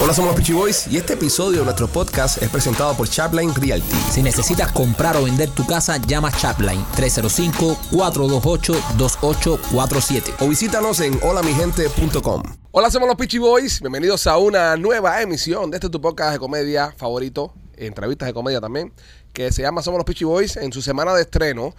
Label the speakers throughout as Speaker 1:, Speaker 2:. Speaker 1: Hola, somos los Peachy Boys y este episodio de nuestro podcast es presentado por Chapline Realty.
Speaker 2: Si necesitas comprar o vender tu casa, llama Chapline 305-428-2847.
Speaker 1: O visítanos en holamigente.com. Hola, somos los Peachy Boys. Bienvenidos a una nueva emisión de este tu podcast de comedia favorito, entrevistas de comedia también, que se llama Somos los Peachy Boys en su semana de estreno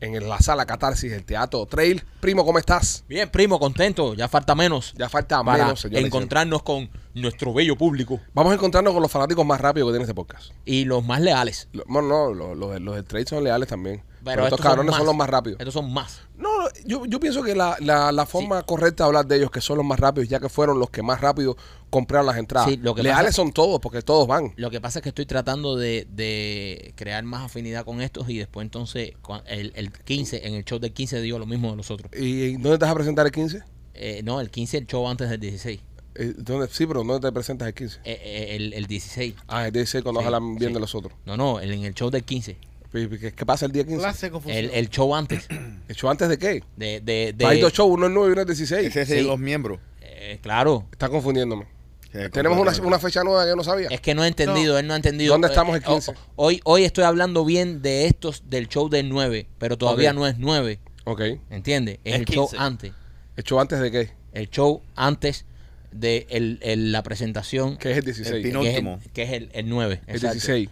Speaker 1: en la sala Catarsis del Teatro Trail. Primo, ¿cómo estás?
Speaker 3: Bien, primo, contento. Ya falta menos.
Speaker 1: Ya falta
Speaker 3: para
Speaker 1: menos, señores.
Speaker 3: encontrarnos con nuestro bello público
Speaker 1: Vamos a encontrarnos con los fanáticos más rápidos que tiene este podcast.
Speaker 3: y los más leales.
Speaker 1: Lo- Bueno, no, los, los, los del Trail son leales también. Pero, estos
Speaker 3: son
Speaker 1: cabrones son
Speaker 3: más.
Speaker 1: los más rápidos.
Speaker 3: Estos son más.
Speaker 1: No, yo, yo pienso que la, la- la forma correcta de hablar de ellos, que son los más rápidos, ya que fueron los que más rápido compraron las entradas.
Speaker 3: Sí, lo que
Speaker 1: Leales
Speaker 3: pasa-
Speaker 1: son todos, porque todos van.
Speaker 3: Lo que pasa es que estoy tratando de, de crear más afinidad con estos y después entonces cua- el, el 15, en el show del 15 digo lo mismo de nosotros.
Speaker 1: ¿Y dónde te vas a presentar el 15?
Speaker 3: Eh, no, el 15 el show antes del 16.
Speaker 1: Eh, ¿dónde- sí, pero ¿dónde te presentas el 15?
Speaker 3: Eh, eh, el, el 16.
Speaker 1: Ah, el 16 cuando
Speaker 3: Sí,
Speaker 1: hablan bien
Speaker 3: sí.
Speaker 1: de los otros.
Speaker 3: No, no, el- en el show del 15.
Speaker 1: ¿Y ¿Qué, qué pasa el día 15?
Speaker 4: Clase de confusión.
Speaker 3: El, el show antes.
Speaker 1: ¿Hecho antes de qué?
Speaker 3: De, de, de-
Speaker 1: Hay dos shows, uno es 9 y uno es 16.
Speaker 4: Ese es de
Speaker 3: sí.
Speaker 4: los miembros.
Speaker 3: Eh, claro.
Speaker 1: Está confundiéndome.
Speaker 4: Sí,
Speaker 1: Tenemos una,
Speaker 4: completamente.
Speaker 1: una fecha nueva que yo no sabía.
Speaker 3: Es que no he entendido, él no ha entendido.
Speaker 1: ¿Dónde estamos el
Speaker 3: Eh, eh,
Speaker 1: 15?
Speaker 3: o- Hoy, hoy estoy hablando bien de estos del show del 9, pero todavía
Speaker 1: Ok.
Speaker 3: no es 9,
Speaker 1: Ok.
Speaker 3: ¿entiendes? Es,
Speaker 5: Es
Speaker 3: el show
Speaker 5: 15.
Speaker 3: antes.
Speaker 1: ¿Hecho antes de qué?
Speaker 3: El show antes de el- el- la presentación,
Speaker 1: Que es el 16.
Speaker 4: El
Speaker 3: que,
Speaker 4: pino-
Speaker 3: es el,
Speaker 4: penúltimo.
Speaker 3: que es el, el 9.
Speaker 1: el
Speaker 3: exacto. eh,
Speaker 1: 16.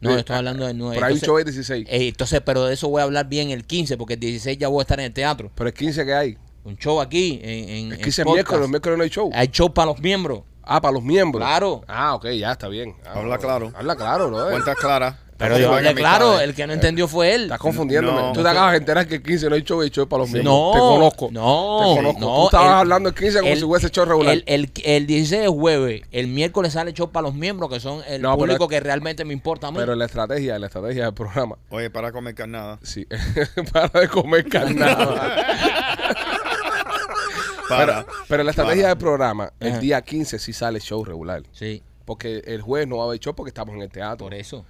Speaker 3: No, yo
Speaker 1: De-
Speaker 3: estoy hablando del 9.
Speaker 1: Por ahí un show es 16.
Speaker 3: entonces, pero de eso voy a hablar bien el 15, porque el 16 ya voy a estar en el teatro.
Speaker 1: Pero el 15 que hay.
Speaker 3: Un show aquí, en, en
Speaker 1: El
Speaker 3: en
Speaker 1: 15 es
Speaker 3: podcast.
Speaker 1: miércoles, el miércoles no hay show.
Speaker 3: Hay show para los miembros.
Speaker 1: Ah, para los miembros.
Speaker 3: Claro.
Speaker 1: Ah, ok, ya está bien. Ah,
Speaker 4: Habla
Speaker 1: bueno.
Speaker 4: claro.
Speaker 1: Habla claro, bro. eh.
Speaker 4: Cuentas claras.
Speaker 3: Pero yo hablé claro, el que no entendió fue él.
Speaker 1: Estás confundiéndome.
Speaker 4: No.
Speaker 1: Tú te acabas de enterar que el 15 no hay show y show para los miembros.
Speaker 3: No,
Speaker 1: Te conozco.
Speaker 3: No,
Speaker 1: Te conozco.
Speaker 3: no,
Speaker 1: Tú estabas
Speaker 3: el-
Speaker 1: hablando el 15 como si hubiese show regular.
Speaker 3: El, el, el 16 es jueves, el miércoles sale show para los miembros, que son el
Speaker 1: No, pero
Speaker 3: público
Speaker 1: es-
Speaker 3: que realmente me importa a mí.
Speaker 1: Pero la estrategia, la estrategia del programa.
Speaker 4: Oye, para comer carnada.
Speaker 1: Sí. para de comer carnada.
Speaker 4: Para.
Speaker 1: Pero la estrategia del programa, el
Speaker 3: Ajá.
Speaker 1: día 15 sí sale show regular.
Speaker 3: sí,
Speaker 1: Porque el jueves no va a haber show porque estamos en el teatro.
Speaker 3: por eso.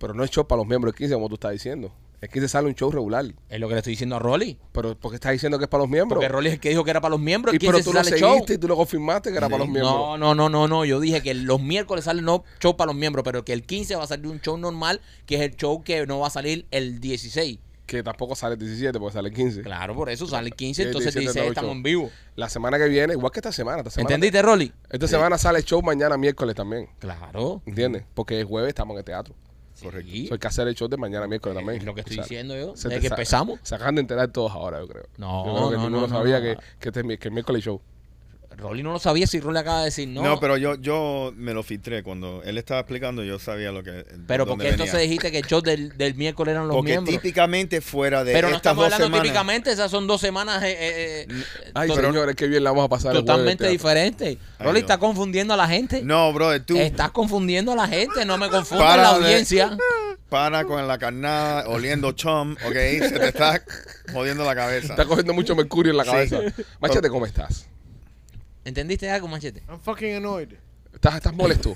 Speaker 1: Pero no hay show para los miembros el 15, como tú estás diciendo. El 15 sale un show regular.
Speaker 3: Es lo que le estoy diciendo a Rolly.
Speaker 1: Pero porque estás diciendo que es para los miembros.
Speaker 3: Porque Rolly es el que dijo que era para los miembros.
Speaker 1: y
Speaker 3: el
Speaker 1: pero
Speaker 3: 15
Speaker 1: tú lo
Speaker 3: sale
Speaker 1: seguiste
Speaker 3: show.
Speaker 1: y tú lo confirmaste que era para los miembros.
Speaker 3: No, no, no, no, no. Yo dije que los miércoles sale no show para los miembros, pero que el 15 va a salir un show normal, que es el show que no va a salir el 16.
Speaker 1: Que tampoco sale el 17, porque sale el 15.
Speaker 3: Claro, por eso sale el 15,
Speaker 1: El
Speaker 3: entonces el
Speaker 1: 17 no
Speaker 3: 16
Speaker 1: hay
Speaker 3: estamos
Speaker 1: show.
Speaker 3: en vivo.
Speaker 1: La semana que viene, igual que esta semana. Esta semana,
Speaker 3: ¿Entendiste, Rolly?
Speaker 1: Esta semana sale el show mañana miércoles también.
Speaker 3: Claro.
Speaker 1: ¿Entiendes? Porque el jueves estamos en el teatro.
Speaker 4: Correcto.
Speaker 3: Sí.
Speaker 1: Soy que hacer el show de mañana miércoles también.
Speaker 3: Eh, Es lo que estoy diciendo yo,
Speaker 1: se te
Speaker 3: desde que
Speaker 1: sa-
Speaker 3: empezamos.
Speaker 1: Se acaban de enterar todos ahora, yo creo.
Speaker 3: No,
Speaker 1: yo creo que
Speaker 3: no,
Speaker 1: ninguno
Speaker 3: no, no,
Speaker 1: sabía
Speaker 3: no.
Speaker 1: que, que, este es mi- que es miércoles show.
Speaker 3: Rolly no lo sabía si Rolly acaba de decir no.
Speaker 4: No, pero yo, yo me lo filtré. Cuando él estaba explicando, yo sabía lo que.
Speaker 3: Pero
Speaker 4: dónde
Speaker 3: porque
Speaker 4: venía.
Speaker 3: entonces dijiste que el show del, del miércoles eran los
Speaker 4: Porque
Speaker 3: miembros.
Speaker 4: típicamente fuera de
Speaker 3: Pero no
Speaker 4: estas
Speaker 3: estamos
Speaker 4: dos
Speaker 3: hablando
Speaker 4: semanas.
Speaker 3: típicamente, esas son dos semanas eh, eh, eh,
Speaker 1: Ay,
Speaker 3: to-
Speaker 1: señores, qué bien la vamos a pasar. el jueves
Speaker 3: totalmente
Speaker 1: del teatro.
Speaker 3: diferentes. Rolly
Speaker 4: no.
Speaker 3: está confundiendo a la gente.
Speaker 4: No, brother, tú
Speaker 3: Estás confundiendo a la gente, no me confundas
Speaker 4: Para
Speaker 3: la
Speaker 4: de-
Speaker 3: audiencia.
Speaker 4: para con la carnada, oliendo chum, ok, se te está jodiendo la cabeza.
Speaker 1: Está cogiendo mucho mercurio en la
Speaker 4: Sí.
Speaker 1: cabeza. Machete, ¿cómo estás?
Speaker 3: ¿Entendiste algo, machete?
Speaker 5: I'm fucking annoyed.
Speaker 1: ¿Estás, estás molesto?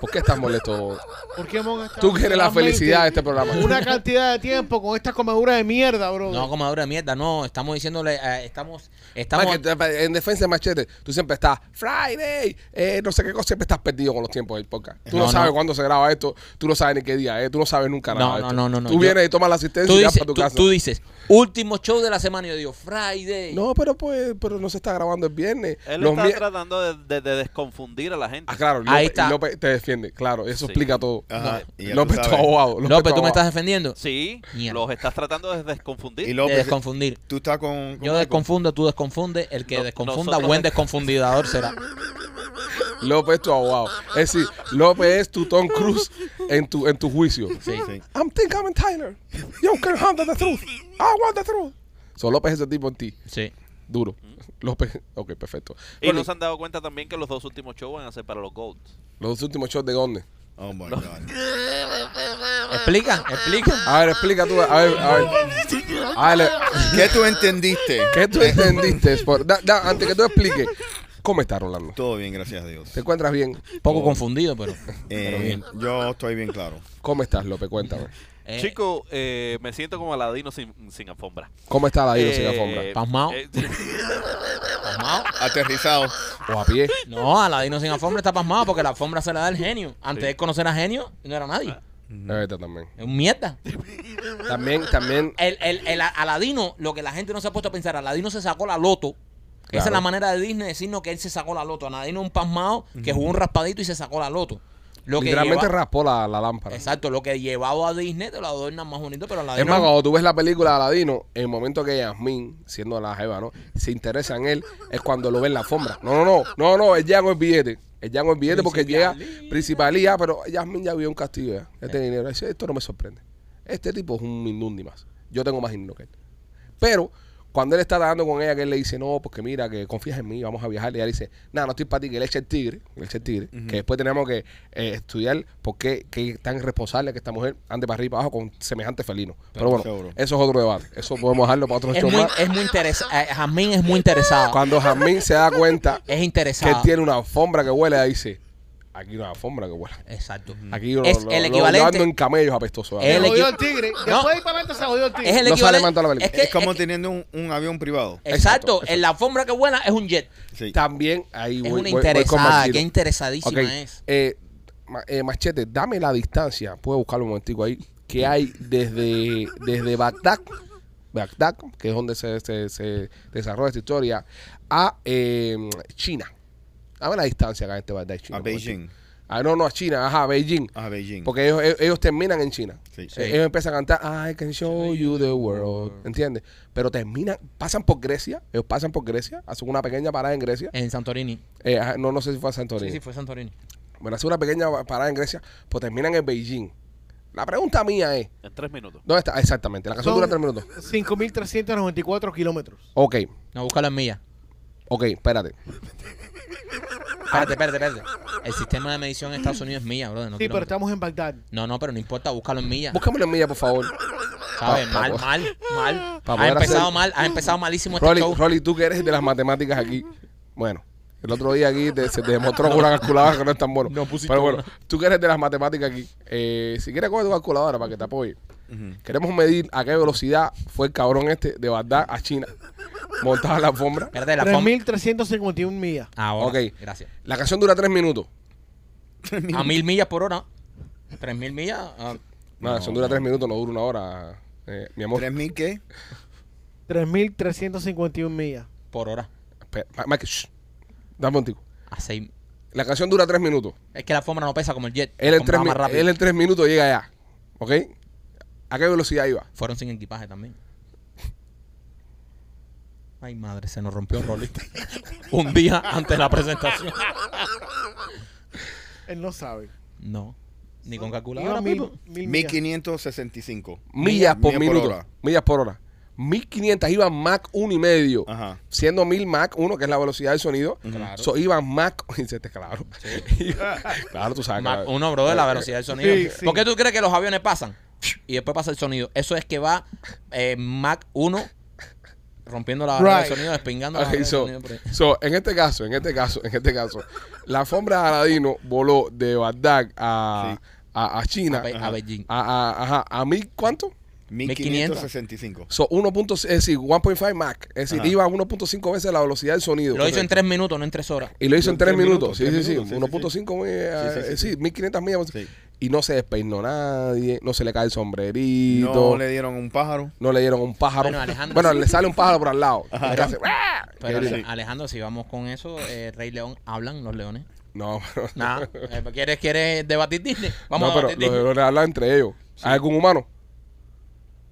Speaker 1: ¿Por qué estás molesto?
Speaker 5: ¿Por qué hemos gastado
Speaker 1: Tú que eres la
Speaker 5: solamente
Speaker 1: felicidad de este programa.
Speaker 5: Una cantidad de tiempo con esta comedura de mierda, bro.
Speaker 3: No, comadura de mierda, no, estamos diciéndole, eh, estamos, estamos,
Speaker 1: Mike, en defensa de Machete, tú siempre estás Friday, eh, no sé qué cosa, siempre estás perdido con los tiempos del podcast. Tú no,
Speaker 3: No,
Speaker 1: sabes
Speaker 3: no.
Speaker 1: cuándo se graba esto, tú no sabes ni qué día es, tú no sabes nunca nada.
Speaker 3: No,
Speaker 1: de
Speaker 3: no,
Speaker 1: esto.
Speaker 3: no, no, no,
Speaker 1: Tú
Speaker 3: yo-
Speaker 1: vienes y tomas la asistencia
Speaker 3: tú
Speaker 1: y vas
Speaker 3: dices,
Speaker 1: para tu
Speaker 3: tú-
Speaker 1: casa.
Speaker 3: tú dices, último show de la semana, yo digo, Friday.
Speaker 1: No, pero pues, pero no se está grabando el viernes.
Speaker 5: Él
Speaker 1: Los
Speaker 5: está
Speaker 1: mier-
Speaker 6: tratando de, de- de desconfundir a la gente.
Speaker 1: Ah, claro, López,
Speaker 3: Ahí está.
Speaker 1: López te defiende, claro, eso
Speaker 6: Sí.
Speaker 1: explica todo.
Speaker 4: Ajá, y ya tú
Speaker 1: López, tu
Speaker 4: sabes.
Speaker 1: abogado. tu
Speaker 3: López, tú me
Speaker 1: abogado.
Speaker 3: estás defendiendo.
Speaker 6: Sí,
Speaker 3: Mierda.
Speaker 6: los estás tratando de
Speaker 4: Y
Speaker 6: desconfundir.
Speaker 3: De
Speaker 4: López,
Speaker 3: desconfundir.
Speaker 4: tú estás con. con
Speaker 3: Yo desconfundo, tú desconfundes. El que
Speaker 6: No-
Speaker 3: desconfunda,
Speaker 6: nosotros
Speaker 3: buen
Speaker 6: des-
Speaker 3: desconfundidor será.
Speaker 1: López, tu abogado. Es decir, López es tu Tom Cruise en tu, en tu juicio.
Speaker 3: Sí.
Speaker 4: Sí.
Speaker 1: I'm think I'm Tyler. You can handle the truth. I want the truth. So López es ese tipo en ti.
Speaker 3: Sí.
Speaker 1: Duro.
Speaker 3: Mm-hmm.
Speaker 1: López. Ok, perfecto.
Speaker 6: Y,
Speaker 1: Rolly,
Speaker 6: no se han dado cuenta también que los dos últimos shows van a ser para los Golds.
Speaker 1: Los dos últimos shows de dónde?
Speaker 4: Oh my God.
Speaker 3: Explica, explica.
Speaker 1: A ver, explica tú. A ver, a ver. A ver,
Speaker 4: ¿Qué tú entendiste?
Speaker 1: ¿qué tú entendiste? Por- da- da, antes que tú expliques, ¿cómo estás, Rolando?
Speaker 4: Todo bien, gracias a Dios.
Speaker 1: ¿Te encuentras bien?
Speaker 3: Poco confundido, pero.
Speaker 4: Eh, yo estoy bien claro.
Speaker 1: ¿Cómo estás, López? Cuéntame.
Speaker 3: Eh,
Speaker 6: Chico, eh, me siento como Aladino sin, sin alfombra.
Speaker 1: ¿Cómo está la vida sin
Speaker 6: Eh,
Speaker 1: alfombra?
Speaker 3: Pasmao.
Speaker 6: eh,
Speaker 3: ¿pasmado?
Speaker 4: Aterrizado.
Speaker 1: O a pie.
Speaker 3: No, Aladino sin alfombra está pasmado porque la alfombra se la da el genio. Antes de conocer a genio, no era
Speaker 6: Ah.
Speaker 3: nadie.
Speaker 1: Es verdad también.
Speaker 3: Es un mierda.
Speaker 1: También, también.
Speaker 3: El, el, el Aladino, lo que la gente no se ha puesto a pensar, Aladino se sacó la loto. Esa
Speaker 1: Claro.
Speaker 3: es la manera de Disney decirnos que él se sacó la loto. Aladino es un pasmado que jugó un raspadito y se sacó la loto. Lo que
Speaker 1: literalmente
Speaker 3: lleva-
Speaker 1: raspó la, la lámpara.
Speaker 3: Exacto, lo que llevaba a Disney te lo adornan más bonito, pero Aladino.
Speaker 1: Es más, cuando tú ves la película de Aladino, el momento que Yasmín, siendo la jeva, ¿no? Se interesa en él, es cuando lo ve en la alfombra. No, no, no, no, no, él llega con el billete. Él llega con el billete porque llega
Speaker 3: Principalía.
Speaker 1: principalía, pero Yasmín ya vio un castillo ya. Ya tiene dinero. Dice, Esto no me sorprende. Este tipo es un mindundi más. Yo tengo más dinero que él. Pero cuando él está hablando con ella, que él le dice, no, porque mira, que confías en mí, vamos a viajar. Y ella le dice, nada, no estoy para ti, que le eche el tigre, que le eche el tigre. Que después tenemos que eh, estudiar por qué, qué tan responsable que esta mujer ande para arriba y para abajo con semejante felino. Pero bueno,
Speaker 4: Seguro.
Speaker 1: eso es otro debate. Eso podemos dejarlo para otro
Speaker 3: es
Speaker 1: show
Speaker 3: muy,
Speaker 1: más.
Speaker 3: es muy interesada. Jasmine es muy interesada.
Speaker 1: Cuando Jamín se da cuenta
Speaker 3: es
Speaker 1: que él
Speaker 3: interesada.
Speaker 1: tiene una alfombra que huele, ahí dice, aquí hay una alfombra que huele.
Speaker 3: Exacto.
Speaker 1: Aquí yo
Speaker 3: Es
Speaker 1: lo,
Speaker 3: el
Speaker 1: lo- lo
Speaker 3: equivalente-
Speaker 1: ando en camellos apestosos.
Speaker 5: Se
Speaker 3: El
Speaker 1: Él,
Speaker 3: equi-
Speaker 5: jodió el tigre. Después
Speaker 3: No.
Speaker 5: de ir para adelante se jodió el tigre.
Speaker 3: Es el
Speaker 1: No sale
Speaker 3: equivalente-
Speaker 1: mal toda la película.
Speaker 3: que-
Speaker 4: Es como
Speaker 3: que-
Speaker 4: teniendo un, un avión privado.
Speaker 1: Eh,
Speaker 3: Exacto,
Speaker 1: Exacto,
Speaker 3: en la alfombra que buena es un jet.
Speaker 4: Sí.
Speaker 1: también ahí
Speaker 3: Es
Speaker 1: voy,
Speaker 3: una
Speaker 1: voy- voy con
Speaker 3: interesada,
Speaker 1: Marquito.
Speaker 3: qué interesadísima
Speaker 1: Ok,
Speaker 3: es.
Speaker 1: eh, ma- eh, machete, dame la distancia. Puedes buscarlo un momentico ahí. Que hay desde, desde Bagdad, Bagdad, que es donde se, se- se desarrolla esta historia, a eh, China. Dame la distancia acá en este Bagdad y China.
Speaker 4: A
Speaker 1: un momentico.
Speaker 4: Beijing.
Speaker 1: Ah, no, no, a China, ajá, a Beijing.
Speaker 4: A Beijing.
Speaker 1: Porque ellos, ellos- ellos terminan en China.
Speaker 4: Sí.
Speaker 1: Eh, Ellos empiezan a cantar, I can show you the world. ¿Entiendes? Pero terminan, pasan por Grecia. Ellos pasan por Grecia, hacen una pequeña parada en Grecia.
Speaker 3: En Santorini.
Speaker 1: Eh, ajá, no, no sé si fue a Santorini.
Speaker 3: Sí, sí, fue Santorini.
Speaker 1: Bueno, hace una pequeña parada en Grecia, pues terminan en Beijing. La pregunta mía es,
Speaker 6: en tres minutos.
Speaker 1: ¿dónde está? Exactamente, la canción
Speaker 5: Son
Speaker 1: dura tres minutos.
Speaker 5: 5.394 kilómetros.
Speaker 1: Ok,
Speaker 3: No, busca las millas.
Speaker 1: ok, espérate.
Speaker 3: Espérate, espérate, espérate. El sistema de medición en Estados Unidos es milla, brother. No,
Speaker 5: Sí, pero
Speaker 3: kilómetros.
Speaker 5: estamos en Bagdad.
Speaker 3: no, no, pero no importa, búscalo en millas.
Speaker 1: Búscamelo en milla, por favor.
Speaker 3: ¿Sabes?
Speaker 1: Pa- pa-
Speaker 3: Mal, mal, mal.
Speaker 1: pa
Speaker 3: Ha
Speaker 1: poder
Speaker 3: empezado
Speaker 1: hacer-
Speaker 3: mal, ha empezado malísimo este
Speaker 1: Rolly,
Speaker 3: show.
Speaker 1: Rolly, tú que eres de las matemáticas aquí. Bueno, el otro día aquí te- se te demostró con una calculadora que no es tan bueno.
Speaker 3: No pusiste
Speaker 1: Pero bueno,
Speaker 3: una.
Speaker 1: tú que eres de las matemáticas aquí. eh, si quieres, coge tu calculadora para que te apoye.
Speaker 4: Ujú.
Speaker 1: Queremos medir a qué velocidad fue el cabrón este de Bagdad a China. Montado en la alfombra.
Speaker 3: Espérate, la forma.
Speaker 5: 3.351 millas.
Speaker 3: Ahora,
Speaker 1: Ok.
Speaker 3: gracias.
Speaker 1: La canción dura tres minutos.
Speaker 3: A mil millas por hora. Tres mil millas. ah,
Speaker 1: No, la canción dura tres minutos, no dura una hora, eh, mi amor.
Speaker 4: ¿Tres mil qué?
Speaker 5: 3.351 millas.
Speaker 3: por hora.
Speaker 1: Espera, Ma- Mike, shh. dame un tico.
Speaker 3: A seis.
Speaker 1: La canción dura tres minutos.
Speaker 3: Es que la alfombra no pesa como el jet.
Speaker 1: Él
Speaker 3: la
Speaker 1: en,
Speaker 3: alfombra
Speaker 1: tres,
Speaker 3: va
Speaker 1: mi-
Speaker 3: más rápido.
Speaker 1: él en tres minutos llega allá. ¿Ok? ¿A qué velocidad iba?
Speaker 3: Fueron sin equipaje también. Ay, madre, se nos rompió Rolly. Un día antes de la presentación.
Speaker 5: Él no sabe.
Speaker 3: No. Ni con
Speaker 5: Iba
Speaker 3: calculadora,
Speaker 5: mil-
Speaker 3: Pipo.
Speaker 5: mil millas.
Speaker 4: 1565.
Speaker 1: Millas por
Speaker 4: millas por
Speaker 1: minuto.
Speaker 4: hora.
Speaker 1: Millas por hora. 1500 iban Mach 1 y medio.
Speaker 4: Ajá.
Speaker 1: Siendo 1000 Mach 1, que es la velocidad del sonido.
Speaker 3: Claro.
Speaker 1: So, iban Mach. Dice, este, claro. claro, tú sabes.
Speaker 3: Ma-
Speaker 1: claro.
Speaker 3: Uno, bro,
Speaker 1: Eh,
Speaker 3: de la velocidad del sonido.
Speaker 5: Sí, sí.
Speaker 3: ¿Por qué tú crees que los aviones pasan? Y después pasa el sonido. Eso es que va eh, Mac 1 rompiendo la barrera del
Speaker 5: Right.
Speaker 3: sonido, despingando la
Speaker 1: Ok,
Speaker 3: barrera
Speaker 1: so,
Speaker 3: del sonido. por ahí.
Speaker 1: so, en este caso, en este caso, en este caso, la alfombra de Aladino voló de Bagdad a, a, a China.
Speaker 3: A Be- a Beijing.
Speaker 1: A, a- ajá, a mil, ¿cuánto?
Speaker 4: 1565.
Speaker 1: So, 1.5, es decir, 1.5 Mach. Es decir,
Speaker 4: Ajá.
Speaker 1: iba a 1.5 veces la velocidad del sonido.
Speaker 3: Lo hizo en tres minutos, no en tres horas.
Speaker 1: Y lo hizo en 3
Speaker 4: Tres
Speaker 1: minutos.
Speaker 4: minutos,
Speaker 1: Sí,
Speaker 4: tres
Speaker 1: sí,
Speaker 4: minutos,
Speaker 1: sí.
Speaker 4: sí, sí,
Speaker 1: 1.5,
Speaker 4: Sí,
Speaker 1: eh,
Speaker 4: sí, sí,
Speaker 1: eh,
Speaker 4: sí.
Speaker 1: sí, 1.500 millas.
Speaker 4: Sí.
Speaker 1: Y no se despeinó nadie, no se le cae el sombrerito.
Speaker 4: No le dieron un pájaro.
Speaker 1: dieron un pájaro.
Speaker 3: Bueno, Alejandro-
Speaker 1: Bueno, le sale un pájaro por al lado. Le hace, ¡ah!
Speaker 3: Pero
Speaker 1: Qué
Speaker 3: Ale-
Speaker 1: lindo.
Speaker 3: Alejandro, si vamos con eso, eh, Rey León, hablan los leones.
Speaker 1: No, pero-
Speaker 3: Nada. Eh, ¿Quieres, ¿Quieres debatir Disney? Vamos
Speaker 1: no,
Speaker 3: a
Speaker 1: pero
Speaker 3: debatir
Speaker 1: los
Speaker 3: Disney.
Speaker 1: leones hablan entre ellos. ¿Hay algún humano?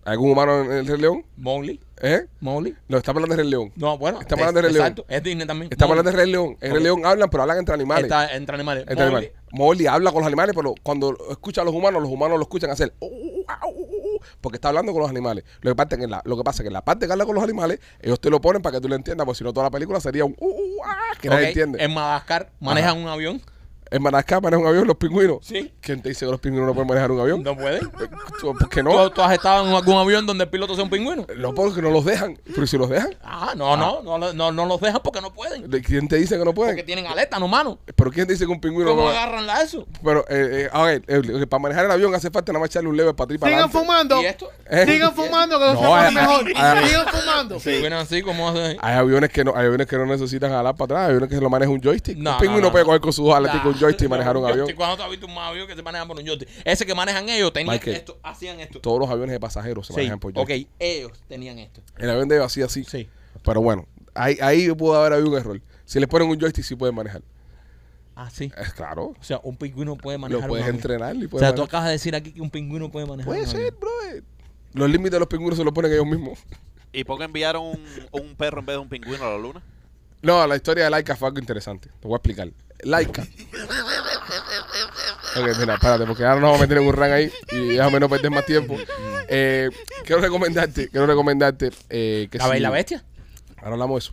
Speaker 1: ¿Hay algún humano en el Rey León?
Speaker 3: Mowgli.
Speaker 1: ¿Eh?
Speaker 3: Mowgli.
Speaker 1: No, está hablando del Rey León.
Speaker 3: No, bueno.
Speaker 1: Estamos hablando de Rey León.
Speaker 3: exacto, Es Disney también.
Speaker 1: Estamos hablando
Speaker 3: Mowgli.
Speaker 1: del Rey León. En Rey
Speaker 3: Ok.
Speaker 1: León hablan, pero hablan entre animales.
Speaker 3: Está entre animales.
Speaker 1: entre
Speaker 3: Mowgli.
Speaker 1: animales. Mowgli habla con los animales, pero cuando escucha a los humanos, los humanos lo escuchan hacer. "Uh, uh, ah, uh, uh, uh", porque está hablando con los animales. Lo que, parte que en la- lo que pasa es que en la parte que habla con los animales, ellos te lo ponen para que tú lo entiendas, porque si no, toda la película sería un. "Uh, uh, "Oh, ah", que nadie
Speaker 3: Ok, Em-
Speaker 1: entiende.
Speaker 3: En Madagascar manejan un avión.
Speaker 1: En Manasca maneja un avión los pingüinos.
Speaker 3: Sí.
Speaker 1: ¿Quién te dice que los pingüinos no pueden manejar un avión?
Speaker 3: No pueden.
Speaker 1: ¿Tú- ¿Por qué
Speaker 3: ¿Tú,
Speaker 1: no?
Speaker 3: tú has estado en algún avión donde el piloto sea un pingüino?
Speaker 1: No, porque no los dejan. Pero si los dejan,
Speaker 3: Ah, no, no, no, lo- no, no los dejan porque no pueden.
Speaker 1: ¿de- ¿quién te dice que no
Speaker 3: Porque
Speaker 1: pueden?
Speaker 3: tienen aleta, no mano.
Speaker 1: ¿Pero quién te dice que un pingüino no
Speaker 3: ¿Cómo
Speaker 1: va-
Speaker 3: agarran la eso?
Speaker 1: Pero, eh, eh, a ver, eh, ok, para manejar el avión hace falta nada más echarle un leve para ti para
Speaker 5: Sigan
Speaker 1: adelante.
Speaker 5: fumando.
Speaker 3: ¿Y esto?
Speaker 1: Eh.
Speaker 5: Sigan fumando que
Speaker 1: No,
Speaker 5: no, se va
Speaker 1: eh,
Speaker 5: mejor.
Speaker 1: eh,
Speaker 5: Sigan fumando.
Speaker 3: Bueno, así como hacen.
Speaker 1: Hay aviones que no, hay aviones que no necesitan jalar para atrás, hay aviones que se lo maneja un joystick.
Speaker 3: No,
Speaker 1: un pingüino
Speaker 3: no, no,
Speaker 1: puede
Speaker 3: no.
Speaker 1: coger con sus dos aléticos un joystick y manejar un avión.
Speaker 3: joystick. ¿Cuándo te has visto Ah, un avión que se manejan por un joystick? Ese que manejan ellos tenían
Speaker 1: Michael.
Speaker 3: esto, hacían esto.
Speaker 1: Todos los aviones de pasajeros se
Speaker 3: Sí,
Speaker 1: manejan por
Speaker 3: ok,
Speaker 1: joystick.
Speaker 3: ellos tenían esto.
Speaker 1: El avión debe así así.
Speaker 3: Sí.
Speaker 1: Pero bueno, ahí, ahí pudo haber habido un error. Si les ponen un joystick sí pueden manejar.
Speaker 3: Así.
Speaker 1: Eh, claro.
Speaker 3: Ah, O sea, un pingüino puede
Speaker 1: Lo
Speaker 3: manejar un
Speaker 1: puedes
Speaker 3: avión.
Speaker 1: entrenar y
Speaker 3: O
Speaker 1: puedes
Speaker 3: sea, tú
Speaker 1: manejar.
Speaker 3: acabas de decir aquí que un pingüino puede manejar
Speaker 1: Puede
Speaker 3: un
Speaker 1: ser,
Speaker 3: avión.
Speaker 1: bro. Los límites de los pingüinos se los ponen ellos mismos.
Speaker 6: ¿Y por qué enviaron un, un perro en vez de un pingüino a la luna?
Speaker 1: No, la historia de Laika fue algo interesante. Te voy a explicar. Laika. Ok, mira, espérate, porque ahora nos vamos a meter en un rank ahí y déjame no perder más tiempo. Eh, quiero recomendarte, quiero recomendarte eh, que
Speaker 3: ¿La
Speaker 1: si-
Speaker 3: ve- la bestia?
Speaker 1: Ahora hablamos de eso.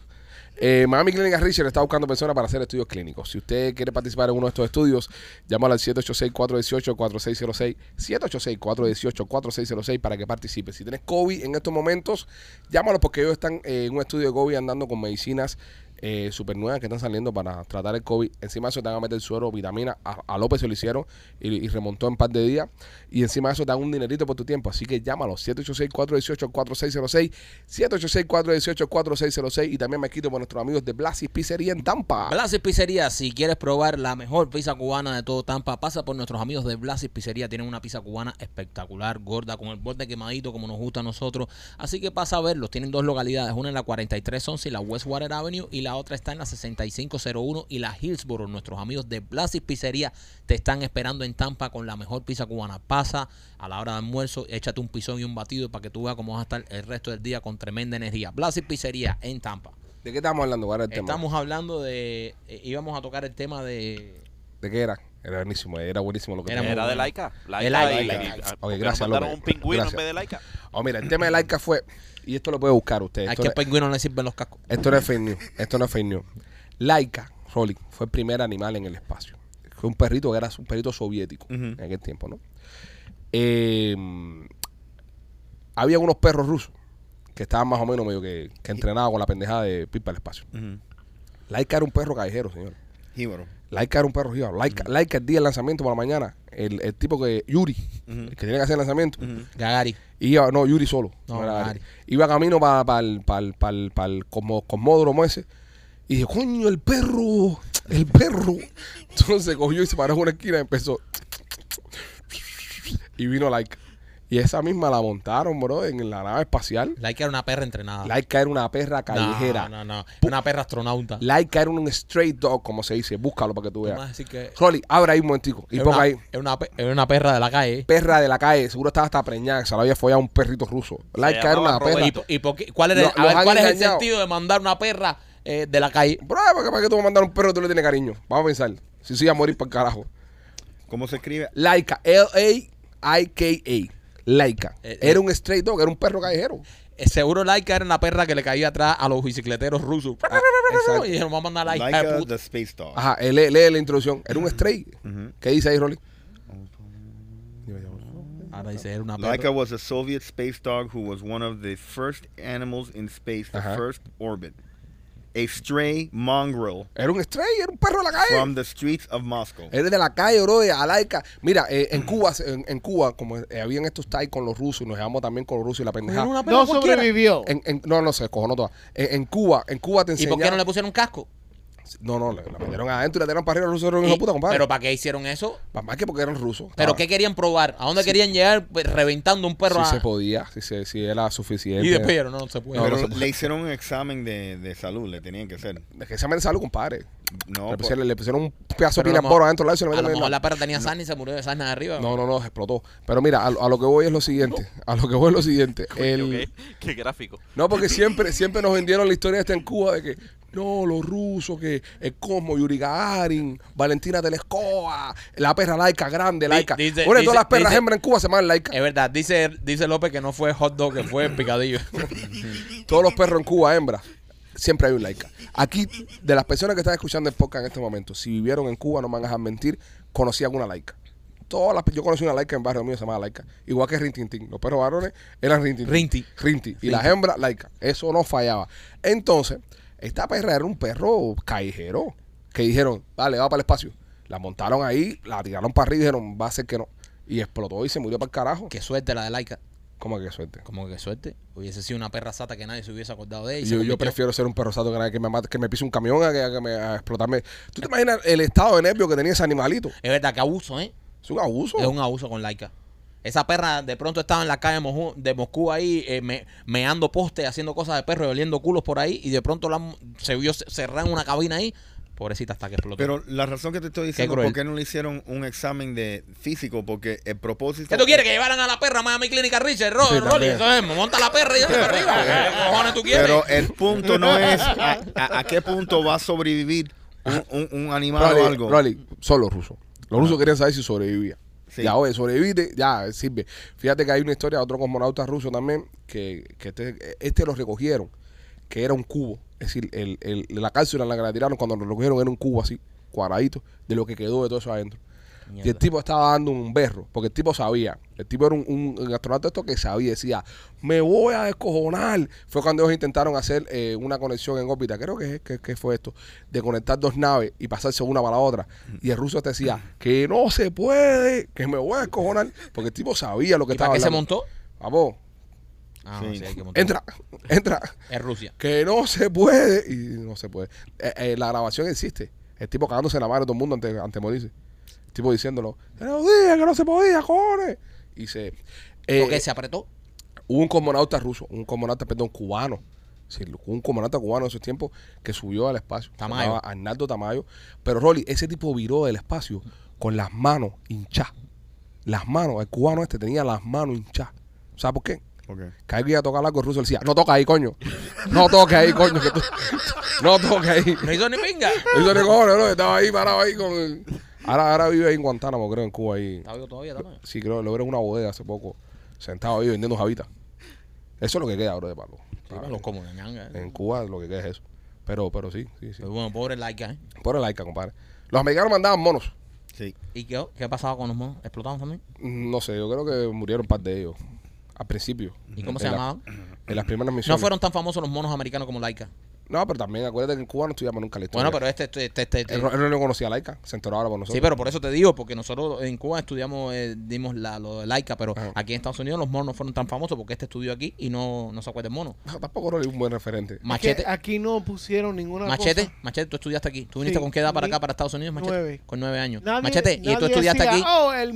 Speaker 1: Eh, Miami Clinic and Research está buscando personas para hacer estudios clínicos. Si usted quiere participar en uno de estos estudios, llámalo al 786-418-4606. 786-418-4606 para que participe. Si tienes COVID en estos momentos, llámalo porque ellos están eh, en un estudio de COVID andando con medicinas eh, super nuevas que están saliendo para tratar el COVID. Encima de eso te van a meter suero, vitamina. A, a López se lo hicieron y, y remontó en par de días. Y encima de eso te dan un dinerito por tu tiempo. Así que llámalo 786-418-4606. 786-418-4606. Y también me quito por nuestros amigos de Blasis Pizzería en Tampa.
Speaker 3: Blasis Pizzería, si quieres probar la mejor pizza cubana de todo Tampa, pasa por nuestros amigos de Blasis Pizzería. Tienen una pizza cubana espectacular, gorda, con el borde quemadito como nos gusta a nosotros. Así que pasa a verlos. Tienen dos localidades, una en la 4311 y la Westwater Avenue y la otra está en la 6501 y la Hillsboro. Nuestros amigos de Blasis Pizzería te están esperando en Tampa con la mejor pizza cubana. Pasa a la hora de almuerzo, échate un pisón y un batido para que tú veas cómo vas a estar el resto del día con tremenda energía. Blasis Pizzería en Tampa.
Speaker 1: ¿De qué estamos hablando? ¿Cuál era el tema?
Speaker 3: Estamos hablando de. eh, íbamos a tocar el tema de.
Speaker 1: ¿De qué era? Era buenísimo, era buenísimo lo que
Speaker 3: Era
Speaker 1: tenía.
Speaker 3: muy
Speaker 6: Era de
Speaker 3: bueno.
Speaker 6: Laika.
Speaker 3: De
Speaker 6: Laika.
Speaker 3: Laika.
Speaker 6: y-
Speaker 3: Laika.
Speaker 6: y-
Speaker 1: Ok,
Speaker 6: ¿por qué no
Speaker 1: gracias,
Speaker 6: mandaron
Speaker 1: López.
Speaker 6: un pingüino
Speaker 1: Gracias.
Speaker 6: en vez de Laika.
Speaker 1: Oh, mira, el tema de Laika fue, y esto lo puede buscar usted.
Speaker 3: ¿A
Speaker 1: Esto,
Speaker 3: qué
Speaker 1: no-
Speaker 3: pingüino no le sirven los cascos?
Speaker 1: esto no es fake news. Esto no es fake news. Laika, Rolling, fue el primer animal en el espacio. Fue un perrito que era un perrito soviético en aquel tiempo, ¿no? Eh, había unos perros rusos que estaban más o menos medio que, que entrenados con la pendejada de pipa al espacio. Laika era un perro callejero, señor.
Speaker 4: Jíbaro.
Speaker 1: Laika era un perro gigante. Laika, Laika el día del lanzamiento por la mañana. El, el tipo que, Yuri, el que tiene que hacer el lanzamiento.
Speaker 3: Gagari.
Speaker 1: Iba, no, Yuri solo.
Speaker 3: No,
Speaker 1: No era
Speaker 3: Ari.
Speaker 1: Ari. Iba camino para el, cosmódromo ese. Y dije, coño, el perro, el perro. Entonces cogió y se paró en una esquina y empezó. Y vino Laika. Y esa misma la montaron, bro, en la nave espacial.
Speaker 3: Laika era una perra entrenada.
Speaker 1: Laika era una perra
Speaker 3: No,
Speaker 1: callejera.
Speaker 3: No, no, Una perra astronauta.
Speaker 1: Laika era un straight dog, como se dice. Búscalo para que tú
Speaker 3: Tú vas a
Speaker 1: veas.
Speaker 3: decir que-
Speaker 1: Rolly, abre ahí un momentico. Y
Speaker 3: era
Speaker 1: ponga
Speaker 3: una-
Speaker 1: ahí.
Speaker 3: era una pe- era una perra de la calle.
Speaker 1: Perra de la calle, seguro estaba hasta preñada, que se la había follado un perrito ruso. Laika era
Speaker 6: llamaba
Speaker 1: una perra.
Speaker 3: ¿Y,
Speaker 6: Roberto.
Speaker 3: y por qué- cuál, era el-
Speaker 1: Lo-
Speaker 3: a ver,
Speaker 1: los han
Speaker 3: cuál es el
Speaker 1: engañado.
Speaker 3: sentido de mandar una perra eh, de la calle?
Speaker 1: Bro, ¿para qué, para qué tú vas a mandar un perro que tú le tienes cariño? Vamos a pensar. Si sigue a morir para el carajo.
Speaker 4: ¿Cómo se escribe?
Speaker 1: Laika, L-A-I-K-A. Laika.
Speaker 3: Eh,
Speaker 1: Era un straight dog, era un perro callejero.
Speaker 3: Eh, seguro Laika era una perra que le caía atrás a los bicicleteros rusos.
Speaker 1: Ah, exacto.
Speaker 3: y dijeron, vamos a mandar a Laika. de
Speaker 4: Laika
Speaker 3: puta.
Speaker 4: the Space Dog.
Speaker 1: Ajá, eh, lee, lee la introducción. Era un straight. ¿Qué dice ahí, Rolly?
Speaker 3: Ahora dice, era una perra.
Speaker 4: Laika was a Soviet space dog who was one of the first animals in space, the
Speaker 1: Ajá.
Speaker 4: first orbit. A stray mongrel
Speaker 1: Era un straight, era un perro de la calle.
Speaker 4: from the streets of Moscow.
Speaker 1: Eres de la calle, bro, de Alaika. Mira, eh, en Cuba, en, en Cuba, como eh, habían estos ties con los rusos y nos llevamos también con los rusos y la
Speaker 3: Era
Speaker 1: pendejada.
Speaker 3: una perra
Speaker 5: No
Speaker 3: cualquiera.
Speaker 5: sobrevivió.
Speaker 1: pues, En, en- no, no, se descojonó toda. Eh, En, en Cuba, en Cuba te
Speaker 3: ¿Y
Speaker 1: enseñaron.
Speaker 3: por qué no le pusieron un casco?
Speaker 1: No, no, la, la metieron adentro y la tiraron para arriba. Los rusos eran unos hijos de
Speaker 3: Y-
Speaker 1: puta, compadre.
Speaker 3: Pero ¿para qué hicieron eso?
Speaker 1: Para más que porque eran rusos.
Speaker 3: ¿Pero
Speaker 1: Ah,
Speaker 3: qué querían probar? ¿A dónde querían llegar pues, reventando un perro?
Speaker 1: Si
Speaker 3: a-
Speaker 1: se podía, si, se, si era suficiente.
Speaker 3: y después dijeron, no, no se puede.
Speaker 4: Pero
Speaker 1: no se
Speaker 4: le hicieron un examen de, de salud, le tenían que hacer.
Speaker 1: Es que se me salud, compadre.
Speaker 4: No,
Speaker 1: le,
Speaker 4: por-
Speaker 1: pusieron, le pusieron un pedazo de
Speaker 3: pues, Pero a lo
Speaker 1: piramboro
Speaker 3: mejor-
Speaker 1: adentro del lado y se lo
Speaker 3: a lo
Speaker 1: metieron en
Speaker 3: mejor
Speaker 1: la-
Speaker 3: la perra tenía sarna y se murió de sarna de arriba.
Speaker 1: No, no, no, explotó. Pero mira, a, lo- a lo que voy es lo siguiente. A lo que voy es lo siguiente. El-
Speaker 6: Coño, qué- Qué gráfico.
Speaker 1: No, porque siempre, siempre nos vendieron la historia esta en Cuba de que no, los rusos, que el Cosmo, Yuri Gagarin, Valentina Telescoa, la perra laica grande,
Speaker 3: Di-
Speaker 1: laica.
Speaker 3: dice-
Speaker 1: Bueno,
Speaker 3: dice-
Speaker 1: todas las perras
Speaker 3: dice-
Speaker 1: hembras en Cuba se llaman laica.
Speaker 3: Es verdad, dice, dice López que no fue hot dog, que fue picadillo.
Speaker 1: Todos los perros en Cuba hembras siempre hay un like. Aquí, de las personas que están escuchando el podcast en este momento, si vivieron en Cuba, no me van a dejar mentir, conocí alguna laica. Todas las, yo conocí una laica en barrio mío, se llamaba laica. Igual que Rintintín. Los perros varones eran Rintintín.
Speaker 3: Rinti.
Speaker 1: Rinti. Y las hembras, laica. Eso no fallaba. Entonces, esta perra era un perro callejero. Que dijeron, vale, va para el espacio. La montaron ahí, la tiraron para arriba y dijeron, va a ser que no. Y explotó y se murió para el carajo.
Speaker 3: Qué suerte la de Laika.
Speaker 1: ¿Cómo que qué suerte?
Speaker 3: Como que suerte. Hubiese sido una perra sata que nadie se hubiese acordado de ella. y
Speaker 1: Yo,
Speaker 3: se
Speaker 1: yo
Speaker 3: convirtió-
Speaker 1: prefiero ser un perrosato que, nada, que me mate- que me pise un camión a, que, a que me, a explotarme. ¿Tú te imaginas el estado de nervio que tenía ese animalito?
Speaker 3: Es verdad que abuso, ¿eh?
Speaker 1: Es un abuso.
Speaker 3: Es un abuso con Laika. Esa perra de pronto estaba en la calle de Moscú, de Moscú ahí, eh, me, meando postes, haciendo cosas de perro y oliendo culos por ahí. Y de pronto la, han- se vio ce- cerrada en una cabina ahí. Pobrecita hasta que explotó.
Speaker 4: Pero la razón que te estoy diciendo
Speaker 3: cruel.
Speaker 4: por qué no le hicieron un examen de físico, porque el propósito.
Speaker 3: ¿Qué tú quieres? Que llevaran a la perra más a mi clínica Richard, Ro-
Speaker 1: Sí,
Speaker 3: Rolly,
Speaker 1: también.
Speaker 3: entonces, me monta la perra y dale para arriba. ¿Qué cojones tú quieres?
Speaker 1: eh,
Speaker 4: Pero el punto no es a, a- a qué punto va a sobrevivir un, un- un animal
Speaker 1: Rolly,
Speaker 4: o algo.
Speaker 1: Rolly, son los rusos. Los
Speaker 3: Ah.
Speaker 1: rusos querían saber si sobrevivía.
Speaker 4: Sí.
Speaker 1: Ya, oye, sobreviviste, ya sirve. Fíjate que hay una historia de otro cosmonauta ruso también, que, que este, este lo recogieron, que era un cubo. Es decir, el, el- la cápsula en la que la tiraron cuando lo recogieron era un cubo así, cuadradito, de lo que quedó de todo eso adentro.
Speaker 3: Mierda.
Speaker 1: Y el tipo estaba dando un berro, porque el tipo sabía. El tipo era un, un- un astronauta esto que sabía, decía, me voy a descojonar. Fue cuando ellos intentaron hacer eh, una conexión en órbita, creo que, que, que fue esto, de conectar dos naves y pasarse una para la otra. Y el ruso te decía, que no se puede, que me voy a descojonar, porque el tipo sabía lo que
Speaker 3: ¿Y
Speaker 1: estaba
Speaker 3: para qué se
Speaker 1: hablando.
Speaker 3: montó?
Speaker 1: Vamos,
Speaker 3: Ah,
Speaker 4: Sí.
Speaker 3: sí, hay que montar.
Speaker 1: entra, entra,
Speaker 3: Es Rusia.
Speaker 1: que no se puede. Y no se puede. Eh, eh, la grabación existe. El tipo cagándose la madre a todo el mundo antes de morirse. El tipo diciéndolo, "Te lo dije que no se podía, cojones. Y se... eh,
Speaker 3: Porque se apretó.
Speaker 1: Hubo un cosmonauta ruso, un cosmonauta, perdón, cubano. Sí, hubo un cosmonauta cubano en esos tiempos que subió al espacio. Se
Speaker 3: Tamayo.
Speaker 1: llamaba Arnaldo Tamayo. Pero Rolly, ese tipo viró del espacio con las manos hinchadas. Las manos, el cubano este tenía las manos hinchadas. ¿Sabes por qué?
Speaker 4: Ok.
Speaker 1: Cada vez que iba a tocar algo, el ruso le decía, no toca ahí, coño. No toques ahí, coño. que tú- No toques ahí.
Speaker 3: No hizo ni pinga.
Speaker 1: Y yo, cojones, no, estaba ahí parado ahí con... el- Ahora, ahora vive ahí en Guantánamo, creo, en Cuba. Ahí.
Speaker 3: Está vivo todavía, también.
Speaker 1: Sí, creo, lo vieron en una bodega hace poco, sentado ahí vendiendo javitas. Eso es lo que queda, bro, de palo.
Speaker 3: los como de ñanga, eh.
Speaker 1: En Cuba lo que queda es eso. Pero, pero sí, sí, sí.
Speaker 3: Pero bueno, pobre Laika, ¿eh?
Speaker 1: Pobre laica, compadre. Los americanos mandaban monos.
Speaker 4: Sí.
Speaker 3: ¿Y qué, qué ha pasado con los monos? ¿Explotaron también?
Speaker 1: No sé, yo creo que murieron un par de ellos. Al principio.
Speaker 3: ¿Y cómo
Speaker 1: Mm, En
Speaker 3: se
Speaker 1: la-
Speaker 3: llamaban?
Speaker 1: En las primeras misiones.
Speaker 3: No fueron tan famosos los monos americanos como Laika.
Speaker 1: No, pero también acuérdate que en Cuba no estudiamos nunca la historia.
Speaker 3: Bueno, pero este, este, este, este-
Speaker 1: Él, no- él no conocía a Laika, se enteró ahora con nosotros.
Speaker 3: Sí, pero por eso te digo, porque nosotros en Cuba estudiamos, eh, dimos la, lo de laica, pero
Speaker 1: Ajá.
Speaker 3: aquí en Estados Unidos los monos no fueron tan famosos porque este estudió aquí y no, no se acuerda el mono.
Speaker 1: No, tampoco era un buen referente.
Speaker 3: Machete,
Speaker 5: Que Aquí no pusieron ninguna
Speaker 3: machete,
Speaker 5: cosa.
Speaker 3: machete, tú estudiaste aquí. ¿Tú viniste
Speaker 5: Sí,
Speaker 3: con qué edad para
Speaker 5: ni-
Speaker 3: acá, para Estados Unidos, machete?
Speaker 5: nueve.
Speaker 3: Con nueve años.
Speaker 5: Nadie-
Speaker 3: machete, y tú
Speaker 5: nadie
Speaker 3: estudiaste
Speaker 5: decía,
Speaker 3: aquí
Speaker 5: Oh, el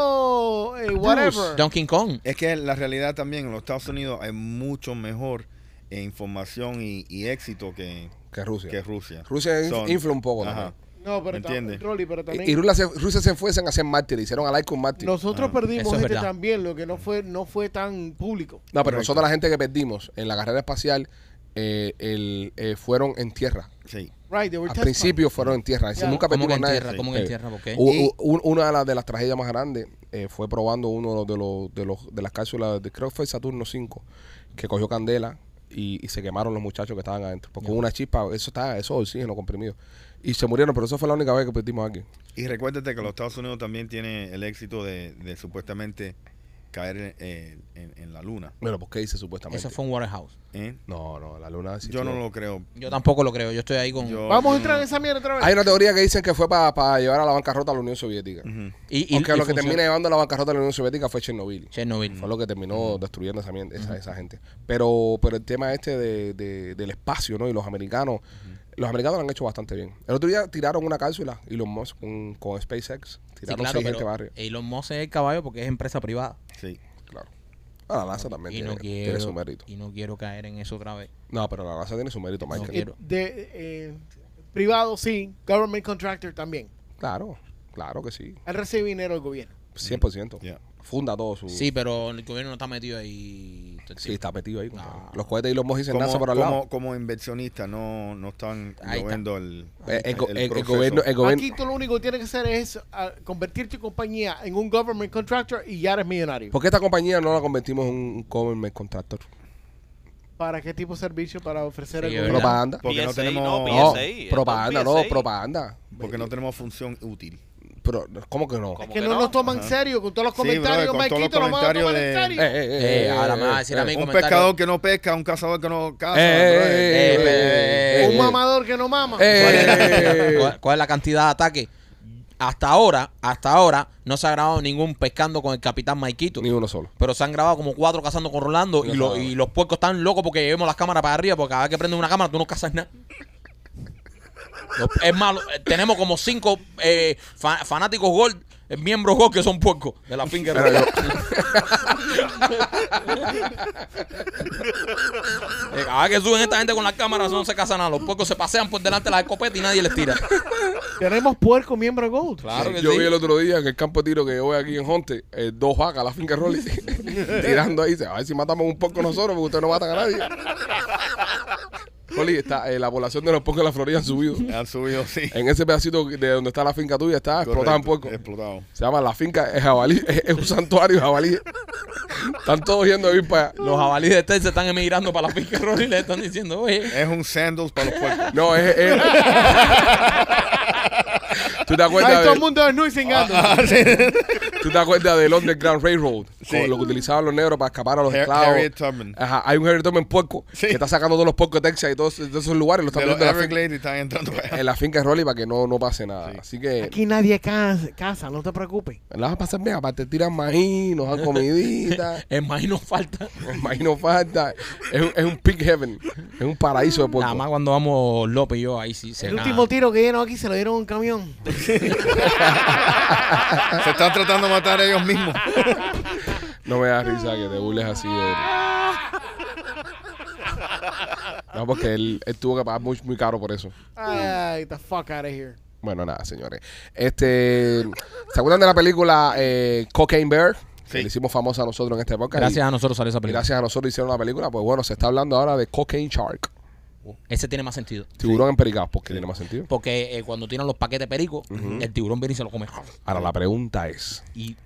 Speaker 5: mono, eh, whatever.
Speaker 3: Donkey Kong.
Speaker 4: Es que la realidad también en los Estados Unidos hay mucho mejor eh, información y, y éxito que,
Speaker 1: Que Rusia.
Speaker 4: que Rusia.
Speaker 1: Rusia in-
Speaker 4: Son-
Speaker 1: infla un poco
Speaker 4: Ajá.
Speaker 1: también.
Speaker 5: No, pero
Speaker 4: ¿Entiendes?
Speaker 5: también, Rolly, pero
Speaker 1: Y, y
Speaker 5: también.
Speaker 1: Rusia, se, Rusia se fue a hacer mártir, hicieron a Laika un mártir.
Speaker 5: Nosotros
Speaker 4: Ah,
Speaker 5: perdimos
Speaker 3: eso es
Speaker 5: gente
Speaker 3: verdad.
Speaker 5: también, lo que no fue, no fue tan público.
Speaker 1: No, pero
Speaker 4: Correcto.
Speaker 1: nosotros la gente que perdimos en la carrera espacial eh, el, eh, fueron en tierra.
Speaker 4: Sí.
Speaker 5: Right, they were
Speaker 1: Al
Speaker 5: test
Speaker 1: principio fueron en tierra. Es decir,
Speaker 5: Ya.
Speaker 1: nunca
Speaker 3: ¿Cómo que
Speaker 1: perdimos
Speaker 3: en
Speaker 1: nada.
Speaker 3: tierra? ¿Cómo que en
Speaker 1: Sí.
Speaker 3: tierra? ¿Por qué?
Speaker 1: U-
Speaker 4: Y-
Speaker 1: u- una de las, de las tragedias más grandes eh, fue probando uno de los, de los de las cápsulas de creo que fue el Saturno 5 que cogió candela y, y se quemaron los muchachos que estaban adentro porque hubo una chispa eso está eso es oxígeno comprimido y se murieron pero eso fue la única vez que perdimos aquí
Speaker 4: Y recuérdate que los Estados Unidos también tiene el éxito de, de supuestamente caer eh, en, en la luna.
Speaker 1: bueno ¿por qué dice supuestamente
Speaker 3: Eso fue un warehouse.
Speaker 4: ¿eh?
Speaker 1: no no la luna
Speaker 4: Yo
Speaker 1: existió.
Speaker 4: no lo creo.
Speaker 1: Mm.
Speaker 3: Yo tampoco lo creo, yo estoy ahí con...
Speaker 4: Yo-
Speaker 5: Vamos a
Speaker 4: yo
Speaker 5: entrar
Speaker 4: no-
Speaker 5: en esa mierda otra vez.
Speaker 1: hay una teoría que dicen que fue para llevar a la bancarrota a la Unión Soviética
Speaker 4: Ujú.
Speaker 3: Mm. y,
Speaker 1: porque
Speaker 3: y- y
Speaker 1: lo que
Speaker 3: funciona.
Speaker 1: termina llevando a la bancarrota a la Unión Soviética fue Chernobyl
Speaker 3: Chernobyl.
Speaker 1: Fue lo que terminó destruyendo esa, mien- esa, esa gente. Pero, pero el tema este de, de- del espacio, ¿no? Y los americanos, los americanos lo han hecho bastante bien. El otro día tiraron una cápsula, Elon Musk, con, con SpaceX.
Speaker 3: Sí,
Speaker 1: Tiraron
Speaker 3: claro,
Speaker 1: seis gente
Speaker 3: pero
Speaker 1: barrio.
Speaker 3: Elon Musk es el caballo porque es empresa privada.
Speaker 4: Sí.
Speaker 1: Claro. Ah, la NASA también
Speaker 3: y
Speaker 1: tiene,
Speaker 3: no
Speaker 1: tiene
Speaker 3: quiero
Speaker 1: su mérito.
Speaker 3: y no quiero caer en eso otra vez.
Speaker 1: No, pero la NASA tiene su mérito, Michael.
Speaker 5: Eh, de, eh, privado sí, government contractor también.
Speaker 1: Claro, claro que sí.
Speaker 5: Él recibe dinero del gobierno.
Speaker 1: 100%.
Speaker 4: Yeah.
Speaker 1: Funda todo su...
Speaker 3: Sí, pero el gobierno no está metido ahí.
Speaker 1: Sí, está metido ahí. compadre.
Speaker 3: No.
Speaker 1: Los cohetes de Elon Musk dicen
Speaker 4: Como,
Speaker 1: NASA por al
Speaker 4: como,
Speaker 1: lado.
Speaker 4: como inversionista no, no están
Speaker 3: Ahí está.
Speaker 4: viendo el,
Speaker 1: Eh, El, go-
Speaker 4: el
Speaker 1: el- el
Speaker 4: proceso.
Speaker 1: gobierno... El gobierno
Speaker 5: Aquí tú lo único que tienes que hacer es ah, convertir tu compañía en un government contractor y ya eres millonario.
Speaker 1: ¿Por qué esta compañía no la convertimos en un government contractor?
Speaker 5: para qué tipo de servicio para ofrecer
Speaker 3: Sí,
Speaker 5: el
Speaker 3: es
Speaker 5: gobierno.
Speaker 3: verdad.
Speaker 1: Propaganda.
Speaker 4: Porque no
Speaker 6: PSI,
Speaker 4: tenemos-
Speaker 6: no,
Speaker 1: No,
Speaker 6: PSI, esto es
Speaker 1: propaganda, no,
Speaker 6: PSI.
Speaker 1: propaganda.
Speaker 4: Porque no tenemos función útil.
Speaker 1: Pero, ¿Cómo que no?
Speaker 6: ¿Cómo?
Speaker 5: Que
Speaker 6: que
Speaker 5: no,
Speaker 6: no?
Speaker 5: nos toman en
Speaker 4: Ajá.
Speaker 5: serio con todos los
Speaker 4: Sí, brother, con
Speaker 5: comentarios,
Speaker 4: todos los
Speaker 5: Maikito, nos van a tomar en
Speaker 4: comentarios de-
Speaker 5: serio.
Speaker 3: Eh, ahora me vas a decir a mí
Speaker 4: un
Speaker 3: comentario.
Speaker 4: pescador que no pesca, un cazador que no caza.
Speaker 1: Eh,
Speaker 4: brother.
Speaker 1: eh,
Speaker 3: eh, eh, eh,
Speaker 5: un
Speaker 3: eh.
Speaker 5: mamador que no mama.
Speaker 1: Eh,
Speaker 3: ¿Cuál es, cuál- cuál es la cantidad de ataques? Hasta ahora, hasta ahora, no se ha grabado ningún pescando con el capitán Maikito.
Speaker 1: eh, Ni uno solo.
Speaker 3: Pero se han grabado como cuatro cazando con Rolando y,
Speaker 1: No
Speaker 3: lo-
Speaker 1: sabe.
Speaker 3: y los puercos están locos porque llevemos las cámaras para arriba porque cada vez que prenden una cámara tú no cazas nada. Los- es malo, eh, tenemos como cinco eh, fa- fanáticos gol, eh, miembros gol que son puercos de la finca de Rolando. Eh, Cada vez que suben esta gente con las cámaras no se casan nada. Los puercos se pasean por delante de las escopetas y nadie les tira.
Speaker 5: Tenemos puerco miembro Gold.
Speaker 3: Claro que
Speaker 1: yo
Speaker 3: sí.
Speaker 1: vi el otro día en el campo de tiro que yo voy aquí en Honte, eh, dos vacas, la finca Rolly, tirando ahí. dice, A ver si matamos un poco nosotros, porque ustedes no matan a nadie. Rolly, está, eh, la población de los pocos en la Florida han subido.
Speaker 4: Han eh, subido, sí.
Speaker 1: En ese pedacito de donde está la finca tuya está explotada en
Speaker 4: Correcto,
Speaker 1: puerco.
Speaker 4: Explotado.
Speaker 1: Se llama la finca es jabalí, es, es un santuario de jabalí. Están todos yendo a ir para allá.
Speaker 3: Los jabalíes de Texas están emigrando para la finca de Rolly y le están diciendo, oye.
Speaker 4: Es un sandals para los puercos.
Speaker 1: No, es. es- ¿Tú te
Speaker 5: Ahí
Speaker 1: acuerdas
Speaker 5: todo
Speaker 1: de,
Speaker 5: el mundo desnudo y cingando.
Speaker 4: ah.
Speaker 1: ¿Tú te acuerdas del Underground Railroad?
Speaker 4: Sí.
Speaker 1: Con lo que utilizaban los negros para escapar a los
Speaker 4: Har-
Speaker 1: esclavos.
Speaker 4: Harriet Tubman.
Speaker 1: Ajá, hay un Harriet Tubman puerco
Speaker 4: Sí.
Speaker 1: que está sacando todos los puercos de Texas y todos, de esos lugares. Lo está
Speaker 4: De los
Speaker 1: poniendo en la, finca,
Speaker 4: Everglades y están entrando para allá.
Speaker 1: en la finca de Rolly para que no, no pase nada.
Speaker 4: Sí.
Speaker 1: Así que
Speaker 5: Aquí nadie casa, casa, no te preocupes.
Speaker 1: la vas a pasar bien. Aparte, tiran maíz, nos dan comidita.
Speaker 3: El maíz nos falta.
Speaker 1: imagino falta. Es, un- es un pig heaven. Es un paraíso de
Speaker 3: Nada más
Speaker 1: puerco.
Speaker 3: cuando vamos López y yo, ahí sí se
Speaker 5: El
Speaker 3: gana.
Speaker 5: último tiro que dieron aquí se lo dieron a un camión.
Speaker 4: Se están tratando de matar ellos mismos.
Speaker 1: No me da risa que te burles así de él. No, porque él, él tuvo que pagar muy, muy caro por eso.
Speaker 5: Ay, the fuck out of here.
Speaker 1: Bueno, nada, señores. Este, ¿Se acuerdan de la película eh, Cocaine Bear? Que
Speaker 4: Sí.
Speaker 1: le hicimos famosa a nosotros en este podcast.
Speaker 3: Gracias
Speaker 1: Y-
Speaker 3: a nosotros sale esa
Speaker 1: y
Speaker 3: película.
Speaker 1: gracias a nosotros hicieron la película. Pues bueno, se está hablando ahora de Cocaine Shark.
Speaker 3: Ese tiene más sentido.
Speaker 1: Tiburón empericado, porque tiene más sentido.
Speaker 3: Porque eh, cuando tiran los paquetes de perico, el tiburón viene y se lo come.
Speaker 1: Ahora, la pregunta es,
Speaker 3: Y,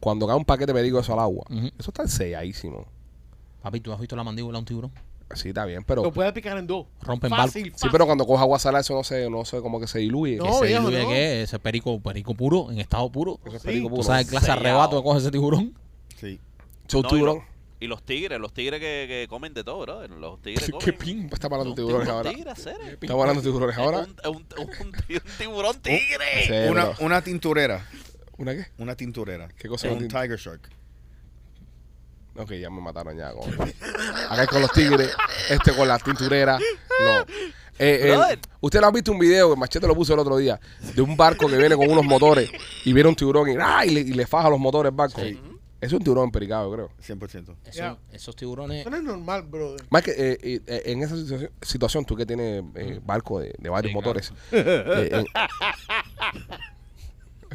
Speaker 1: cuando cae un paquete de perico eso al agua,
Speaker 3: Ujú.
Speaker 1: eso está selladísimo.
Speaker 3: papi, ¿tú has visto la mandíbula de un tiburón?
Speaker 1: Sí, está bien, pero...
Speaker 5: Lo puede picar en dos.
Speaker 3: Rompen
Speaker 5: fácil,
Speaker 1: Sí,
Speaker 5: fácil.
Speaker 1: pero cuando coja agua salada, eso no sé, no sé, como que se diluye.
Speaker 5: No,
Speaker 3: ese
Speaker 5: viejo,
Speaker 3: diluye
Speaker 5: no.
Speaker 3: que es, ese perico, perico puro, en estado puro.
Speaker 1: Eso es
Speaker 5: sí.
Speaker 1: perico puro.
Speaker 3: ¿Tú sabes el clase de
Speaker 6: Sellado.
Speaker 3: arrebato que coge ese tiburón?
Speaker 4: Sí.
Speaker 1: Eso es un
Speaker 6: No, y,
Speaker 1: tiburón.
Speaker 6: los, y los tigres, los tigres que, que comen de todo, brother. Los tigres comen.
Speaker 3: Qué pin.
Speaker 1: Pues Está parando
Speaker 6: Los
Speaker 1: tiburones
Speaker 6: tigres,
Speaker 1: ahora.
Speaker 6: tigres, seres.
Speaker 1: Está parando tiburones ahora. Eh, Oh,
Speaker 6: Un, un- un ti- un tiburón tigre.
Speaker 1: Sí,
Speaker 4: Una,
Speaker 1: bro.
Speaker 4: una tinturera.
Speaker 1: ¿Una qué?
Speaker 4: Una tinturera.
Speaker 1: ¿Qué cosa
Speaker 4: Es
Speaker 1: es
Speaker 4: un
Speaker 1: una tin-
Speaker 4: tiger shark.
Speaker 1: Ok, ya me mataron ya. con- Acá es con los tigres, este con la tinturera. No. Eh, eh,
Speaker 6: Brother.
Speaker 1: Ustedes han visto un video, el machete lo puso el otro día, de un barco que viene con unos motores y viene un tiburón y, ¡ah! y le, y le faja los motores al barco. Es un tiburón empericado, creo.
Speaker 4: 100%.
Speaker 3: Esos-
Speaker 5: Ya.
Speaker 3: Esos tiburones.
Speaker 5: Eso no es normal, brother.
Speaker 1: Más que eh, eh, eh, en esa situa- situación, tú que tienes eh, barco de, de varios
Speaker 3: Sí,
Speaker 1: motores. eh, en-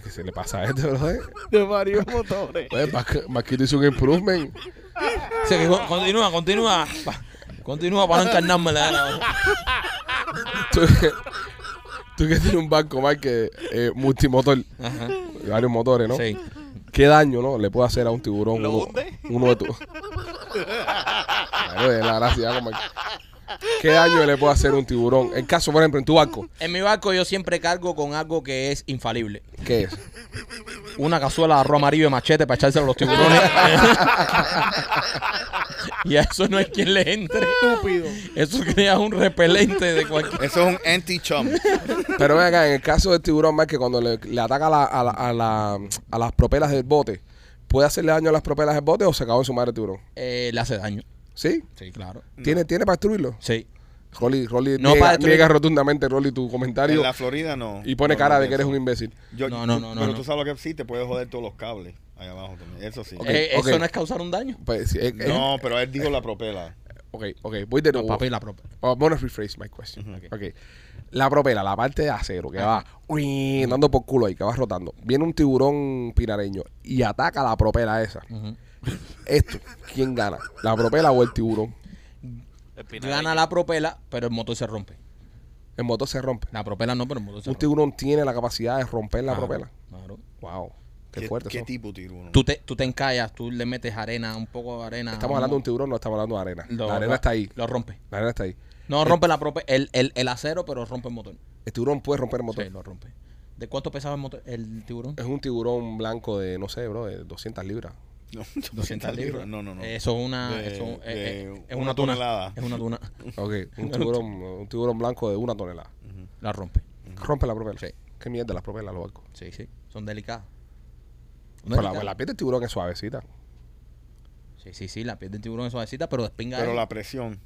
Speaker 1: ¿Qué se le pasa a este, brother?
Speaker 5: De varios motores.
Speaker 1: Pues, Marqu- Marquito hizo un improvement.
Speaker 3: O sea, que con- continúa, continúa. Pa- Continúa para no encarnarme la era.
Speaker 1: Tú, tú que tienes un barco, más que eh, multimotor,
Speaker 3: Ajá.
Speaker 1: de varios motores, ¿no?
Speaker 3: Sí.
Speaker 1: ¿Qué daño, no? Le puede hacer a un tiburón
Speaker 6: ¿Lo
Speaker 1: uno,
Speaker 6: hunde?
Speaker 1: uno de tus. Claro, es la gracia, como- ¿Qué daño le puede hacer un tiburón? El caso, por ejemplo, en tu barco,
Speaker 3: En mi barco yo siempre cargo con algo que es infalible.
Speaker 1: ¿qué es?
Speaker 3: una cazuela de arroz amarillo de machete para echárselo a los tiburones. y a eso no hay quien le entre.
Speaker 5: Estúpido.
Speaker 3: Eso crea un repelente de cualquier.
Speaker 4: Eso es un anti-chum.
Speaker 1: Pero ven acá, en el caso del tiburón, más que cuando le, le ataca a, la- a la- a la- a las propelas del bote, ¿puede hacerle daño a las propelas del bote o se acabó en su madre el tiburón?
Speaker 3: Eh, le hace daño.
Speaker 1: ¿Sí?
Speaker 3: Sí, claro.
Speaker 1: ¿Tiene, ¿tiene para destruirlo?
Speaker 3: Sí.
Speaker 1: Rolly, Rolly
Speaker 3: No para
Speaker 1: niega,
Speaker 3: destruir-
Speaker 1: niega rotundamente, Rolly, tu
Speaker 4: En
Speaker 1: comentario
Speaker 4: la Florida no.
Speaker 1: y pone
Speaker 4: No,
Speaker 1: cara
Speaker 4: no
Speaker 1: de que eres
Speaker 4: pienso.
Speaker 1: un imbécil.
Speaker 4: Yo-
Speaker 3: No, no,
Speaker 4: tú-
Speaker 3: no, no,
Speaker 4: Pero
Speaker 3: no.
Speaker 4: tú sabes lo que sí, te puede joder todos los cables ahí abajo también. Eso sí.
Speaker 1: Ok,
Speaker 3: Eh,
Speaker 1: ok.
Speaker 3: Eso no es causar un daño.
Speaker 1: Pues, sí, eh, eh,
Speaker 4: No, pero él dijo la propela.
Speaker 1: Ok, ok, voy de nuevo.
Speaker 3: Papi, la propia.
Speaker 1: Oh, I'm gonna rephrase my question. okay. La propela, la parte de acero
Speaker 3: Ah.
Speaker 1: que va uy, dando por culo ahí, que va rotando. Viene un tiburón pinareño y ataca la propela esa. Esto, ¿quién gana? ¿La propela o el tiburón?
Speaker 6: El pinareño.
Speaker 3: Gana la propela, pero el motor se rompe.
Speaker 1: El motor se rompe.
Speaker 3: La propela no, pero el motor se Ah.
Speaker 1: Un
Speaker 3: rompe.
Speaker 1: tiburón tiene la capacidad de romper la
Speaker 3: Claro,
Speaker 1: propela.
Speaker 3: Claro.
Speaker 1: Wow. Qué,
Speaker 4: ¿Qué,
Speaker 1: fuerte
Speaker 4: qué
Speaker 1: eso.
Speaker 4: tipo tiburón?
Speaker 3: Tú te, tú te encallas, tú le metes arena, un poco de arena.
Speaker 1: Estamos hablando de un tiburón, no estamos hablando de arena.
Speaker 3: Ah. Lo-
Speaker 1: la arena está ahí.
Speaker 3: Lo rompe.
Speaker 1: La arena está ahí.
Speaker 3: No rompe la propia, el, el, el acero, pero rompe el motor.
Speaker 1: El tiburón puede romper el motor.
Speaker 3: Sí, lo rompe. ¿De cuánto pesaba el, motor, el tiburón?
Speaker 1: Es un tiburón blanco de, no sé, bro, de 200 libras.
Speaker 4: No,
Speaker 3: 200 libras.
Speaker 4: No, no, no.
Speaker 3: Eso es una,
Speaker 4: De-
Speaker 3: eso es-
Speaker 4: de
Speaker 3: es, es
Speaker 4: una
Speaker 3: una, tuna.
Speaker 4: tonelada.
Speaker 3: Es una tuna.
Speaker 1: Ok, un tiburón, un tiburón blanco de una tonelada.
Speaker 3: La rompe.
Speaker 1: Rompe la propela.
Speaker 3: Sí.
Speaker 1: Qué mierda la propela, los barcos.
Speaker 3: Sí, sí. Son delicadas. Son
Speaker 1: Pero la,
Speaker 3: delicadas.
Speaker 1: la piel del tiburón es suavecita.
Speaker 3: Sí, sí, sí. La piel del tiburón es suavecita, pero despinga.
Speaker 4: Pero
Speaker 3: él.
Speaker 4: la presión.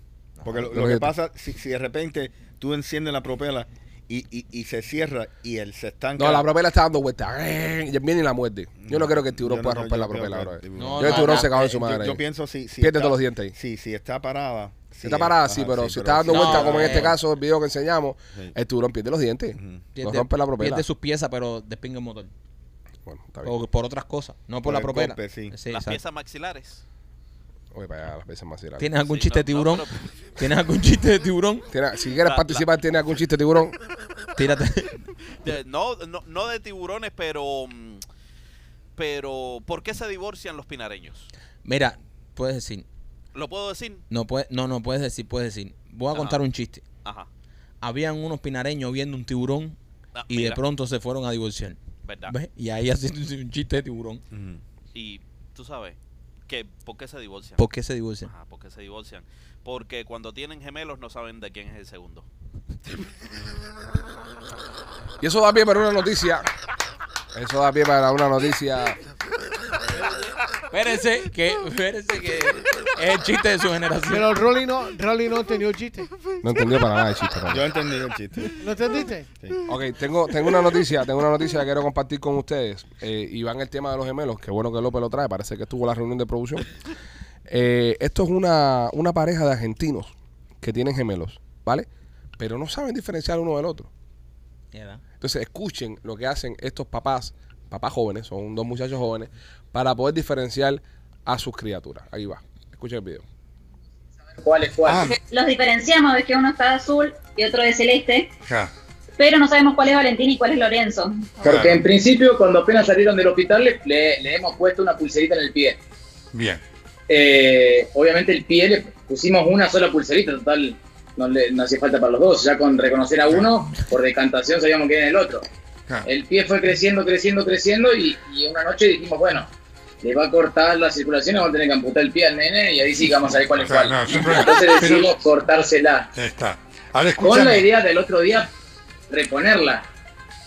Speaker 4: Porque lo,
Speaker 1: Lo
Speaker 4: lo
Speaker 1: que
Speaker 4: que
Speaker 1: te-
Speaker 4: pasa, si, si de repente tú enciendes la propela y, y, y se cierra y él se estanca.
Speaker 1: No, la propela está dando vueltas. ¡Eh! Viene y la muerte. Yo no creo que el tiburón
Speaker 4: Mm. Yo no
Speaker 1: pueda romper
Speaker 4: creo- yo
Speaker 1: la
Speaker 4: creo
Speaker 1: propela,
Speaker 4: que este
Speaker 1: bro.
Speaker 4: el tiburón-
Speaker 1: Yo
Speaker 3: No,
Speaker 1: el
Speaker 3: no,
Speaker 1: tiburón
Speaker 3: no,
Speaker 1: se cagó en
Speaker 4: Eh,
Speaker 1: su madre.
Speaker 4: Yo,
Speaker 1: ahí.
Speaker 4: yo pienso si, si
Speaker 1: Pierde todos los dientes ahí.
Speaker 4: Si, si está parada.
Speaker 1: Si está parada, sí, pero si está dando
Speaker 3: sí.
Speaker 1: vueltas,
Speaker 3: No,
Speaker 1: como en este
Speaker 3: eh.
Speaker 1: caso, el video que enseñamos,
Speaker 4: Sí.
Speaker 1: el tiburón pierde los dientes.
Speaker 4: Ujú.
Speaker 1: No rompe la propela.
Speaker 3: Pierde sus piezas, pero despinga el motor.
Speaker 1: Bueno, está bien.
Speaker 3: O por otras cosas. No por,
Speaker 4: Por
Speaker 3: la
Speaker 4: el
Speaker 3: propela.
Speaker 4: golpe, sí.
Speaker 6: Las
Speaker 3: exacto.
Speaker 6: piezas maxilares.
Speaker 1: Oye, para allá, las veces más irales.
Speaker 3: ¿Tienes algún
Speaker 6: Sí,
Speaker 3: chiste
Speaker 6: no,
Speaker 3: de tiburón?
Speaker 6: no, pero-
Speaker 3: ¿Tienes algún chiste de tiburón?
Speaker 1: Tiene- si quieres
Speaker 6: La-
Speaker 1: participar, ¿tienes algún chiste, tiburón?
Speaker 3: Tírate.
Speaker 6: De- no, no, no de tiburones, pero. mm, Pero, ¿por qué se divorcian los pinareños?
Speaker 3: Mira, puedes decir.
Speaker 6: ¿Lo puedo decir?
Speaker 3: No, puede, no, no, puedes decir, puedes decir. Voy a
Speaker 6: Ajá.
Speaker 3: contar un chiste.
Speaker 6: Ajá.
Speaker 3: Habían unos pinareños viendo un tiburón
Speaker 6: Ah,
Speaker 3: y
Speaker 6: mira,
Speaker 3: de pronto pues, se fueron a divorciar.
Speaker 6: ¿Verdad?
Speaker 3: ¿Ves? Y ahí haciendo un chiste de tiburón.
Speaker 4: Ujú.
Speaker 6: Y tú sabes, que, ¿por qué se divorcian?
Speaker 3: ¿Por qué se divorcian?
Speaker 6: Ajá, ¿por qué se divorcian? Porque cuando tienen gemelos no saben de quién es el segundo.
Speaker 1: Y eso da pie para una noticia. Eso da pie para una noticia.
Speaker 3: Espérense que, espérense que es el chiste de su generación.
Speaker 5: Pero Rolly no, Rolly no entendió el chiste.
Speaker 1: No entendió para nada el chiste. ¿no?
Speaker 4: Yo entendí el chiste.
Speaker 5: ¿No entendiste?
Speaker 1: Ok, tengo, tengo una noticia, tengo una noticia que quiero compartir con ustedes. Eh, y va en el tema de los gemelos. Qué bueno que López lo trae. Parece que estuvo en la reunión de producción. Eh, esto es una, una pareja de argentinos que tienen gemelos, ¿vale? Pero no saben diferenciar uno del otro.
Speaker 3: Mierda.
Speaker 1: Entonces, escuchen lo que hacen estos papás, papás jóvenes, son dos muchachos jóvenes, para poder diferenciar a sus criaturas. Ahí va. Escuchen el video.
Speaker 7: cuál es
Speaker 8: Ah,
Speaker 7: cuál.
Speaker 9: Los diferenciamos, ves que uno está azul y otro de celeste, pero no sabemos cuál es Valentín y cuál es Lorenzo.
Speaker 7: Porque en principio, cuando apenas salieron del hospital, le, le- le hemos puesto una pulserita en el pie.
Speaker 8: Bien.
Speaker 7: Eh, obviamente el pie le pusimos una sola pulserita, total, no, le- no hacía falta para los dos. Ya con reconocer a uno, por decantación sabíamos que era el otro.
Speaker 8: Claro.
Speaker 7: El pie fue creciendo, creciendo, creciendo y, y una noche dijimos, bueno, le va a cortar la circulación y vamos a tener que amputar el pie al nene y ahí sí que vamos a ver cuál es
Speaker 8: Claro,
Speaker 7: cuál.
Speaker 8: no, es un problema.
Speaker 7: Entonces
Speaker 8: Pero-
Speaker 7: decidimos cortársela.
Speaker 8: Está. Ahora
Speaker 7: con la
Speaker 8: escúchame.
Speaker 7: idea del otro día reponerla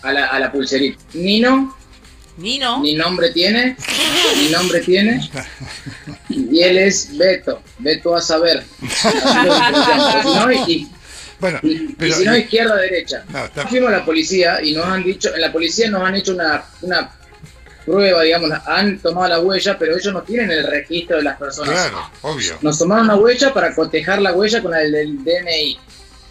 Speaker 7: a la, a la pulserita. Nino,
Speaker 10: Nino.
Speaker 7: ni nombre tiene, ni nombre tiene. Y él es Beto, Beto a saber. Así lo diferenciamos. Si no, y-
Speaker 8: Bueno,
Speaker 7: y- y
Speaker 8: pero.
Speaker 7: si no, izquierda, derecha.
Speaker 8: No, está-
Speaker 7: Fuimos a la policía y nos han dicho, en la policía nos han hecho una, una prueba, digamos, han tomado la huella, pero ellos no tienen el registro de las personas.
Speaker 8: Claro, obvio.
Speaker 7: Nos tomaron una huella para cotejar la huella con la del, del DNI.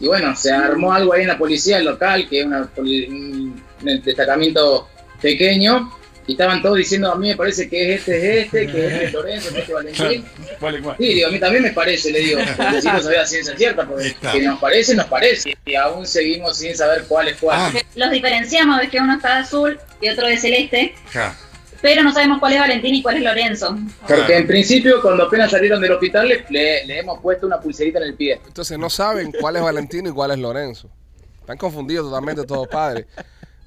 Speaker 7: Y bueno, se armó algo ahí en la policía local, que es una poli- un un destacamento pequeño. Y estaban todos diciendo, a mí me parece que es este, es este, que es este Lorenzo, que es este Valentín. Sí, digo, a mí también me parece, le digo. porque Si no sabía ciencia cierta,
Speaker 8: Ahí
Speaker 7: porque
Speaker 8: está.
Speaker 7: que nos parece, nos parece. Y aún seguimos sin saber cuál es cuál.
Speaker 8: Ah,
Speaker 9: Los diferenciamos, ves que uno está azul y otro de celeste,
Speaker 8: ja.
Speaker 9: pero no sabemos cuál es Valentín y cuál es Lorenzo.
Speaker 7: Porque
Speaker 8: Claro.
Speaker 7: en principio, cuando apenas salieron del hospital, le- le- le hemos puesto una pulserita en el pie.
Speaker 1: Entonces no saben cuál es Valentino y cuál es Lorenzo. Están confundidos totalmente todos los padres.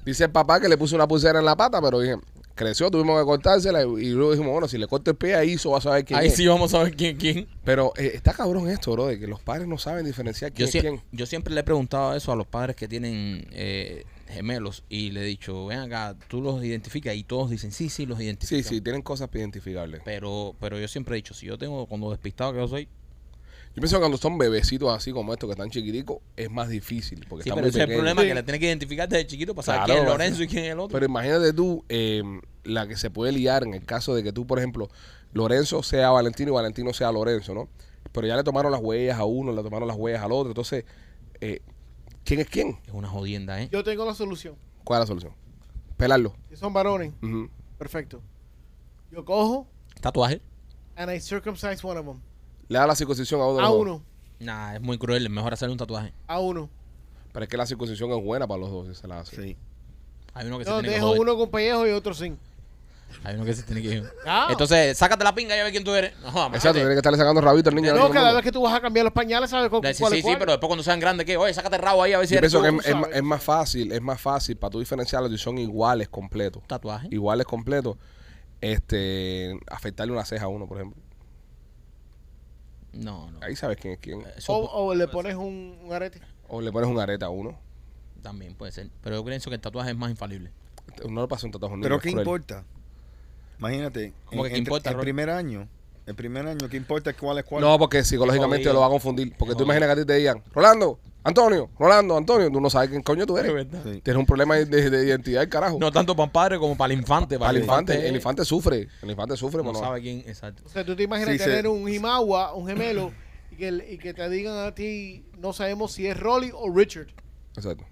Speaker 1: Dice el papá que le puso una pulsera en la pata, pero dije, creció, tuvimos que cortársela y y luego dijimos, bueno, si le corto el pie ahí eso va a saber quién
Speaker 3: Ahí
Speaker 1: es.
Speaker 3: sí vamos a ver quién quién.
Speaker 1: Pero eh, está cabrón esto, bro, de que los padres no saben diferenciar
Speaker 3: Yo,
Speaker 1: quién
Speaker 3: sie-
Speaker 1: es quién.
Speaker 3: yo siempre le he preguntado eso a los padres que tienen eh, gemelos y le he dicho, ven acá, tú los identificas y todos dicen, sí, sí, los
Speaker 1: Sí,
Speaker 3: identificas.
Speaker 1: sí, tienen cosas identificables.
Speaker 3: Pero, pero yo siempre he dicho, si yo tengo, cuando despistado que yo soy,
Speaker 1: Yo pienso que cuando son bebecitos así como estos que están chiquiticos, es más difícil porque
Speaker 3: sí,
Speaker 1: están
Speaker 3: pero
Speaker 1: muy
Speaker 3: ese es el
Speaker 1: pequeños.
Speaker 3: problema que la tienes que identificar desde chiquito para saber
Speaker 1: Claro,
Speaker 3: quién es
Speaker 1: va a
Speaker 3: Lorenzo
Speaker 1: ser.
Speaker 3: y quién es el otro.
Speaker 1: Pero imagínate tú eh, la que se puede liar en el caso de que tú, por ejemplo, Lorenzo sea Valentino y Valentino sea Lorenzo, ¿no? Pero ya le tomaron las huellas a uno, le tomaron las huellas al otro. Entonces, eh, ¿quién es quién?
Speaker 3: es una jodienda, ¿eh?
Speaker 5: Yo tengo la solución.
Speaker 1: ¿Cuál es la solución? Pelarlo.
Speaker 5: Si son varones,
Speaker 1: Ujú.
Speaker 5: perfecto. Yo cojo
Speaker 3: ¿Tatuaje?
Speaker 5: and I circumcise one of them.
Speaker 1: Le da la circuncisión a uno. de
Speaker 5: A
Speaker 1: los dos.
Speaker 5: uno,
Speaker 3: Nah, es muy cruel, es mejor hacerle un tatuaje.
Speaker 5: a uno.
Speaker 1: Pero es que la circuncisión es buena para los dos si se la hace.
Speaker 4: Sí.
Speaker 3: Hay uno que Pues se
Speaker 5: No,
Speaker 3: tiene que
Speaker 5: dejo
Speaker 3: joder.
Speaker 5: uno con pellejo y otro sin.
Speaker 3: Hay uno que se tiene que ir.
Speaker 5: No.
Speaker 3: Entonces, sácate la pinga y a ver quién tú eres. No, mamá.
Speaker 1: Exacto, tiene que estarle sacando rabito al niño. a
Speaker 5: No,
Speaker 1: todo el
Speaker 5: Ah, cada
Speaker 1: mundo.
Speaker 5: vez que tú vas a cambiar los pañales, ¿sabes cu- cuál
Speaker 3: Sí,
Speaker 5: es
Speaker 3: sí, sí,
Speaker 5: cuál?
Speaker 3: pero después cuando sean grandes, ¿qué? Oye, sácate el rabo ahí a ver si
Speaker 1: Yo
Speaker 3: eres
Speaker 1: pienso
Speaker 3: tú.
Speaker 1: que
Speaker 5: tú
Speaker 1: es, es-
Speaker 5: sabes.
Speaker 1: es más fácil, es más fácil para tú diferenciarlos si son iguales completos.
Speaker 3: Tatuaje.
Speaker 1: Iguales completos. Este, afectarle una ceja a uno, por ejemplo.
Speaker 3: No, no.
Speaker 1: Ahí sabes quién es quién.
Speaker 3: Eso
Speaker 5: O, o le pones un, un arete.
Speaker 1: O le pones un areta a uno.
Speaker 5: oh.
Speaker 3: pu- también puede ser. Pero yo pienso que el tatuaje es más infalible.
Speaker 1: No le pasa un tatuaje a un niño.
Speaker 4: Pero
Speaker 1: es
Speaker 4: ¿qué
Speaker 1: cruel.
Speaker 4: importa? Imagínate.
Speaker 3: ¿Cómo que qué
Speaker 4: entre-
Speaker 3: importa,
Speaker 4: El
Speaker 3: Rolly?
Speaker 4: primer año. El primer año, ¿qué importa cuál es cuál?
Speaker 1: No, porque psicológicamente
Speaker 3: Jodido.
Speaker 1: lo va a confundir. Porque tú
Speaker 3: Jodido.
Speaker 1: imaginas que a ti te digan, Rolando, Antonio, Rolando, Antonio, tú no sabes quién coño tú eres.
Speaker 3: verdad.
Speaker 4: Sí.
Speaker 1: Tienes un problema de, de identidad, carajo.
Speaker 3: No tanto para el padre como para el infante. Para
Speaker 1: Al infante, el infante sufre. El infante sufre,
Speaker 3: no
Speaker 1: mono.
Speaker 3: sabe quién. Exacto.
Speaker 5: O sea, tú te imaginas
Speaker 4: Sí, se-
Speaker 5: tener un Himawa, un gemelo, y que, el- y que te digan a ti, no sabemos si es Rolly o Richard.
Speaker 1: Exacto.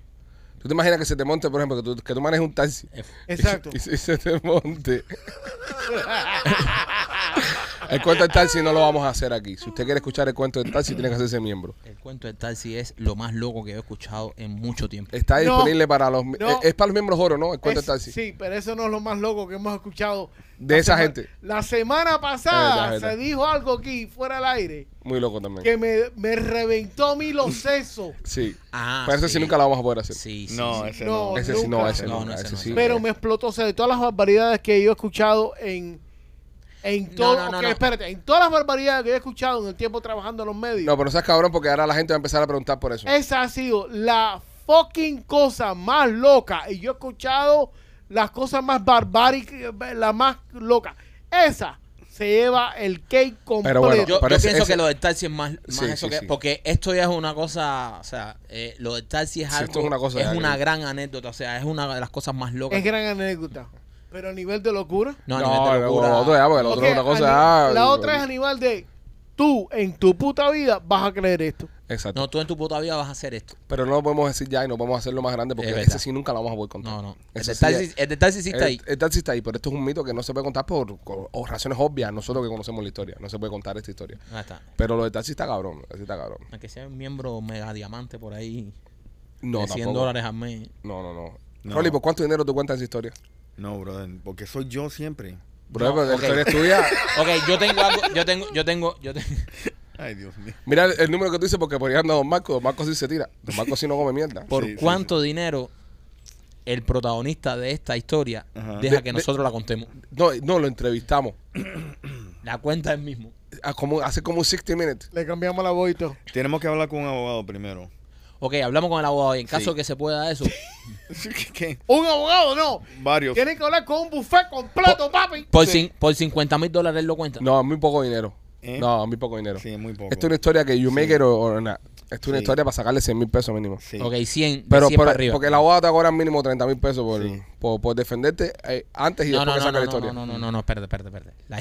Speaker 1: Tú te imaginas que se te monte, por ejemplo, que tú, que tú manejes un taxi.
Speaker 3: Es-
Speaker 5: Exacto.
Speaker 1: Y, si se te monte. el cuento del taxi no lo vamos a hacer aquí. Si usted quiere escuchar el cuento del taxi, tiene que hacerse miembro.
Speaker 3: El cuento del taxi es lo más loco que he escuchado en mucho tiempo.
Speaker 1: Está
Speaker 5: No.
Speaker 1: disponible para los.
Speaker 5: No.
Speaker 1: Es, es para los miembros oro, ¿no? El cuento
Speaker 5: Es-
Speaker 1: del taxi.
Speaker 5: Sí, pero eso no es lo más loco que hemos escuchado.
Speaker 1: De
Speaker 5: La
Speaker 1: esa
Speaker 5: sema-
Speaker 1: gente.
Speaker 5: La semana
Speaker 1: Es verdad,
Speaker 5: pasada
Speaker 1: es verdad.
Speaker 5: se dijo algo aquí, fuera al aire,
Speaker 1: Muy loco también.
Speaker 5: que me, me reventó a mí los sesos.
Speaker 1: Sí.
Speaker 3: Ah,
Speaker 1: Pero ese sí nunca lo vamos a poder hacer.
Speaker 3: Sí, sí.
Speaker 4: No,
Speaker 3: sí.
Speaker 4: ese
Speaker 5: No,
Speaker 4: no.
Speaker 1: Ese sí, no,
Speaker 5: nunca.
Speaker 1: ese
Speaker 3: No,
Speaker 1: no.
Speaker 3: no, ese
Speaker 1: Ese
Speaker 3: no,
Speaker 1: sí.
Speaker 5: Pero me explotó, o sea, de todas las barbaridades que yo he escuchado en... En
Speaker 3: No,
Speaker 5: todo,
Speaker 3: no, no,
Speaker 5: ok,
Speaker 3: no.
Speaker 5: espérate, en todas las barbaridades que yo he escuchado en el tiempo trabajando en los medios,
Speaker 1: No, pero seas cabrón porque ahora la gente va a empezar a preguntar por eso.
Speaker 5: Esa ha sido la fucking cosa más loca. Y yo he escuchado las cosas más barbáricas, la más loca. Esa se lleva el cake completo.
Speaker 1: bueno,
Speaker 3: Yo,
Speaker 1: Pero
Speaker 3: yo
Speaker 1: ese-
Speaker 3: pienso
Speaker 1: ese-
Speaker 3: que lo del taxi es más, más
Speaker 1: Sí,
Speaker 3: eso
Speaker 1: sí,
Speaker 3: que.
Speaker 1: sí.
Speaker 3: Porque esto ya es una cosa. O sea, eh, lo del taxi es
Speaker 1: Sí,
Speaker 3: algo.
Speaker 1: esto es una cosa
Speaker 3: es
Speaker 1: ya que-
Speaker 3: una gran anécdota. O sea, es una de las cosas más locas.
Speaker 5: es gran anécdota. Pero a nivel de locura.
Speaker 3: no, a nivel de locura.
Speaker 1: el otro ya, porque el otro
Speaker 5: Ok,
Speaker 1: es una cosa.
Speaker 5: a ni-
Speaker 1: ah,
Speaker 5: la otra es a nivel de tú en tu puta vida vas a creer esto.
Speaker 1: Exacto.
Speaker 3: No, tú en tu puta vida vas a hacer esto.
Speaker 1: Pero no lo podemos decir ya y no podemos hacerlo más grande porque
Speaker 3: Es verdad.
Speaker 1: ese sí nunca lo vamos a poder contar.
Speaker 3: No, no. El
Speaker 1: Ese
Speaker 3: del
Speaker 1: sí
Speaker 3: taxi,
Speaker 1: es-
Speaker 3: el del taxi sí está ahí.
Speaker 1: El, el taxi está ahí, pero esto es un mito que no se puede contar por, por- o razones obvias. Nosotros que conocemos la historia, no se puede contar esta historia.
Speaker 3: Ah, está.
Speaker 1: Pero lo del taxi está cabrón, el taxi está cabrón.
Speaker 3: Aunque sea un miembro mega diamante por ahí.
Speaker 1: No,
Speaker 3: de 100
Speaker 1: tampoco.
Speaker 3: dólares al mes.
Speaker 1: No, no, no.
Speaker 4: No.
Speaker 1: Rolly, ¿por cuánto dinero tú cuentas esa historia?
Speaker 4: No, brother. Porque soy yo siempre.
Speaker 1: Bro,
Speaker 3: No,
Speaker 1: pero la
Speaker 3: ok.
Speaker 1: historia es tuya.
Speaker 3: Ok, yo tengo algo. Yo tengo. Yo tengo. Yo tengo.
Speaker 4: Ay, Dios mío.
Speaker 1: Mira el, el número que tú dices porque por ahí anda Don Marco. Don Marco sí se tira. Don Marco sí no come mierda.
Speaker 3: ¿Por
Speaker 4: Sí, sí,
Speaker 3: cuánto dinero el protagonista de esta historia
Speaker 4: Ajá.
Speaker 3: deja
Speaker 1: De-
Speaker 3: que
Speaker 1: de-
Speaker 3: nosotros la contemos?
Speaker 1: No, no, lo entrevistamos.
Speaker 3: La cuenta él mismo.
Speaker 1: Ah, como, hace como un 60 minutes.
Speaker 5: Le cambiamos la voz y todo.
Speaker 4: Tenemos que hablar con un abogado primero.
Speaker 3: Ok, hablamos con el abogado y en caso
Speaker 4: Sí.
Speaker 3: de que se pueda eso,
Speaker 4: ¿Qué?
Speaker 5: Un abogado no.
Speaker 4: Varios.
Speaker 5: Tiene que hablar con un buffet completo, papi.
Speaker 3: por, cin- por 50 mil dólares él lo cuenta.
Speaker 1: No, muy poco dinero.
Speaker 4: ¿Eh?
Speaker 1: No, muy poco dinero.
Speaker 4: Sí, es muy poco.
Speaker 1: Esto es una historia que you make it or, or not. Esto es una
Speaker 4: Sí.
Speaker 1: historia para sacarle 100 mil pesos mínimo.
Speaker 4: Sí.
Speaker 3: Ok, 100,
Speaker 1: Pero,
Speaker 3: de 100
Speaker 1: pero-
Speaker 3: para arriba.
Speaker 1: porque el abogado te cobra mínimo 30 mil pesos por,
Speaker 4: Sí.
Speaker 1: por, por defenderte eh, antes y
Speaker 3: no,
Speaker 1: después
Speaker 3: no,
Speaker 1: que
Speaker 3: no,
Speaker 1: saca
Speaker 3: no,
Speaker 1: la
Speaker 3: no,
Speaker 1: historia.
Speaker 3: no, no, no, no, espérate, espérate, espérate. La-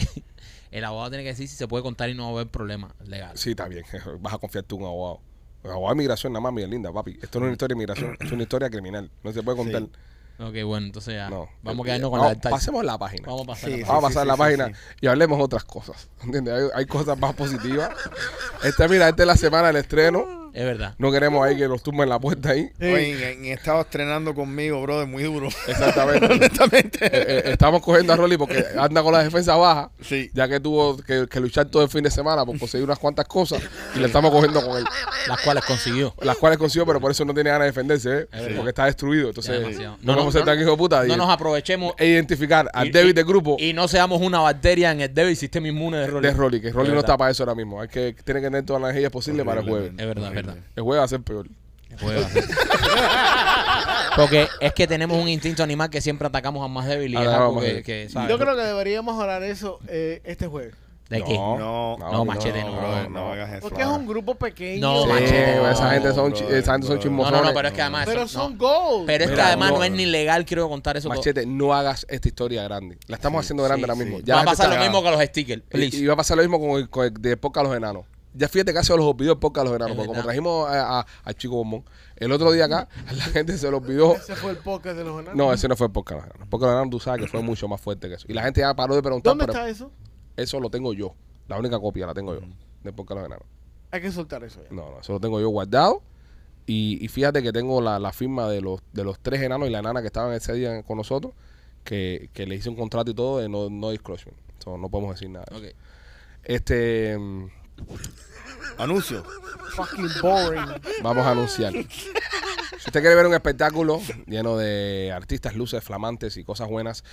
Speaker 3: el abogado tiene que decir si se puede contar y no va a haber problema legal.
Speaker 1: Sí, está bien. Vas a confiar tú en un abogado. El abogado de migración nada más, Miguel Linda, papi. Esto no es una historia de migración, es una historia criminal. No se puede contar.
Speaker 4: Sí. Ah,
Speaker 3: Ok, bueno, entonces ya.
Speaker 1: No. Eh,
Speaker 3: Vamos a quedarnos con
Speaker 1: Vamos,
Speaker 3: la del taxi.
Speaker 1: Pasemos la página.
Speaker 3: Vamos a pasar.
Speaker 4: Sí,
Speaker 3: la
Speaker 4: sí.
Speaker 3: página.
Speaker 1: Vamos a pasar la
Speaker 4: sí,
Speaker 1: página
Speaker 4: sí.
Speaker 1: y hablemos otras cosas. ¿Entiendes? Hay, hay cosas más positivas. Esta, mira, esta es la semana del estreno.
Speaker 3: Es verdad.
Speaker 1: No queremos ahí que nos tumben la puerta ahí.
Speaker 4: Oye, en, en- estaba estrenando conmigo, brother, muy duro.
Speaker 1: Exactamente.
Speaker 4: Exactamente.
Speaker 1: Eh, eh, estamos cogiendo a Rolly porque anda con la defensa baja.
Speaker 4: Sí.
Speaker 1: Ya que tuvo que, que luchar todo el fin de semana por conseguir unas cuantas cosas y le estamos cogiendo con él.
Speaker 3: Las cuales consiguió.
Speaker 1: Las cuales consiguió, pero por eso no tiene ganas de defenderse, ¿eh?
Speaker 3: verdad.
Speaker 1: porque está destruido.
Speaker 3: Ya
Speaker 1: Entonces,
Speaker 3: demasiado.
Speaker 1: no,
Speaker 3: No, no,
Speaker 1: vamos a ser
Speaker 3: no,
Speaker 1: tan hijo de puta.
Speaker 3: No
Speaker 1: y-
Speaker 3: nos aprovechemos
Speaker 1: e identificar al
Speaker 3: y-
Speaker 1: débil
Speaker 3: y-
Speaker 1: del grupo
Speaker 3: y no seamos una bacteria en el débil sistema inmune de Rolly.
Speaker 1: de Rolly, que Rolly
Speaker 3: Es
Speaker 1: no
Speaker 3: verdad.
Speaker 1: está para eso ahora mismo. Hay que tiene que tener todas las energías posibles para el jueves.
Speaker 3: Es verdad, es verdad.
Speaker 1: El jueves va a ser peor.
Speaker 3: Puede ser. Pues, Porque es que tenemos un instinto animal que siempre atacamos a más débil y es
Speaker 1: Atacamos
Speaker 3: algo
Speaker 1: más
Speaker 3: que,
Speaker 1: débil.
Speaker 3: que, ¿sabes?
Speaker 5: Yo creo que deberíamos hablar eso eh, este jueves.
Speaker 3: ¿De qué?
Speaker 1: No,
Speaker 4: No,
Speaker 1: no,
Speaker 3: no,
Speaker 1: no,
Speaker 3: machete,
Speaker 4: no,
Speaker 3: no,
Speaker 4: brother,
Speaker 1: no.
Speaker 4: no hagas eso.
Speaker 5: Porque es un grupo pequeño.
Speaker 3: No,
Speaker 1: Sí,
Speaker 3: machete, no.
Speaker 1: esa gente son, chi-
Speaker 4: brother,
Speaker 1: esa gente son
Speaker 4: brother.
Speaker 3: No,
Speaker 1: chismosones.
Speaker 3: no, no, pero es que además.
Speaker 5: Pero
Speaker 3: eso-
Speaker 5: son
Speaker 3: no.
Speaker 5: goals.
Speaker 3: Pero es que
Speaker 1: Mira,
Speaker 3: además
Speaker 1: no.
Speaker 3: no es ni legal, quiero contar eso. todo.
Speaker 1: Machete, no hagas esta historia grande. La estamos haciendo grande
Speaker 4: sí,
Speaker 1: ahora mismo.
Speaker 4: sí.
Speaker 1: Ya
Speaker 3: Va a
Speaker 1: la gente
Speaker 3: pasar
Speaker 1: está-
Speaker 3: lo mismo que los stickers. Please.
Speaker 1: Y, y va a pasar lo mismo con el, con el de Poca los Enanos. Ya fíjate que se los olvidó el Poca los Enanos.
Speaker 3: Es
Speaker 1: Porque como
Speaker 3: verdad.
Speaker 1: trajimos a, a- al Chico Bombón el otro día acá, la gente se los olvidó.
Speaker 5: Ese fue el podcast de los enanos.
Speaker 1: No, ese no fue el Poca los Enanos. Poca los Enanos, tú sabes que fue mucho más fuerte que eso. Y la gente ya paró de preguntar.
Speaker 5: ¿Dónde
Speaker 1: pero
Speaker 5: está eso?
Speaker 1: Eso lo tengo yo. La única copia la tengo yo. De Poca los Enanos.
Speaker 5: Hay que soltar eso ya.
Speaker 1: No, no, eso lo tengo yo guardado. Y, y fíjate que tengo la, la firma de los, de los tres enanos y la enana que estaban ese día con nosotros, que, que le hice un contrato y todo de no, no disclosure. So, no podemos decir nada. de eso.
Speaker 3: Ok.
Speaker 1: Este, mm,
Speaker 4: Anuncio.
Speaker 5: Fucking boring.
Speaker 1: vamos a anunciar. Si usted quiere ver un espectáculo lleno de artistas, luces flamantes y cosas buenas,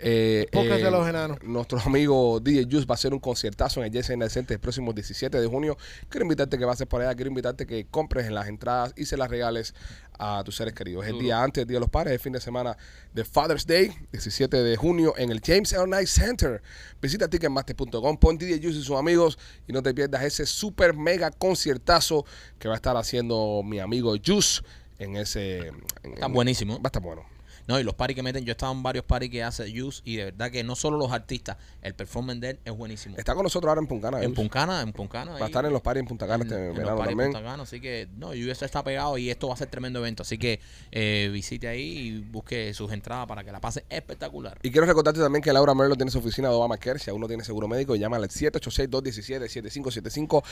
Speaker 1: eh,
Speaker 5: Podcast
Speaker 1: eh,
Speaker 5: de los enanos.
Speaker 1: Nuestro amigo DJ Juice va a hacer un conciertazo en el Jesse en el Center el próximo 17 de junio. Quiero invitarte que vas por allá, quiero invitarte que compres las entradas y se las regales a tus seres queridos. El día antes, el Día de los Padres, el fin de semana de Father's Day, 17 de junio en el James L. Knight Center. Visita ticketmaster.com, pon DJ Juice y sus amigos y no te pierdas ese super mega conciertazo que va a estar haciendo mi amigo Juice en ese... en-
Speaker 3: Está buenísimo.
Speaker 1: Va a estar bueno.
Speaker 3: No, y los paris que meten, yo he estado en varios paris que hace Juice y de verdad que no solo los artistas, el performance de él es buenísimo.
Speaker 1: Está con nosotros ahora en Puncana.
Speaker 3: en
Speaker 1: Juice.
Speaker 3: Puncana, en Puncana.
Speaker 1: Va a estar en los paris en Punta Cana este
Speaker 3: en- en los
Speaker 1: verano
Speaker 3: paris
Speaker 1: también.
Speaker 3: Punta Cana, así que no, Juice está pegado y esto va a ser tremendo evento. Así que eh, visite ahí y busque sus entradas para que la pase espectacular.
Speaker 1: Y quiero recordarte también que Laura Merlo tiene su oficina de Obamacare. Si aún no tiene seguro médico, llama al 786-217-7575.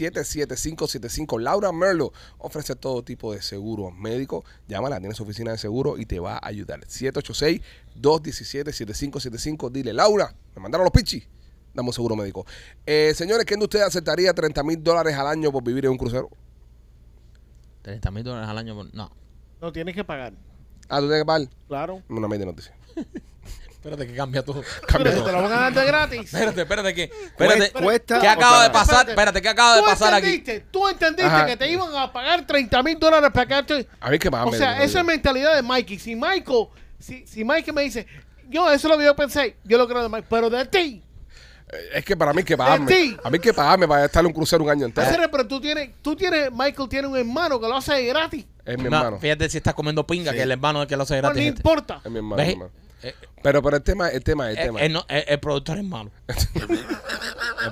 Speaker 1: 786-217-7575. Laura Merlo ofrece todo tipo de seguros médicos. Llámala, tiene su oficina de seguro y te va a ayudar. 786-217-7575. Dile, Laura, me mandaron los pichis. Dame un seguro médico. Eh, señores, ¿quién de ustedes aceptaría 30 mil dólares al año por vivir en un crucero?
Speaker 3: 30 mil dólares al año. por- No.
Speaker 5: No tienes que pagar.
Speaker 1: Ah, tú tienes que pagar.
Speaker 5: Claro.
Speaker 1: Una media noticia.
Speaker 3: Espérate que cambia todo.
Speaker 1: Cambia
Speaker 5: Pero
Speaker 1: todo.
Speaker 5: te lo van a dar de gratis.
Speaker 3: Espérate, espérate que. Espérate,
Speaker 4: Cuesta
Speaker 3: ¿Qué
Speaker 4: o
Speaker 3: acaba de
Speaker 4: tarda?
Speaker 3: pasar?
Speaker 5: Espérate.
Speaker 3: Espérate, ¿qué acaba de
Speaker 5: Tú
Speaker 3: pasar aquí?
Speaker 5: entendiste, Tú entendiste
Speaker 1: Ajá.
Speaker 5: que te iban a pagar 30 mil dólares para quedarte.
Speaker 1: A mí que
Speaker 3: Ah,
Speaker 1: más
Speaker 5: O sea, esa es mentalidad de Mikey. Si Michael, si, si Mikey me dice, yo eso es lo que yo pensé, yo lo creo de Mike, pero de ti.
Speaker 1: Es que para mí que pagarme.
Speaker 5: ti.
Speaker 1: A mí que pagarme para estar en un crucero un año entero.
Speaker 5: Hacer, pero tú tienes, tú tienes, Michael tiene un hermano que lo hace de gratis. pues
Speaker 1: Es mi
Speaker 3: No,
Speaker 1: hermano.
Speaker 3: fíjate si estás comiendo pinga, que el hermano es el que lo hace
Speaker 5: No
Speaker 3: gratis.
Speaker 5: le
Speaker 3: gente.
Speaker 5: importa.
Speaker 1: Es mi hermano.
Speaker 3: ¿Ves?
Speaker 1: mi hermano.
Speaker 3: Eh,
Speaker 1: Pero, pero el tema, el tema, el
Speaker 3: Eh,
Speaker 1: este tema.
Speaker 3: él no- eh, el productor es malo. el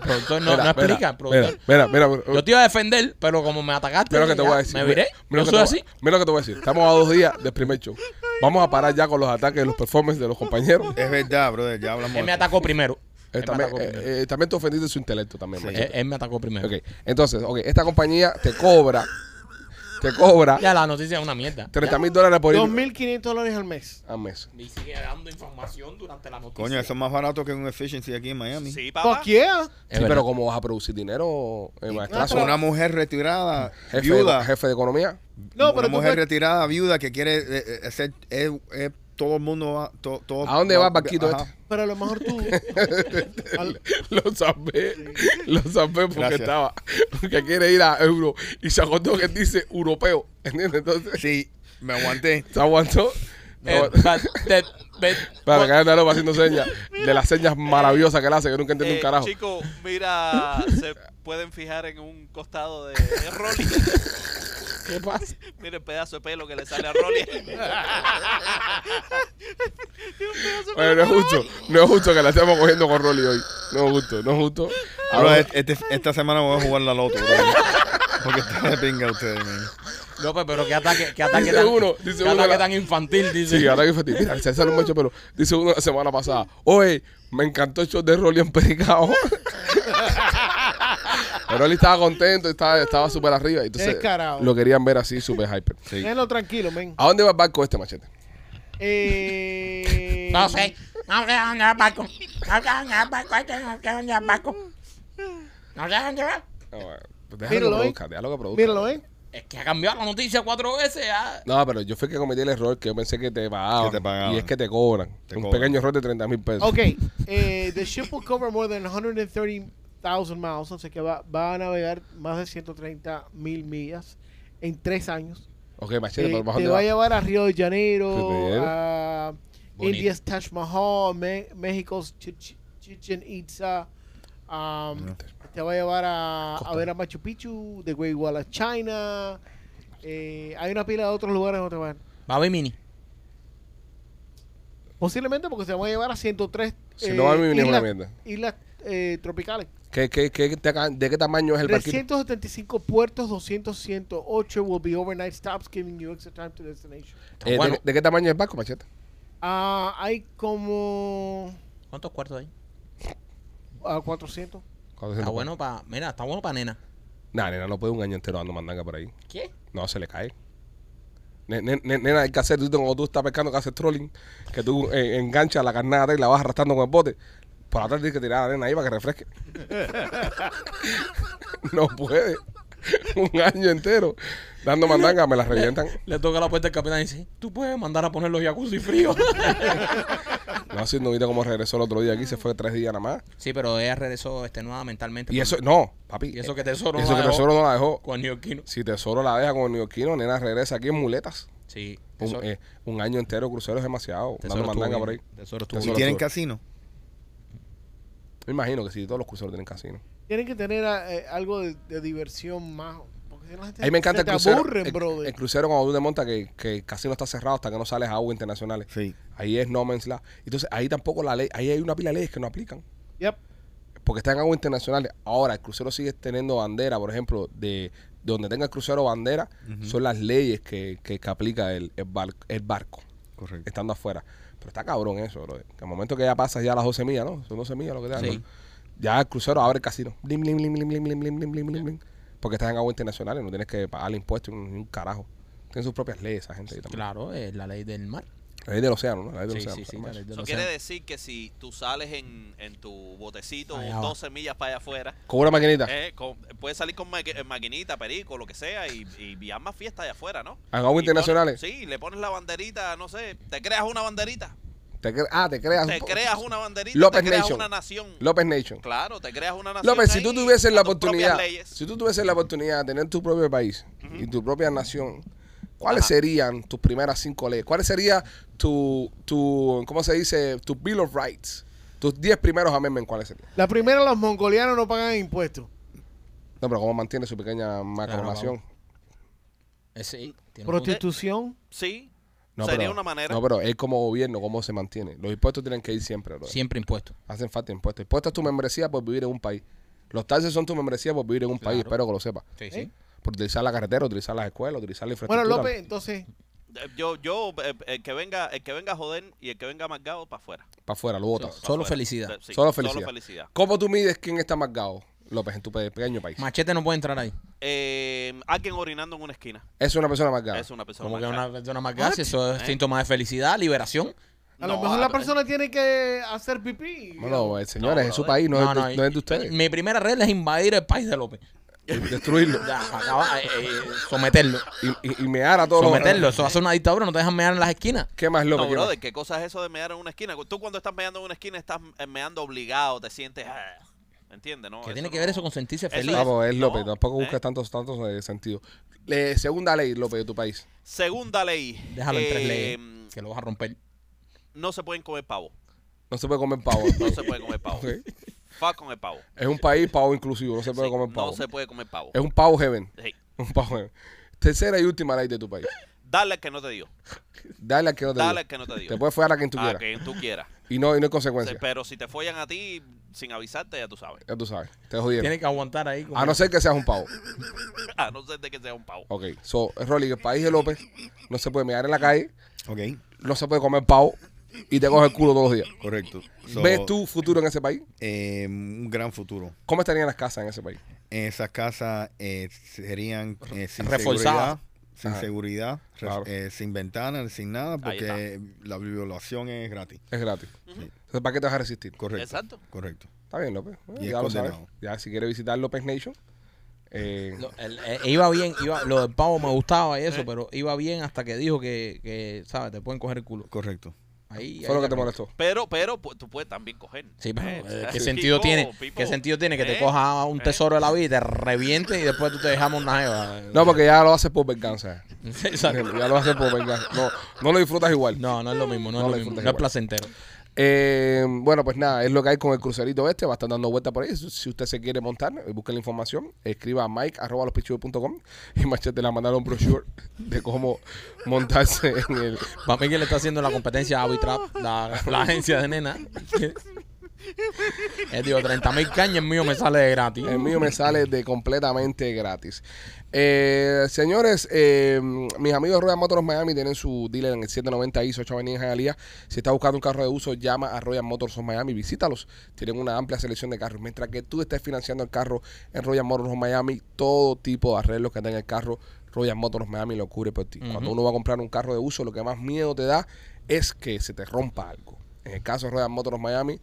Speaker 3: productor no,
Speaker 1: Mira,
Speaker 3: no explica.
Speaker 1: mira,
Speaker 3: el productor.
Speaker 1: Mira, mira, mira.
Speaker 3: Yo te iba a defender, pero como me atacaste,
Speaker 1: Mira lo que te
Speaker 3: ya,
Speaker 1: voy a decir.
Speaker 3: me viré.
Speaker 1: Mira, mira lo
Speaker 3: Yo
Speaker 1: que
Speaker 3: soy
Speaker 1: te
Speaker 3: así.
Speaker 1: voy a- mira lo que te voy a decir. Estamos a dos días del primer show. Vamos a parar ya con los ataques, los performances de los compañeros.
Speaker 3: Eh,
Speaker 4: Es verdad, brother. Ya hablamos.
Speaker 3: Él me
Speaker 4: de eso.
Speaker 3: atacó primero.
Speaker 1: Eh,
Speaker 3: Él me
Speaker 1: también,
Speaker 3: atacó
Speaker 1: eh,
Speaker 3: primero.
Speaker 1: eh, también te ofendiste su intelecto también.
Speaker 4: Sí.
Speaker 3: Él-
Speaker 1: machete.
Speaker 3: él me atacó primero.
Speaker 1: Ok, entonces, ok, esta compañía te cobra, te cobra
Speaker 3: Ya la noticia es una mierda.
Speaker 1: 30 mil dólares por ir
Speaker 5: 2.500 dólares al mes.
Speaker 1: al mes.
Speaker 3: Y sigue dando información durante la noticia.
Speaker 4: Coño, eso es más barato que un efficiency aquí en Miami.
Speaker 6: Sí, papá.
Speaker 5: Fuck yeah.
Speaker 1: Sí, pero ¿cómo vas a producir dinero, eh, maestrazo?
Speaker 4: Una mujer retirada,
Speaker 1: Jefe de-
Speaker 4: viuda.
Speaker 1: jefe de economía.
Speaker 5: No,
Speaker 4: una
Speaker 5: pero tú
Speaker 4: mujer
Speaker 5: puedes-
Speaker 4: retirada, viuda, que quiere eh, eh, hacer. eh, eh, todo el mundo va. to- todo,
Speaker 1: ¿A dónde va el barquito
Speaker 4: Ajá.
Speaker 1: este?
Speaker 5: Pero a lo mejor tú. al-
Speaker 1: Lo sabé, lo sabé porque
Speaker 4: Gracias.
Speaker 1: estaba, porque quiere ir a Euro y se acordó que dice europeo, ¿entiendes? Entonces
Speaker 4: Sí, me aguanté.
Speaker 1: se aguantó.
Speaker 3: Eh,
Speaker 1: No,
Speaker 3: va- te- ve-
Speaker 1: Para que Daniel va haciendo señas, de las señas maravillosas que él hace, que nunca entendí
Speaker 6: Eh,
Speaker 1: un carajo.
Speaker 6: Chico, mira, se pueden fijar en un costado de Rolly.
Speaker 3: ¿Qué pasa?
Speaker 6: Mira el pedazo de pelo que le sale a Rolly.
Speaker 1: Oye, no es justo, no es justo que la estemos cogiendo con Rolly hoy. No es justo, no es justo.
Speaker 4: Bro,
Speaker 1: Ahora,
Speaker 4: este- esta semana voy a jugar la loto, brother. Porque está de pinga ustedes, man.
Speaker 3: López, pero qué ataque, qué ataque
Speaker 1: Dice
Speaker 3: tan,
Speaker 1: uno, dice
Speaker 3: qué
Speaker 1: uno
Speaker 3: ataque
Speaker 1: la-
Speaker 3: tan infantil, dice.
Speaker 1: sí, ahora que fue, mira, se sale un macho, pero dice uno la semana pasada, oye, me encantó el show de Rolly en Pericao. Pero él estaba contento, estaba estaba súper arriba. Entonces
Speaker 5: Descarado.
Speaker 1: lo querían ver así, súper hyper.
Speaker 5: Déjalo tranquilo, men.
Speaker 1: ¿A dónde va el barco este machete?
Speaker 5: Eh,
Speaker 3: No sé. No sé dónde va el barco. No sé dónde va el barco. este, No sé dónde va el barco. No sé dónde va.
Speaker 1: No, bueno, pues déjalo
Speaker 5: Míralo,
Speaker 1: que
Speaker 5: ¿eh?
Speaker 1: produzca, déjalo que produzca.
Speaker 5: Míralo, ¿eh?
Speaker 3: Es que ha cambiado la noticia cuatro veces. ah.
Speaker 1: No, pero yo fui que cometí el error que yo pensé que te pagaban.
Speaker 4: Que te pagaban.
Speaker 1: Y es que te cobran.
Speaker 4: Te
Speaker 1: un
Speaker 4: cobran.
Speaker 1: pequeño error de 30 mil pesos.
Speaker 5: Ok, eh, the ship will cover more than 130,000 miles, o sea que va, va a navegar más de 130 mil millas en tres años.
Speaker 1: Ok, machete,
Speaker 5: Eh,
Speaker 1: pero ¿para
Speaker 5: te
Speaker 1: dónde
Speaker 5: va
Speaker 1: va?
Speaker 5: a llevar a Río de
Speaker 1: ¿Qué te
Speaker 5: Janeiro,
Speaker 1: lleva?
Speaker 5: a
Speaker 3: Bonito.
Speaker 5: India's Taj Mahal, Me- México's Chich- Chichen Itza, um, te va a llevar a, a ver a Machu Picchu, The Great Wall of China. eh, hay una pila de otros lugares donde van.
Speaker 3: Va a Bimini.
Speaker 5: Posiblemente porque se van a llevar a 103
Speaker 1: Si no va a vivir ninguna
Speaker 5: islas,
Speaker 1: mierda.
Speaker 5: islas, eh, tropicales.
Speaker 1: ¿Qué, qué, qué, taca- ¿De qué tamaño es el barquito?
Speaker 5: 375 puertos, 200, 108 will be overnight stops, giving you extra time to destination.
Speaker 1: Eh,
Speaker 3: Bueno.
Speaker 1: ¿de, de qué tamaño es el barco, machete?
Speaker 5: Ah, hay como ah,
Speaker 3: ¿Cuántos cuartos hay?
Speaker 5: a 400.
Speaker 1: Ah,
Speaker 3: Está bueno para. Mira, está bueno para nena.
Speaker 1: Nah, nena, no puede un año entero dando mandanga por ahí.
Speaker 3: ¿Qué?
Speaker 1: No, se le cae. Ne- ne- ne- Nena, hay que hacer, tú, cuando tú estás pescando, que haces trolling, que tú eh, enganchas la carnada y la vas arrastrando con el bote. Por atrás tienes que tirar a la nena ahí para que refresque. no puede. Un año entero dando mandanga, me la revientan.
Speaker 3: Le toca la puerta al capitán y dice, tú puedes mandar a poner los jacuzzi fríos.
Speaker 1: No, así no viste cómo regresó el otro día aquí, se fue tres días nada más.
Speaker 3: sí, pero ella regresó extenuada mentalmente.
Speaker 1: Y
Speaker 3: por-
Speaker 1: eso, no, papi.
Speaker 3: y eso que Tesoro
Speaker 1: eso
Speaker 3: no
Speaker 1: que
Speaker 3: la dejó
Speaker 1: Tesoro no la dejó.
Speaker 3: con Neoquino.
Speaker 1: Si Tesoro la deja con el neoquino, nena regresa aquí en muletas.
Speaker 3: Sí,
Speaker 1: Un,
Speaker 3: Tesoro,
Speaker 1: eh, un año entero crucero es demasiado.
Speaker 3: Tesoro
Speaker 1: dando
Speaker 3: estuvo
Speaker 1: mandanga
Speaker 3: bien.
Speaker 1: por ahí.
Speaker 3: Tesoro estuvo
Speaker 1: Tesoro
Speaker 4: ¿Y
Speaker 3: bien.
Speaker 4: tienen
Speaker 1: estuvo-
Speaker 4: casino?
Speaker 1: Me imagino que sí, todos los cruceros tienen casino.
Speaker 5: Tienen que tener eh, algo de, de diversión más. Porque si no, la gente
Speaker 1: A mí me encanta
Speaker 5: se
Speaker 1: el
Speaker 5: te
Speaker 1: crucero.
Speaker 5: aburren,
Speaker 1: el,
Speaker 5: brother.
Speaker 1: el crucero cuando tú te montas que, que el casino está cerrado hasta que no sales a aguas internacionales.
Speaker 4: Sí.
Speaker 1: Ahí es no man's land. Entonces ahí tampoco la ley, ahí hay una pila de leyes que no aplican.
Speaker 5: Yep.
Speaker 1: Porque están en aguas internacionales. Ahora el crucero sigue teniendo bandera, por ejemplo, de, de donde tenga el crucero bandera, son las leyes que, que, que aplica el, el bar- el barco,
Speaker 4: Correcto.
Speaker 1: estando afuera. Pero está cabrón eso, brother. Que al momento que ya pasas ya las 12 millas, ¿no? Son 12 millas lo que te dan.
Speaker 3: Sí.
Speaker 1: ¿no? Ya el crucero abre el casino. Blim, blim, blim, blim, blim, blim, blim, blim, blim, blim, blim. Porque estás en aguas internacionales, no tienes que pagar impuestos ni un carajo. Tienen sus propias leyes esa gente ahí también.
Speaker 3: Claro, es la ley del mar.
Speaker 1: La ley del océano, ¿no? La ley del
Speaker 3: Sí,
Speaker 1: océano.
Speaker 3: sí, sí, la ley del
Speaker 6: Eso
Speaker 3: océano.
Speaker 6: quiere decir que si tú sales en, en tu botecito
Speaker 3: Allá va.
Speaker 6: 12 millas para allá afuera,
Speaker 1: Con una maquinita.
Speaker 6: eh, con- puedes salir con maqui- eh, maquinita, perico, lo que sea, y, y, y haz más fiesta allá afuera, ¿no?
Speaker 1: ¿A aguas
Speaker 6: Y
Speaker 1: internacionales?
Speaker 6: pones- sí, le pones la banderita, no sé, te creas una banderita.
Speaker 1: Te cre- ah, te creas.
Speaker 6: Te
Speaker 1: po-
Speaker 6: creas una banderita,
Speaker 1: López
Speaker 6: te creas
Speaker 1: Nation.
Speaker 6: una nación.
Speaker 1: López Nation.
Speaker 6: Claro, te creas una nación.
Speaker 1: López, si
Speaker 6: ahí
Speaker 1: tú tuvieses la
Speaker 6: con tus propias
Speaker 1: oportunidad,
Speaker 6: leyes.
Speaker 1: si tú tuvieses la oportunidad de tener tu propio país y tu propia nación, ¿cuáles serían tus primeras cinco leyes? ¿Cuáles serían tu, tu, ¿cómo se dice? Tu Bill of Rights. Tus 10 primeros amendments, ¿cuáles serían?
Speaker 5: La primera, los mongolianos no pagan impuestos.
Speaker 1: No, pero ¿cómo mantiene su pequeña macronación?
Speaker 3: Eh, sí, tiene un punto.
Speaker 5: Prostitución.
Speaker 6: Sí,
Speaker 1: No,
Speaker 6: sería
Speaker 1: pero-
Speaker 6: una manera.
Speaker 1: No, pero él como gobierno, ¿cómo se mantiene? Los impuestos tienen que ir siempre, brother.
Speaker 3: Siempre impuesto.
Speaker 1: Hacen falta impuestos. Impuestos es tu membresía por vivir en un país. Los taxes son tu membresía por vivir en un país, espero que lo sepas.
Speaker 3: Sí, sí.
Speaker 1: Por utilizar la carretera, utilizar las escuelas, utilizar la infraestructura.
Speaker 5: Bueno, López, entonces,
Speaker 6: Eh, Yo, yo, eh, el que venga, el que venga a joder y el que venga amargado, para afuera.
Speaker 1: Para afuera, lo votas.
Speaker 3: So- Solo felicidad.
Speaker 6: Eh, sí,
Speaker 1: solo felicidad.
Speaker 6: felicidad.
Speaker 1: ¿Cómo tú mides quién está marcado, López, en tu pe- pequeño país?
Speaker 3: Machete no puede entrar ahí.
Speaker 6: Eh, alguien orinando en una esquina.
Speaker 1: es una persona marcada.
Speaker 6: Es una persona.
Speaker 3: Como que
Speaker 6: marcada.
Speaker 3: una persona más gas, eso es síntoma de felicidad, liberación.
Speaker 5: a
Speaker 6: No,
Speaker 5: lo mejor la
Speaker 6: pero-
Speaker 5: persona tiene que hacer pipí.
Speaker 1: Bueno, ah, eh, señores,
Speaker 6: No,
Speaker 1: es su
Speaker 6: brother.
Speaker 1: país, no, es, de, no es de ustedes.
Speaker 3: pues, Mi primera regla es invadir el país de López.
Speaker 1: Destruirlo.
Speaker 3: Ya, acaba, eh, eh, someterlo.
Speaker 1: y, y, y mear a todos los-
Speaker 3: Someterlo. Eso va a ser una dictadura, no te dejan mear en las esquinas.
Speaker 1: ¿Qué más,
Speaker 6: No,
Speaker 1: López? ¿Qué más?
Speaker 6: brother, ¿qué cosa es eso de mear en una esquina? Tú cuando estás meando en una esquina estás eh, meando obligado, te sientes... ah, ¿Me entiendes? No,
Speaker 3: Que tiene que ver
Speaker 6: no-
Speaker 3: eso con sentirse
Speaker 6: Eso
Speaker 3: feliz.
Speaker 6: es-
Speaker 1: Vamos, es
Speaker 6: no,
Speaker 1: López, tampoco
Speaker 6: eh.
Speaker 1: busques tantos, tantos eh, sentidos. Le- segunda ley, López, de tu país.
Speaker 6: Segunda ley.
Speaker 3: Déjalo en tres
Speaker 6: eh,
Speaker 3: leyes. Que lo vas a romper.
Speaker 6: No se pueden comer pavo.
Speaker 1: No se puede comer pavo.
Speaker 6: No se puede comer pavo.
Speaker 1: Ok.
Speaker 6: Fuck con el pavo.
Speaker 1: Es un país pavo inclusivo, no se puede
Speaker 6: Sí,
Speaker 1: comer pavo.
Speaker 6: No se puede comer pavo.
Speaker 1: Es un pavo heaven.
Speaker 6: Sí.
Speaker 1: Un pavo heaven. Tercera y última ley de tu país.
Speaker 6: Dale al que no te dio.
Speaker 1: Dale al que no te
Speaker 6: Dale al
Speaker 1: dio.
Speaker 6: que no te Ah, dio.
Speaker 1: Te puedes follar a quien tú
Speaker 6: a
Speaker 1: quieras.
Speaker 6: quien tú quieras.
Speaker 1: Y no, y no hay
Speaker 6: Sí,
Speaker 3: Pues
Speaker 1: consecuencias.
Speaker 6: pero si te follan a ti sin avisarte, ya tú sabes.
Speaker 1: Ya tú sabes. Te jodieron.
Speaker 3: Tiene que aguantar ahí. como-
Speaker 1: A Ah, no ser que seas un pavo.
Speaker 6: A no ser de que sea un pavo.
Speaker 1: Ok. So, Rolly, en el país de López no se puede mirar en la calle,
Speaker 4: Ok,
Speaker 1: no se puede comer pavo y te coge el culo todos los días.
Speaker 4: correcto. So,
Speaker 1: ¿Ves tu futuro en ese país?
Speaker 4: eh, un gran futuro.
Speaker 1: ¿Cómo estarían las casas en ese país?
Speaker 4: Esas casas eh, serían eh, sin
Speaker 3: Reforzadas.
Speaker 4: seguridad, sin
Speaker 1: Ajá.
Speaker 4: seguridad, re-
Speaker 1: Claro.
Speaker 4: eh, sin ventanas, sin nada,
Speaker 6: Ahí
Speaker 4: porque la violación es gratis.
Speaker 1: Es gratis. Entonces, ¿para qué te vas a resistir?
Speaker 4: Correcto.
Speaker 6: Exacto.
Speaker 4: Correcto.
Speaker 1: Está bien, López. Bueno,
Speaker 4: Y es
Speaker 1: ya lo sabes.
Speaker 4: condenado.
Speaker 1: Ya, si quieres visitar López Nation, eh,
Speaker 3: Lo- el- eh, iba bien, iba, lo del pavo me gustaba y eso, pero iba bien hasta que dijo que, que ¿sabes? Te pueden coger el culo.
Speaker 4: Correcto.
Speaker 3: Ahí,
Speaker 1: fue lo
Speaker 3: ahí
Speaker 1: que te
Speaker 3: la-
Speaker 1: molestó.
Speaker 6: Pero, pero pu- tú puedes también coger.
Speaker 3: Sí, pero eh,
Speaker 6: Eh,
Speaker 3: ¿qué,
Speaker 6: sí.
Speaker 3: sentido
Speaker 6: Pipo,
Speaker 3: tiene,
Speaker 6: pipo.
Speaker 3: ¿qué sentido tiene que te
Speaker 6: Eh,
Speaker 3: coja un
Speaker 6: eh.
Speaker 3: tesoro de la vida y te reviente y después tú te dejamos una jeva?
Speaker 1: No, porque ya lo haces por venganza.
Speaker 3: Exacto.
Speaker 1: Ya lo haces por venganza. No, no lo disfrutas igual.
Speaker 3: No, no es lo mismo, no,
Speaker 1: No
Speaker 3: es
Speaker 1: lo
Speaker 3: lo mismo,
Speaker 1: disfrutas
Speaker 3: no es
Speaker 1: igual.
Speaker 3: placentero.
Speaker 1: Eh, bueno, pues nada, es lo que hay con el crucerito este. Va a estar dando vuelta por ahí. Si usted se quiere montar, eh, busque la información. Escriba a mike arroba lospichiboy.com y Machete le mandaron un brochure de cómo montarse en el.
Speaker 3: Para mí que le está haciendo la competencia a Avitrap, la, la agencia de nena. Él dijo, 30 mil cañas, el mío me sale de gratis.
Speaker 1: El mío me sale de completamente gratis. Eh, señores, eh, mis amigos de Royal Motors Miami tienen su dealer en el 790 ISO 8 Avenida en Hialeah. Si estás buscando un carro de uso, llama a Royal Motors of Miami, visítalos. Tienen una amplia selección de carros. Mientras que tú estés financiando el carro en Royal Motors of Miami, todo tipo de arreglos que tenga el carro Royal Motors Miami lo cubre por ti. Cuando uno va a comprar un carro de uso, lo que más miedo te da es que se te rompa algo. En el caso de Royal Motors Miami,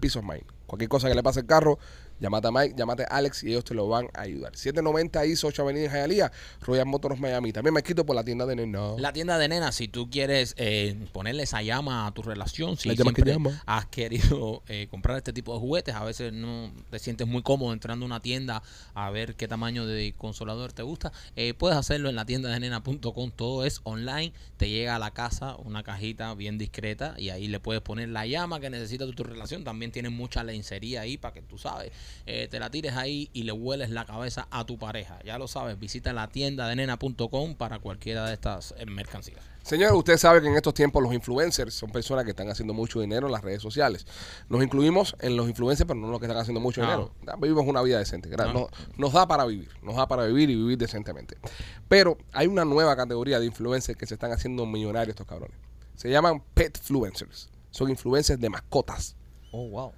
Speaker 1: Pisos Mine. Cualquier cosa que le pase al carro, llámate a Mike, llámate a Alex y ellos te lo van a ayudar. 790 ISO 8 Avenida en Hialeah, Royal Motors Miami. También me quito por la tienda de Nino.
Speaker 3: La tienda de nena, si tú quieres eh, ponerle esa llama a tu relación, si
Speaker 1: La llama que
Speaker 3: siempre
Speaker 1: llama.
Speaker 3: has querido eh, comprar este tipo de juguetes, a veces no te sientes muy cómodo entrando a una tienda a ver qué tamaño de consolador te gusta, eh, puedes hacerlo en la tienda de nena.com, todo es online, te llega a la casa una cajita bien discreta y ahí le puedes poner la llama que necesita tu, tu relación, también tienen mucha lencería ahí para que tú sabes, eh, te la tires ahí y le hueles la cabeza a tu pareja, ya lo sabes, visita la tienda de nena.com para cualquiera de estas eh, mercancías.
Speaker 1: Señor, usted sabe que en estos tiempos los influencers son personas que están haciendo mucho dinero en las redes sociales. Nos incluimos en los influencers, pero no en los que están haciendo mucho
Speaker 3: No.
Speaker 1: dinero. Vivimos una vida decente. gra-
Speaker 3: No.
Speaker 1: Nos, nos da para vivir, nos da para vivir y vivir decentemente. Pero hay una nueva categoría de influencers que se están haciendo millonarios estos cabrones. Se llaman pet petfluencers. Son influencers de mascotas.
Speaker 3: Oh, wow.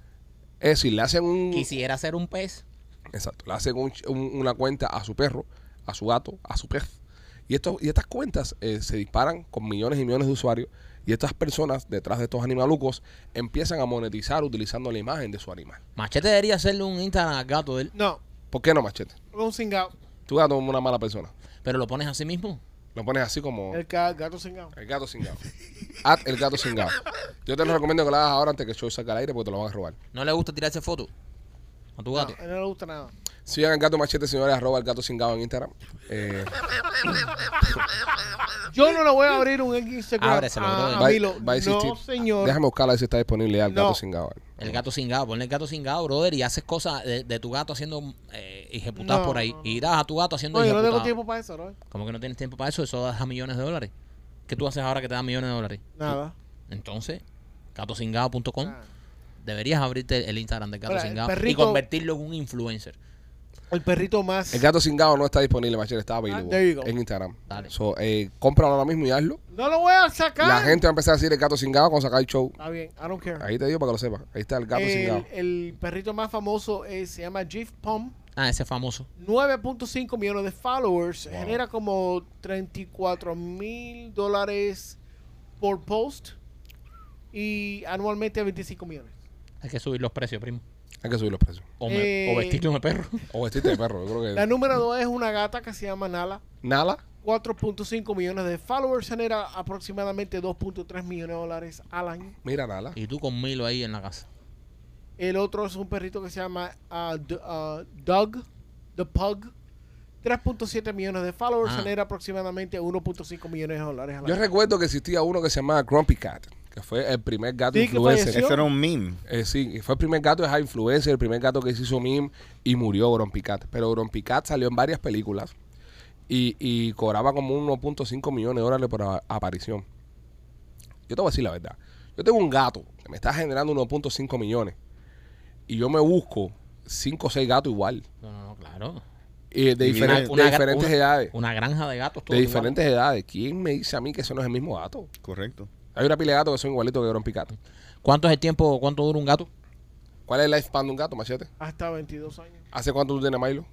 Speaker 1: Es decir, le hacen un...
Speaker 3: Quisiera ser un pez.
Speaker 1: Exacto. Le hacen un- un- una cuenta a su perro, a su gato, a su pez. Y, esto, y estas cuentas eh, se disparan con millones y millones de usuarios. Y estas personas detrás de estos animalucos empiezan a monetizar utilizando la imagen de su animal.
Speaker 3: Machete debería hacerle un Instagram al gato de él,
Speaker 5: No,
Speaker 1: ¿Por qué no, Machete?
Speaker 5: un singao.
Speaker 1: Tu gato es una mala persona.
Speaker 3: pero lo pones a sí mismo.
Speaker 1: Lo pones así como
Speaker 5: El
Speaker 1: el,
Speaker 5: ca- gato singao.
Speaker 1: gato sin gato. At el gato sin gato. Yo te lo recomiendo que lo hagas ahora antes que el show salga al aire porque te lo van a robar.
Speaker 3: No le gusta tirarse foto a tu
Speaker 5: No, a
Speaker 3: gato.
Speaker 5: él no le gusta nada.
Speaker 1: Sigan al gato machete, señores, arroba el gato sin gato en Instagram. Eh,
Speaker 5: Yo no le voy a abrir un Instagram
Speaker 3: Ábreselo, brother.
Speaker 5: a, a
Speaker 1: va-
Speaker 5: Milo.
Speaker 1: va a existir.
Speaker 5: no, señor.
Speaker 1: Déjame buscarla a ver si está disponible al gato
Speaker 5: No.
Speaker 1: sin gato.
Speaker 3: El gato cingado, ponle el gato cingado, brother, y haces cosas de, de tu gato haciendo eh, ejecutadas
Speaker 5: No,
Speaker 3: por ahí.
Speaker 5: no, no.
Speaker 3: Y irás a tu gato haciendo
Speaker 5: No, yo no
Speaker 3: ejecutadas.
Speaker 5: tengo tiempo para eso, bro.
Speaker 3: Como que no tienes tiempo para eso, eso da millones de dólares. ¿Qué tú haces ahora que te da millones de dólares?
Speaker 5: Nada.
Speaker 3: Entonces,
Speaker 1: ¿Mm?
Speaker 3: gatocingado.com,
Speaker 5: Nada.
Speaker 3: deberías abrirte el Instagram del gato
Speaker 5: Ahora, el
Speaker 3: cingado y
Speaker 5: perrito-
Speaker 3: convertirlo en un influencer.
Speaker 5: El perrito más.
Speaker 1: El gato sin gado no está disponible, Machete, está available
Speaker 5: Ah, there you go.
Speaker 1: en Instagram.
Speaker 3: Dale.
Speaker 1: So, eh, cómpralo ahora mismo y hazlo.
Speaker 5: No lo voy a sacar.
Speaker 1: La gente va a empezar a decir el gato sin gado cuando sacar el show.
Speaker 5: Está bien, I don't care.
Speaker 1: Ahí te digo para que lo sepas. Ahí está el gato sin
Speaker 5: el,
Speaker 1: gado.
Speaker 5: el perrito más famoso es- se llama Jeff Pom.
Speaker 3: Ah, ese famoso.
Speaker 5: 9.5 millones de followers. Genera como 34 mil dólares por post. Y anualmente 25 millones.
Speaker 3: Hay que subir los precios, primo.
Speaker 1: Hay que subir los precios.
Speaker 3: O, me- o
Speaker 5: Eh,
Speaker 3: vestirlo de perro.
Speaker 1: O vestirte de perro. Yo creo
Speaker 5: La
Speaker 1: que.
Speaker 5: número 2 es una gata que se llama Nala.
Speaker 1: Nala.
Speaker 5: 4.5 millones de followers. Genera aproximadamente 2.3 millones de dólares al año.
Speaker 1: Mira, Nala.
Speaker 3: Y tú con Milo ahí en la casa.
Speaker 5: El otro es un perrito que se llama ah, D- ah, Doug, The Pug. 3.7 millones de followers,
Speaker 3: Ah.
Speaker 5: genera aproximadamente 1.5 millones de dólares al
Speaker 1: Yo
Speaker 5: año.
Speaker 1: recuerdo que existía uno que se llamaba Grumpy Cat, que fue el primer gato
Speaker 5: Sí, que
Speaker 1: influencer.
Speaker 5: falleció.
Speaker 4: Ese era un meme.
Speaker 1: Eh, sí, y fue el primer gato de High Influencer, el primer gato que se hizo meme y murió Grumpy Cat. Pero Grumpy Cat salió en varias películas y, y cobraba como 1.5 millones de dólares por a- aparición. Yo te voy a decir la verdad. Yo tengo un gato que me está generando 1.5 millones y yo me busco 5 o 6 gatos igual,
Speaker 3: No, no, no, claro.
Speaker 1: eh, de,
Speaker 4: Y mira,
Speaker 1: diferen- de
Speaker 3: gra-
Speaker 1: diferentes
Speaker 3: una-
Speaker 1: edades.
Speaker 3: Una granja de gatos.
Speaker 1: De
Speaker 3: todos
Speaker 1: diferentes edades. ¿Quién me dice a mí que eso no es el mismo gato?
Speaker 4: Correcto.
Speaker 1: Hay una pila de gatos que son igualitos que Grumpy Cat.
Speaker 3: iguales. ¿Cuánto es el tiempo, cuánto dura un gato?
Speaker 1: ¿Cuál es el lifespan de un gato, machete?
Speaker 5: Hasta 22 años.
Speaker 1: ¿Hace cuánto tú tienes, Milo?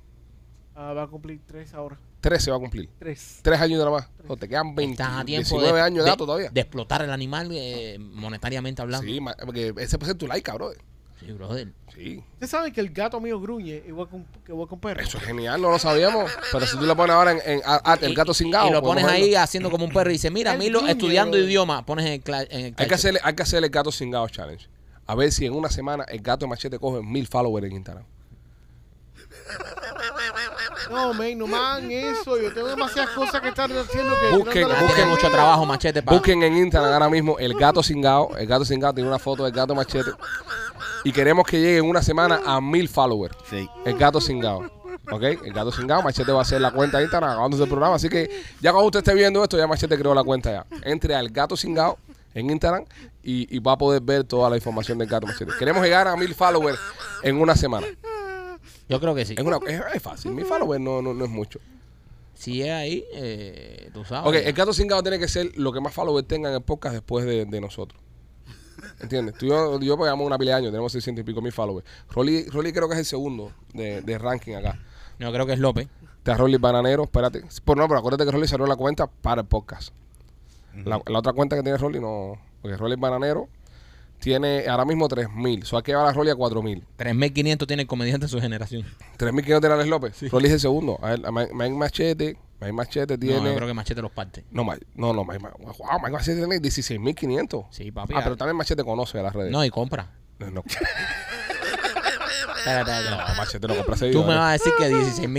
Speaker 5: Ah, va a cumplir 3 ahora.
Speaker 1: 13 va a cumplir.
Speaker 5: 3.
Speaker 1: Tres años nada más. No, te quedan 20,
Speaker 3: Estás a tiempo
Speaker 1: 19
Speaker 3: de,
Speaker 1: años de
Speaker 3: de-
Speaker 1: gato todavía.
Speaker 3: de explotar el animal eh, monetariamente hablando.
Speaker 1: sí, ma- porque ese puede ser tu like, cabrón.
Speaker 3: Sí, brother.
Speaker 1: Sí.
Speaker 5: Ustedes saben que el gato mío gruñe igual que un, que igual que un perro.
Speaker 1: Eso es genial, no lo sabíamos. Pero si tú le pones ahora en, en- a- a- el
Speaker 3: Y-
Speaker 1: gato sin gato.
Speaker 3: Y lo pones ahí haciendo como un perro y dices, mira,
Speaker 5: El
Speaker 3: Milo,
Speaker 5: gruñe,
Speaker 3: estudiando
Speaker 5: brother.
Speaker 3: idioma. Pones en el, cla- en el
Speaker 1: Hay que,
Speaker 3: clase.
Speaker 1: hacerle, hay que hacer el gato sin gato challenge. A ver si en una semana el gato de machete coge mil followers en Instagram.
Speaker 5: No, men, no man, eso. Yo tengo demasiadas cosas que estar haciendo que...
Speaker 1: Busquen,
Speaker 5: dándole-
Speaker 3: Ah, tiene
Speaker 1: busquen.
Speaker 3: mucho trabajo, machete. pa.
Speaker 1: Busquen en Instagram ahora mismo el gato sin gato. El gato sin gato tiene una foto del gato machete. Y queremos que llegue en una semana a mil followers.
Speaker 4: Sí.
Speaker 1: El gato cingado. ¿Ok? El gato cingado. Machete va a hacer la cuenta de Instagram acabándose el programa. Así que ya cuando usted esté viendo esto, ya Machete creó la cuenta ya. Entre al gato cingado en Instagram y, y va a poder ver toda la información del gato Machete. Queremos llegar a mil followers en una semana.
Speaker 3: Yo creo que sí.
Speaker 1: Es, una, es, es fácil. Mil followers no, no, no es mucho.
Speaker 3: Si es ahí, eh, tú sabes.
Speaker 1: Ok, el gato cingado tiene que ser lo que más followers tengan en el podcast después de, de nosotros. ¿Entiendes? Tú y yo, yo pegamos una pila de años, tenemos 600 y pico mil followers. Rolly, Rolly creo que es el segundo de, de ranking acá.
Speaker 3: No, creo que es López.
Speaker 1: de Rolly Bananero. Espérate. Pues no, pero acuérdate que Rolly cerró la cuenta para el podcast. La, la otra cuenta que tiene Rolly no. Porque Rolly Bananero tiene ahora mismo 3.000. O sea, hay que llevar a Rolly a 4.000.
Speaker 3: 3.500 tiene el comediante de su generación.
Speaker 1: 3.000 que no tiene Alex López. Rolly es el segundo. A ver, a Ma- Mike Machete. Mike Machete
Speaker 3: No,
Speaker 1: tiene.
Speaker 3: yo creo que Machete los parte.
Speaker 1: No, Ma- no, no, Mike, Ma- wow, Mike Machete tiene 16.500.
Speaker 3: Sí, papi.
Speaker 1: Ah, pero también Machete conoce las redes.
Speaker 3: No, y compra.
Speaker 1: No, no.
Speaker 3: Espérate, espérate.
Speaker 1: No, Machete lo compra
Speaker 3: Tú
Speaker 1: seguidores.
Speaker 3: me vas a decir que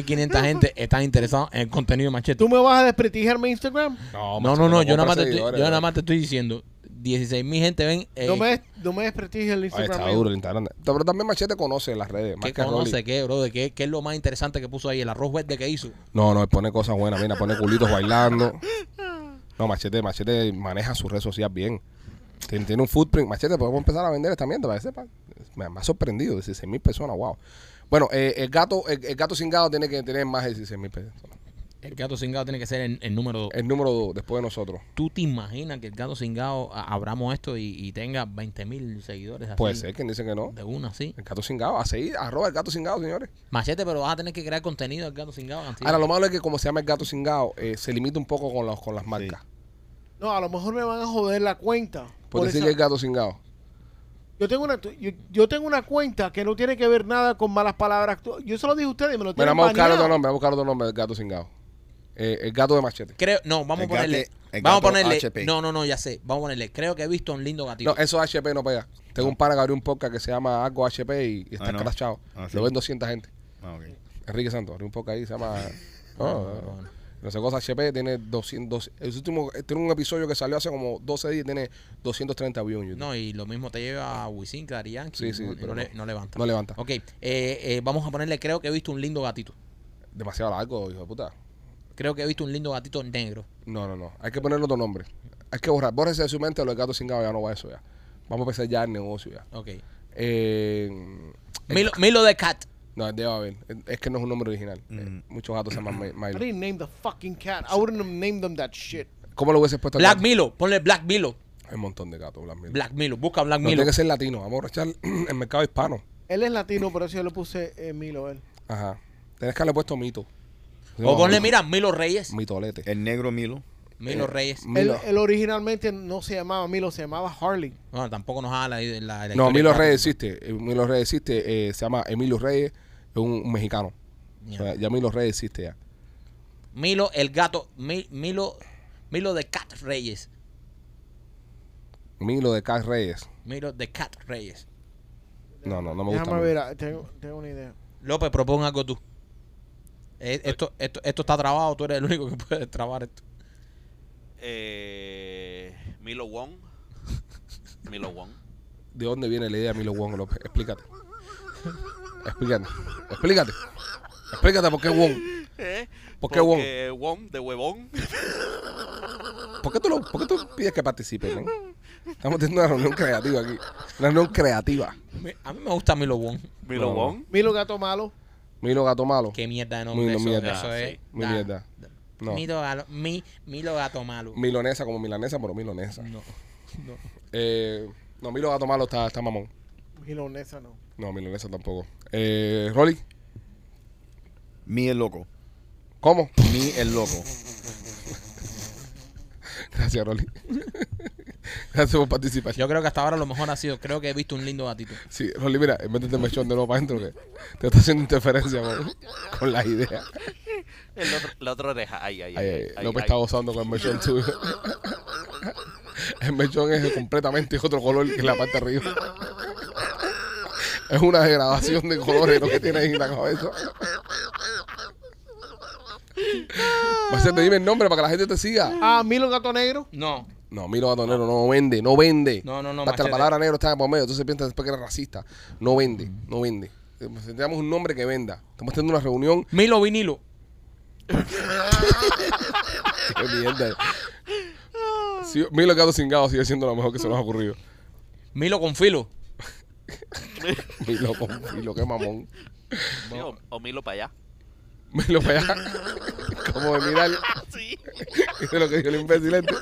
Speaker 3: 16.500 gente están interesados en el contenido de Machete.
Speaker 5: ¿Tú me vas a desprestigiar mi Instagram?
Speaker 1: No,
Speaker 3: No,
Speaker 1: Machete
Speaker 3: no, no,
Speaker 1: lo
Speaker 3: yo
Speaker 1: compra
Speaker 3: nada más te estoy,
Speaker 1: seguidores,
Speaker 3: yo nada
Speaker 1: bro.
Speaker 3: más te estoy diciendo, 16.000 gente ven eh,
Speaker 5: No me, no me desprestigies el
Speaker 1: Ay,
Speaker 5: Instagram.
Speaker 1: está
Speaker 5: mío.
Speaker 1: duro el Instagram. Pero también Machete conoce las redes. Más
Speaker 3: que
Speaker 1: que Rolly.
Speaker 3: conoce qué, bro, de qué, qué es lo más interesante que puso ahí, el arroz verde que hizo.
Speaker 1: No, no, él pone cosas buenas. Mira, pone culitos bailando. No, Machete, Machete maneja su red social bien. Tiene, tiene un footprint. Machete, podemos empezar a vender esta mierda para que sepan. Me, me ha sorprendido. 16 mil personas, wow. Bueno, eh, el gato el, el gato cingado tiene que tener más de 16 mil personas.
Speaker 3: El gato cingado tiene que ser el, el número 2.
Speaker 1: El número dos, después de nosotros.
Speaker 3: ¿Tú te imaginas que el gato cingado a- abramos esto y, y tenga 20.000 seguidores así?
Speaker 1: Puede ser quien dice que no.
Speaker 3: De una, sí.
Speaker 1: El gato cingado, a seguir, arroba el gato cingado, señores.
Speaker 3: Machete, pero vas a tener que crear contenido del gato cingado. cantidad.
Speaker 1: Ahora, lo malo es que como se llama el gato cingado, eh, se limita un poco con, los, con las marcas.
Speaker 5: No, a lo mejor me van a joder la cuenta.
Speaker 1: Por,
Speaker 5: Por
Speaker 1: decir
Speaker 5: esa-
Speaker 1: que el gato cingado.
Speaker 5: yo, tengo una, yo, yo tengo una cuenta que no tiene que ver nada con malas palabras. Yo se lo dije a ustedes y me lo
Speaker 1: Bueno,
Speaker 5: tienen
Speaker 1: vamos a buscar otro
Speaker 5: baneado.
Speaker 1: nombre, vamos a buscar otro nombre del gato cingado. Eh, el gato de machete.
Speaker 3: Creo, no, vamos
Speaker 4: El
Speaker 3: a ponerle.
Speaker 4: gato- el
Speaker 3: vamos a
Speaker 4: gato
Speaker 3: ponerle.
Speaker 4: HP.
Speaker 3: No, no, no, ya sé. Vamos a ponerle. Creo que he visto un lindo gatito.
Speaker 1: No, eso HP no pega. Tengo un pana que abrió un podcast que se llama Algo HP y, y está
Speaker 4: Ah, no.
Speaker 1: crachado.
Speaker 4: Ah, sí.
Speaker 1: Lo ven 200 gente.
Speaker 4: Ah, ok.
Speaker 1: Enrique Santos abrió un podcast ahí que se llama. No, no, no. No sé, cosa HP tiene 200. El último, tiene un episodio que salió hace como 12 días y tiene 230 views en YouTube.
Speaker 3: No, y lo mismo te lleva a Wisin, Daddy Yankee,
Speaker 1: Sí, sí,
Speaker 3: no,
Speaker 1: pero
Speaker 3: no le-
Speaker 1: no.
Speaker 3: no levanta.
Speaker 1: No levanta.
Speaker 3: Ok, eh, eh, vamos a ponerle, creo que he visto un lindo gatito.
Speaker 1: Demasiado largo, hijo de puta.
Speaker 3: Creo que he visto un lindo gatito negro.
Speaker 1: No, no, no. Hay que ponerle otro nombre. Hay que borrar. Bórrese de su mente los gatos sin ya no va eso ya. Vamos a empezar ya el negocio ya.
Speaker 3: Ok.
Speaker 1: Eh,
Speaker 3: Milo, Milo de Cat.
Speaker 1: no, debe haber. Es que no es un nombre original. Eh, muchos gatos se llaman Mi-
Speaker 5: I
Speaker 1: Milo.
Speaker 5: didn't name the fucking cat. I wouldn't have named them that shit.
Speaker 1: ¿Cómo lo hubieses puesto al
Speaker 3: Black
Speaker 1: gato?
Speaker 3: Milo. Ponle Black Milo.
Speaker 1: Hay un montón de gatos, Black Milo.
Speaker 3: Black Milo. Busca Black
Speaker 1: No
Speaker 3: Milo.
Speaker 1: tiene que ser latino, vamos a echar el mercado hispano.
Speaker 5: Él es latino, por eso yo le puse eh, Milo. Él.
Speaker 1: Ajá. Tienes que haberle puesto mito.
Speaker 3: O ponle, mira, Milo Reyes.
Speaker 1: Mitolete.
Speaker 4: El negro Milo.
Speaker 1: eh,
Speaker 3: Milo Reyes.
Speaker 5: Él,
Speaker 1: Milo.
Speaker 5: él originalmente no se llamaba Milo, se llamaba Harley.
Speaker 3: Bueno, tampoco nos habla ahí de la, de la
Speaker 1: no,
Speaker 3: historia
Speaker 1: Milo
Speaker 3: del gato.
Speaker 1: Reyes existe. Eh, Milo Reyes existe. eh, se llama Emilio Reyes. Es un, un mexicano. O sea, ya Milo Reyes existe ya.
Speaker 3: Milo el gato. Mi- Milo, Milo de Cat Reyes.
Speaker 1: Milo de Cas Reyes.
Speaker 3: Milo de Cat Reyes.
Speaker 1: No, no, no me gusta.
Speaker 5: Déjame
Speaker 1: Milo.
Speaker 5: ver, ah, tengo, tengo una idea.
Speaker 3: López, propon algo tú. Eh, Esto, esto, esto está trabado, tú eres el único que puede trabar esto.
Speaker 6: Eh, Milo Wong. Milo Wong.
Speaker 1: ¿De dónde viene la idea de Milo Wong López? Explícate. Explícate. Explícate. Explícate por qué Wong.
Speaker 6: ¿Eh?
Speaker 1: ¿Por qué Wong?
Speaker 6: Porque Wong de huevón.
Speaker 1: ¿Por qué tú, lo- por qué tú pides que participe, men? Estamos teniendo una reunión creativa aquí. Una reunión creativa.
Speaker 3: Me- A mí me gusta Milo Wong.
Speaker 6: Milo
Speaker 1: No.
Speaker 6: Wong.
Speaker 5: Milo Gato Malo.
Speaker 1: Milo Gato Malo.
Speaker 3: Qué mierda de nombre.
Speaker 1: Milo
Speaker 3: eso,
Speaker 1: mierda.
Speaker 3: eso
Speaker 6: Ah,
Speaker 3: es.
Speaker 6: sí.
Speaker 1: Muy
Speaker 3: da-
Speaker 1: mierda.
Speaker 3: da-
Speaker 1: No.
Speaker 3: Milo, galo- mi, Milo gato malo.
Speaker 1: Milonesa como milanesa, pero milonesa.
Speaker 3: No.
Speaker 1: Eh, no, Milo Gato Malo está, está mamón.
Speaker 5: Milo Nesa no.
Speaker 1: No, milonesa tampoco. Eh, Rolly,
Speaker 4: Mi el loco.
Speaker 1: ¿cómo?
Speaker 4: Mi el loco.
Speaker 1: Gracias, Rolly. Gracias por participar.
Speaker 3: Yo creo que hasta ahora lo mejor ha sido, creo que he visto un lindo gatito.
Speaker 1: Sí, Rolly, mira, métete el mechón de nuevo para adentro que te está haciendo interferencia con, con las ideas.
Speaker 6: El otro- la otra oreja. Ay, ay,
Speaker 1: Ay,
Speaker 6: ay.
Speaker 1: ay,
Speaker 6: ay,
Speaker 1: López
Speaker 6: ay.
Speaker 1: está gozando con el mechón tuyo. El mechón es completamente otro color que la parte de arriba. Es una degradación de colores lo que tiene ahí en la cabeza. Machete, dime el nombre para que la gente te siga.
Speaker 5: Ah, Milo Gato Negro.
Speaker 3: No,
Speaker 1: No, Milo Gatonero no vende, no vende.
Speaker 3: No, no, no,
Speaker 1: Hasta
Speaker 3: Machete.
Speaker 1: la palabra negro está por medio. Entonces piensas después que eres racista. No vende, no vende. Necesitamos un nombre que venda. Estamos teniendo una reunión.
Speaker 3: Milo vinilo.
Speaker 1: Qué mierda. Sí, Milo Gato Cingado sigue siendo lo mejor que se nos ha ocurrido.
Speaker 3: Milo con filo.
Speaker 1: Milo, con Milo, qué mamón.
Speaker 6: Sí, o, o Milo para allá.
Speaker 1: Milo para allá. Como de mirar.
Speaker 6: Sí.
Speaker 1: Es lo que dijo el imbécil este.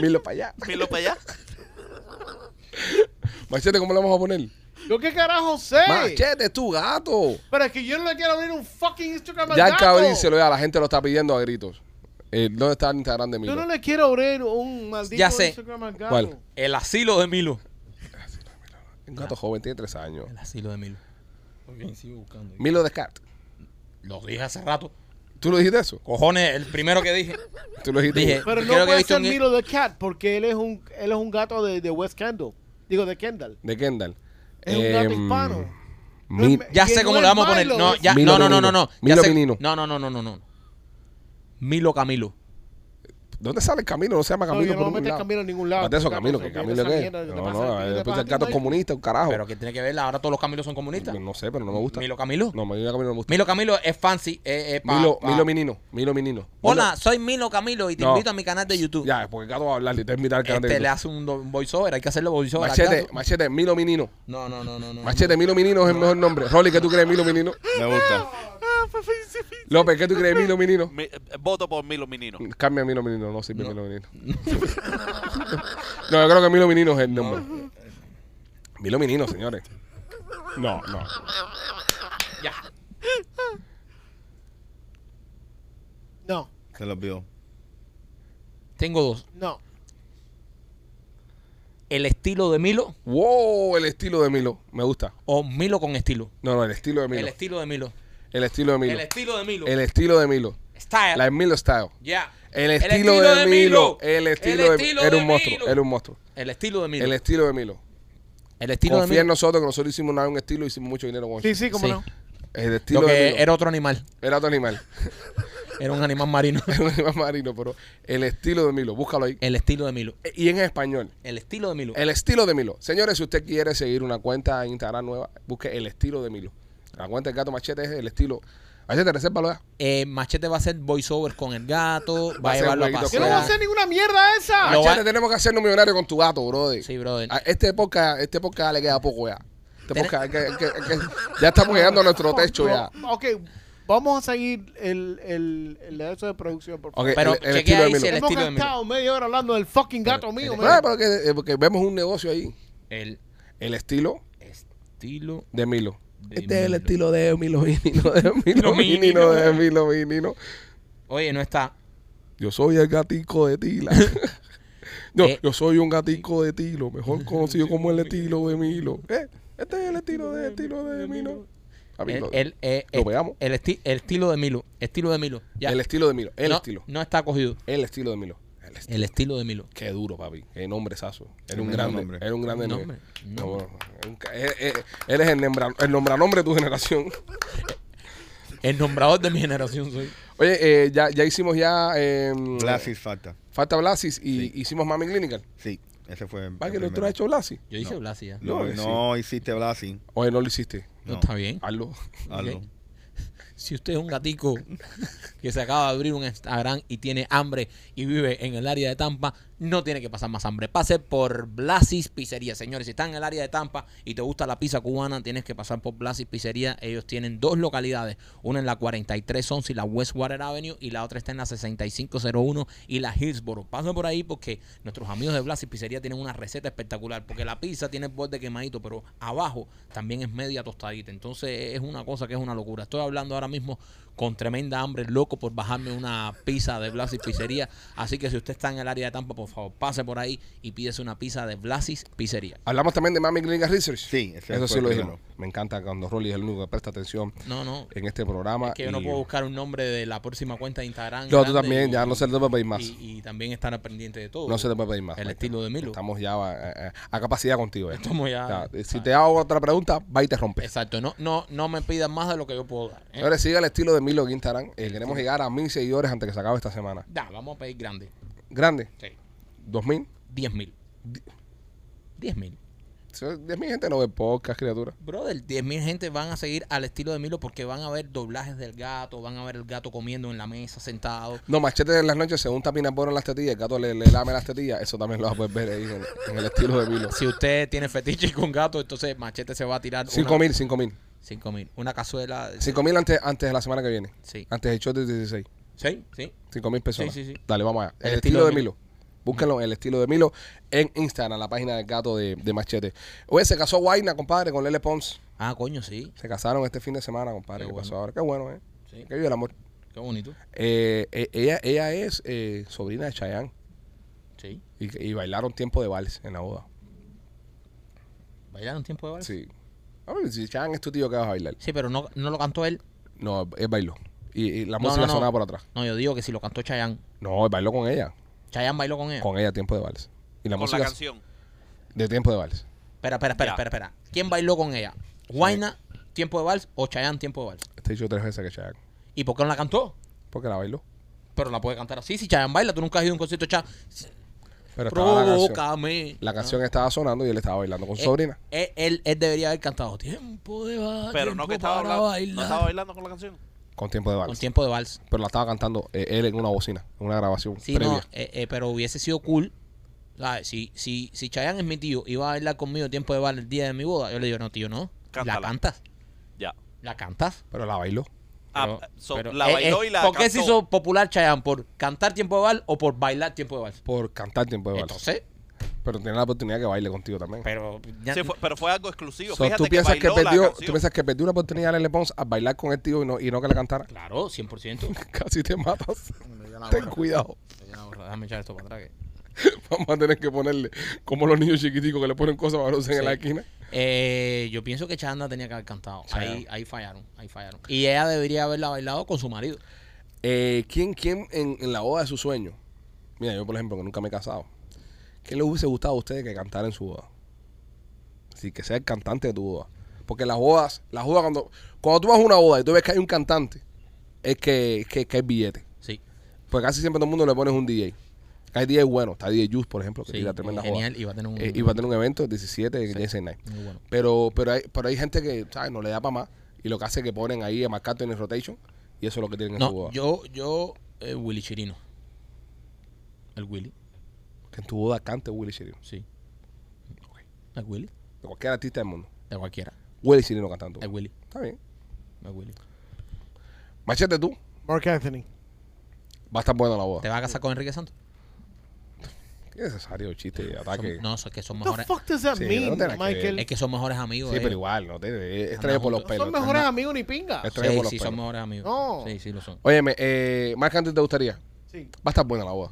Speaker 1: Milo para allá.
Speaker 6: Milo para allá.
Speaker 1: Machete, ¿cómo le vamos a poner?
Speaker 5: ¿Yo qué carajo sé?
Speaker 1: Machete, tu gato.
Speaker 5: Pero es que yo no le quiero abrir un fucking Instagram al
Speaker 1: Ya el
Speaker 5: gato.
Speaker 1: cabrín se lo da, la gente lo está pidiendo a gritos. Eh, ¿Dónde está el Instagram de Milo?
Speaker 5: Yo no le quiero abrir un maldito
Speaker 3: Ya sé.
Speaker 5: Instagram al gato.
Speaker 1: ¿Cuál?
Speaker 3: El asilo de Milo.
Speaker 1: Un gato joven, tiene tres años.
Speaker 3: El asilo de Milo. Porque sigo buscando.
Speaker 1: Milo Descartes.
Speaker 3: Lo dije hace rato.
Speaker 1: ¿Tú lo dijiste eso?
Speaker 3: Cojones, el primero que dije.
Speaker 1: ¿Tú lo dijiste?
Speaker 3: Dije-
Speaker 5: Pero
Speaker 3: Yo
Speaker 5: no
Speaker 3: creo que he
Speaker 5: puede
Speaker 3: visto
Speaker 5: ser
Speaker 3: un-
Speaker 5: Milo the Cat porque él es un, él es un gato de, de West Kendall. Digo, de Kendall.
Speaker 1: De Kendall.
Speaker 5: Es un gato
Speaker 1: Em,
Speaker 5: hispano.
Speaker 1: Mi-
Speaker 5: No es-
Speaker 3: Ya
Speaker 5: Y
Speaker 3: sé
Speaker 5: no
Speaker 3: cómo
Speaker 5: es
Speaker 3: le vamos a poner.
Speaker 5: Milo,
Speaker 3: No,
Speaker 5: es-
Speaker 3: ya,
Speaker 1: Milo
Speaker 3: no, no, no, no,
Speaker 1: Menino.
Speaker 3: no. Ya
Speaker 1: Milo
Speaker 3: sé-
Speaker 1: Menino.
Speaker 3: No, no, no, no, no, no. Milo Camilo.
Speaker 1: ¿Dónde sale Camilo? No se llama
Speaker 5: No,
Speaker 1: Camilo.
Speaker 5: yo no
Speaker 1: por
Speaker 5: me
Speaker 1: ningún
Speaker 5: meto
Speaker 1: lado.
Speaker 5: Camilo en ningún lado.
Speaker 1: Aparte de eso,
Speaker 5: Gato,
Speaker 1: Camilo,
Speaker 5: se
Speaker 1: que
Speaker 5: viene
Speaker 1: Camilo
Speaker 5: esa
Speaker 1: qué.
Speaker 5: mierda, te
Speaker 1: No,
Speaker 5: pasa
Speaker 1: no,
Speaker 5: a ti, te
Speaker 1: después
Speaker 5: pasa a
Speaker 1: el
Speaker 5: ti,
Speaker 1: gato
Speaker 5: Mike.
Speaker 1: comunista, un carajo.
Speaker 3: Pero que tiene que ver, ahora todos los Camilos son comunistas.
Speaker 1: No sé, pero no me gusta.
Speaker 3: Milo Camilo.
Speaker 1: No, Milo Camilo no me gusta.
Speaker 3: Milo Camilo es fancy. eh, eh, pa-
Speaker 1: Milo,
Speaker 3: pa-
Speaker 1: Milo Menino. Milo Menino.
Speaker 3: Hola, soy Milo Camilo y te
Speaker 1: No.
Speaker 3: invito a mi canal de YouTube.
Speaker 1: Ya, porque el gato va a hablar y te invita al canal de
Speaker 3: Este le
Speaker 1: YouTube.
Speaker 3: hace un, do- un voiceover, hay que hacerle voiceover. al
Speaker 1: Machete,
Speaker 3: gato.
Speaker 1: machete, Milo Menino.
Speaker 3: No, no, no, no. no.
Speaker 1: Machete, Milo Menino es el mejor nombre. Rolly, ¿qué tú crees, Milo Menino?
Speaker 4: Me gusta.
Speaker 1: López, ¿qué tú crees, Milo Menino?
Speaker 6: Mi- eh, voto por Milo Menino.
Speaker 1: Cambia Milo Menino, no sirve Milo Menino. no, yo creo que Milo Menino es el nombre. Milo Menino, señores. No, no.
Speaker 3: Ya.
Speaker 5: No,
Speaker 4: Se lo olvidó.
Speaker 3: Tengo dos.
Speaker 5: no.
Speaker 3: El estilo de Milo
Speaker 1: Wow, el estilo de Milo. Me gusta.
Speaker 3: o Milo con estilo.
Speaker 1: No, no, el estilo de
Speaker 3: El
Speaker 1: Milo.
Speaker 3: estilo de Milo.
Speaker 1: El estilo de Milo.
Speaker 3: El estilo de Milo.
Speaker 1: El estilo de Milo.
Speaker 3: Style.
Speaker 1: La de Milo Style.
Speaker 3: Ya.
Speaker 1: El estilo, de, Milo. El estilo de Milo. Era un monstruo.
Speaker 3: Milo.
Speaker 1: Era un monstruo.
Speaker 3: El estilo de Milo.
Speaker 1: El estilo de Milo.
Speaker 3: El estilo
Speaker 1: Confía
Speaker 3: de
Speaker 1: en
Speaker 3: Milo.
Speaker 1: nosotros que nosotros hicimos una vez un estilo y hicimos mucho dinero con
Speaker 5: Sí,
Speaker 1: eso.
Speaker 5: sí, cómo
Speaker 3: Sí.
Speaker 5: no.
Speaker 1: El
Speaker 3: Lo
Speaker 1: estilo de
Speaker 3: que
Speaker 1: Milo. Era,
Speaker 3: era otro animal.
Speaker 1: otro animal.
Speaker 3: Era un animal marino.
Speaker 1: Era un animal marino, pero el estilo de Milo. Búscalo ahí.
Speaker 3: El estilo de Milo.
Speaker 1: Y en español.
Speaker 3: El estilo de Milo.
Speaker 1: El estilo de Milo. Señores, si usted quiere seguir una cuenta en Instagram nueva, busque el estilo de Milo. La cuenta del gato machete es el estilo. Machete, resérvalo ya.
Speaker 3: Eh, Machete va a hacer voiceover con el gato. Va,
Speaker 1: a
Speaker 3: a
Speaker 1: hacer
Speaker 3: llevarlo a
Speaker 1: jueguitos
Speaker 5: Yo no voy a
Speaker 1: Fuera.
Speaker 5: hacer
Speaker 3: pasear.
Speaker 5: ninguna mierda esa.
Speaker 3: Lo-
Speaker 1: Machete,
Speaker 3: va-
Speaker 1: Ah, tenemos que hacernos millonario con tu gato, brother.
Speaker 3: Sí, brother.
Speaker 1: A Este época, este época le queda poco ya. Este
Speaker 3: Tene-
Speaker 1: podcast, que- que- que- ya estamos llegando a nuestro techo ya.
Speaker 5: No, ok, vamos a seguir el, el, el de eso de producción, por favor.
Speaker 1: Ok,
Speaker 3: Pero
Speaker 1: el- el, estilo
Speaker 3: chequea
Speaker 1: de
Speaker 3: ahí si
Speaker 1: Milo.
Speaker 3: el
Speaker 5: Hemos
Speaker 3: estilo de Milo.
Speaker 5: gastado media hora hablando del fucking gato mío,
Speaker 1: Ah,
Speaker 5: man.
Speaker 1: pero que- eh, porque vemos un negocio ahí.
Speaker 3: El
Speaker 1: El estilo
Speaker 3: estilo.
Speaker 1: de Milo.
Speaker 3: De
Speaker 1: este es el
Speaker 3: Milo.
Speaker 1: estilo de Milo Vinino, de Milo
Speaker 3: Milo
Speaker 1: Vinino, de
Speaker 3: Vinino.
Speaker 1: Milo Vinino.
Speaker 3: Oye, no está.
Speaker 1: Yo soy el gatico de Tila. yo,
Speaker 3: Eh.
Speaker 1: yo soy un gatico de Tilo, mejor conocido como el estilo de Milo. Eh, este es el estilo de estilo de Milo. A mí
Speaker 3: El,
Speaker 1: lo-
Speaker 3: el, eh,
Speaker 1: lo
Speaker 3: est-
Speaker 1: pegamos.
Speaker 3: el esti- el estilo de Milo. Estilo de Milo. Ya.
Speaker 1: El estilo de Milo. El
Speaker 3: no,
Speaker 1: estilo.
Speaker 3: No está cogido.
Speaker 1: El estilo de Milo. El estilo.
Speaker 3: El estilo de Milo.
Speaker 1: Qué duro, papi. Qué nombre sazo. Era un
Speaker 4: Tremendo
Speaker 1: grande.
Speaker 4: nombre.
Speaker 1: Era un grande nombre.
Speaker 3: Nombre,
Speaker 1: No, bueno, un ca- eh, eh, él es el, nombra, el nombranombre de tu generación.
Speaker 3: El nombrador de mi generación soy.
Speaker 1: Oye, eh, ya, ya hicimos ya. eh,
Speaker 4: Blasis falta.
Speaker 1: Falta Blasis y
Speaker 4: Sí.
Speaker 1: hicimos Mami Clinical.
Speaker 4: Sí, ese fue. el
Speaker 1: ¿Va que el
Speaker 4: primero.
Speaker 1: otro ha hecho Blasis?
Speaker 3: Yo hice Blasi ya.
Speaker 4: No,
Speaker 1: No,
Speaker 4: no hiciste Blasi.
Speaker 1: Oye, no lo hiciste.
Speaker 3: No,
Speaker 4: No.
Speaker 3: está bien.
Speaker 1: Hazlo.
Speaker 4: Hazlo.
Speaker 3: Ok. Si usted es un gatico que se acaba de abrir un Instagram y tiene hambre y vive en el área de Tampa, no tiene que pasar más hambre. Pase por Blasis Pizzería, señores. Si estás en el área de Tampa y te gusta la pizza cubana, tienes que pasar por Blasis Pizzería. Ellos tienen dos localidades, una en la 4311 y la Westwater Avenue y la otra está en la 6501 y la Hillsborough. Pasa por ahí porque nuestros amigos de Blasis Pizzería tienen una receta espectacular porque la pizza tiene el borde quemadito, pero abajo también es media tostadita. Entonces es una cosa que es una locura. Estoy hablando ahora mismo con tremenda hambre, loco por bajarme una pizza de Blasis Pizzería. Así que si usted está en el área de Tampa, por favor, pase por ahí y pídese una pizza de Blasis Pizzería.
Speaker 1: Hablamos también de Mami Clinical Research.
Speaker 4: Sí, ese
Speaker 1: eso
Speaker 4: fue
Speaker 1: sí
Speaker 4: el
Speaker 1: lo
Speaker 4: primero.
Speaker 1: dijimos. Me encanta cuando Rolly es el único que presta atención
Speaker 3: No, no.
Speaker 1: en este programa.
Speaker 3: Es que yo no
Speaker 1: y-
Speaker 3: puedo buscar un nombre de la próxima cuenta de Instagram.
Speaker 1: No, tú
Speaker 3: grande
Speaker 1: también,
Speaker 3: y-
Speaker 1: ya no se te puede pedir más.
Speaker 3: Y, y también estar al pendiente de todo.
Speaker 1: No se te puede pedir más.
Speaker 3: El
Speaker 1: Michael.
Speaker 3: estilo de Milo.
Speaker 1: Estamos ya eh, eh, a capacidad contigo. eh.
Speaker 3: Estamos ya-
Speaker 1: eh, si te hago otra pregunta, va y te rompe.
Speaker 3: Exacto. No, no, no me pidan más de lo que yo puedo dar. ¿eh?
Speaker 1: Ahora siga el estilo de Milo en Instagram. Eh, queremos llegar a mil seguidores antes que se acabe esta semana.
Speaker 3: Da, vamos a pedir grande.
Speaker 1: Grande,
Speaker 3: Sí.
Speaker 1: dos mil.
Speaker 3: 10 mil. 10 mil.
Speaker 1: Diez mil gente no ve podcast, criatura.
Speaker 3: Brother, 10.000 gente van a seguir al estilo de Milo porque van a ver doblajes del gato, van a ver el gato comiendo en la mesa sentado.
Speaker 1: No, machete en las noches, según tapina por en las tetillas, el gato le, le lame las tetillas. Eso también lo vas a poder ver ahí en, en el estilo de Milo.
Speaker 3: Si usted tiene fetiche con gato, entonces Machete se va a tirar.
Speaker 1: Cinco mil, cinco mil.
Speaker 3: 5 mil. Una cazuela.
Speaker 1: Cinco mil antes, antes de la semana que viene.
Speaker 3: Sí.
Speaker 1: Antes del show de 16.
Speaker 3: Sí, sí.
Speaker 1: Cinco mil personas.
Speaker 3: Sí, sí, sí.
Speaker 1: Dale, vamos allá. El,
Speaker 3: El
Speaker 1: estilo,
Speaker 3: estilo
Speaker 1: de
Speaker 3: de
Speaker 1: Milo. Búsquenlo en el estilo de Milo en Instagram, la página del gato de, de Machete. Oye, se casó Guayna, compadre, con Lele Pons.
Speaker 3: Ah, coño, sí.
Speaker 1: Se casaron este fin de semana, compadre.
Speaker 3: Qué
Speaker 1: ¿Qué
Speaker 3: bueno.
Speaker 1: pasó ahora? Qué bueno, ¿eh?
Speaker 3: Sí.
Speaker 1: Que vive el amor.
Speaker 3: Qué bonito.
Speaker 1: Eh, eh, ella, ella es eh, sobrina de Chayanne
Speaker 3: Sí.
Speaker 1: y, y bailaron tiempo de vals en la boda.
Speaker 3: ¿Bailaron tiempo de vals?
Speaker 1: Sí. A ver, si Chayanne es tu tío que vas a bailar.
Speaker 3: Sí, pero no, no lo cantó él.
Speaker 1: No, él bailó. Y, y la
Speaker 3: No,
Speaker 1: música
Speaker 3: no, no.
Speaker 1: sonaba por atrás.
Speaker 3: No, yo digo que si lo cantó Chayanne.
Speaker 1: No, él bailó con ella.
Speaker 3: Chayanne bailó con él.
Speaker 1: Con ella tiempo de vals. Y la
Speaker 6: con
Speaker 1: música
Speaker 6: la canción.
Speaker 1: de tiempo de vals.
Speaker 3: Espera, espera, espera,
Speaker 6: Ya.
Speaker 3: espera, espera. ¿Quién bailó con ella? ¿Guayna, tiempo de vals o Chayanne, tiempo de vals?
Speaker 1: Este dicho tres veces que Chayanne.
Speaker 3: ¿Y por qué no la cantó?
Speaker 1: Porque la bailó.
Speaker 3: Pero la puede cantar así. Si Chayanne baila, tú nunca has ido a un concierto de Chayanne.
Speaker 1: Pero estaba la canción.
Speaker 3: Provócame.
Speaker 1: La canción estaba sonando y él estaba bailando con su
Speaker 3: Eh,
Speaker 1: sobrina.
Speaker 3: Él, él, él debería haber cantado tiempo de vals.
Speaker 6: Pero no
Speaker 3: tiempo
Speaker 6: que estaba
Speaker 3: para
Speaker 6: hablando,
Speaker 3: bailar".
Speaker 6: no estaba bailando con la canción.
Speaker 1: Con tiempo de
Speaker 3: Con
Speaker 1: vals.
Speaker 3: tiempo de vals.
Speaker 1: Pero la estaba cantando eh, él en una bocina, en una grabación
Speaker 3: Sí,
Speaker 1: previa.
Speaker 3: no, eh, eh, pero hubiese sido cool. ¿sabes? Si, si, si Chayanne es mi tío y va a bailar conmigo tiempo de vals el día de mi boda, yo le digo, no, tío, no.
Speaker 6: Cántala.
Speaker 3: La cantas.
Speaker 6: Ya.
Speaker 3: La cantas.
Speaker 1: Pero la bailó.
Speaker 6: Ah,
Speaker 3: Pero-
Speaker 6: so,
Speaker 3: pero-
Speaker 6: la
Speaker 3: eh,
Speaker 6: bailó
Speaker 3: eh,
Speaker 6: y la
Speaker 3: ¿Por qué
Speaker 6: cantó.
Speaker 3: se hizo popular Chayanne? ¿Por cantar tiempo de vals o por bailar tiempo de vals?
Speaker 1: Por cantar tiempo de vals.
Speaker 3: Entonces,
Speaker 1: pero tiene la oportunidad que baile contigo también.
Speaker 3: pero... ya-
Speaker 6: Sí, fue- pero fue algo exclusivo.
Speaker 1: So,
Speaker 6: Fíjate
Speaker 1: ¿tú, piensas que
Speaker 6: bailó la
Speaker 1: perdió,
Speaker 6: canción.
Speaker 1: ¿Tú piensas que perdió la oportunidad de Lele Pons a bailar con el tío y no, y no que la cantara?
Speaker 3: Claro, 100%.
Speaker 1: Casi te matas.
Speaker 3: Me dio la
Speaker 1: Ten
Speaker 3: gorra,
Speaker 1: cuidado.
Speaker 3: me dio la gorra. Déjame echar esto para atrás. que-
Speaker 1: Vamos a tener que ponerle como los niños chiquiticos que le ponen cosas maravillosas en
Speaker 3: Sí.
Speaker 1: la esquina.
Speaker 3: Eh, yo pienso que Chanda tenía que haber cantado.
Speaker 1: Chayanne.
Speaker 3: Ahí, ahí fallaron, ahí fallaron. Y ella debería haberla bailado con su marido.
Speaker 1: Eh, ¿Quién, quién en, en la boda de su sueño? Mira, yo por ejemplo, que nunca me he casado. ¿Quién le hubiese gustado a ustedes que cantara en su boda? Así que sea el cantante de tu boda. Porque las bodas, las bodas cuando, cuando tú vas a una boda y tú ves que hay un cantante, es que, que, que hay billete.
Speaker 3: Sí.
Speaker 1: Pues casi siempre a todo el mundo le pones un DJ. Hay DJ bueno, está DJ Juice, por ejemplo, que
Speaker 3: Sí,
Speaker 1: tira tremenda
Speaker 3: eh, genial,
Speaker 1: joda.
Speaker 3: y va a tener un-
Speaker 1: Eh, y va a tener un evento el 17 de Jason Night.
Speaker 3: Muy bueno.
Speaker 1: Pero, pero, hay, pero hay gente que, ¿sabes? No le da para más. Y lo que hace es que ponen ahí a Marcato en el rotation. Y eso es lo que tienen en su
Speaker 3: No,
Speaker 1: boda.
Speaker 3: yo, yo, eh, Willy Chirino. El Willy,
Speaker 1: Que en tu boda cante Willy Chirino.
Speaker 3: sí. El Willy,
Speaker 1: De cualquier artista del mundo.
Speaker 3: de cualquiera.
Speaker 1: Willy Chirino cantando.
Speaker 3: El Willy,
Speaker 1: Está bien.
Speaker 3: el Willy.
Speaker 1: Ah. Machete tú.
Speaker 5: Mark Anthony.
Speaker 1: Va a estar buena la
Speaker 3: ¿Te
Speaker 1: boda.
Speaker 3: vas a casar con Enrique Santos?
Speaker 1: Qué necesario chiste y
Speaker 3: Son-
Speaker 1: ataque.
Speaker 3: no, son- es que son
Speaker 5: What the
Speaker 3: mejores.
Speaker 5: fuck does that
Speaker 1: Sí, no
Speaker 5: mean,
Speaker 1: tiene que-
Speaker 5: Michael?
Speaker 3: Es que son mejores amigos. eh.
Speaker 1: sí,
Speaker 3: de
Speaker 1: pero
Speaker 3: ellos.
Speaker 1: igual. No te, es
Speaker 3: Anda
Speaker 1: traído por los
Speaker 3: juntos.
Speaker 1: pelos.
Speaker 5: son
Speaker 1: Está-
Speaker 5: mejores amigos ni pinga.
Speaker 1: Es
Speaker 3: Sí,
Speaker 1: traído por los
Speaker 3: sí,
Speaker 1: pelos.
Speaker 3: son mejores amigos.
Speaker 5: No.
Speaker 3: Sí, sí, lo son.
Speaker 1: Óyeme, eh, Marc Anthony, ¿te gustaría? Va
Speaker 5: Sí.
Speaker 1: a estar buena la boda.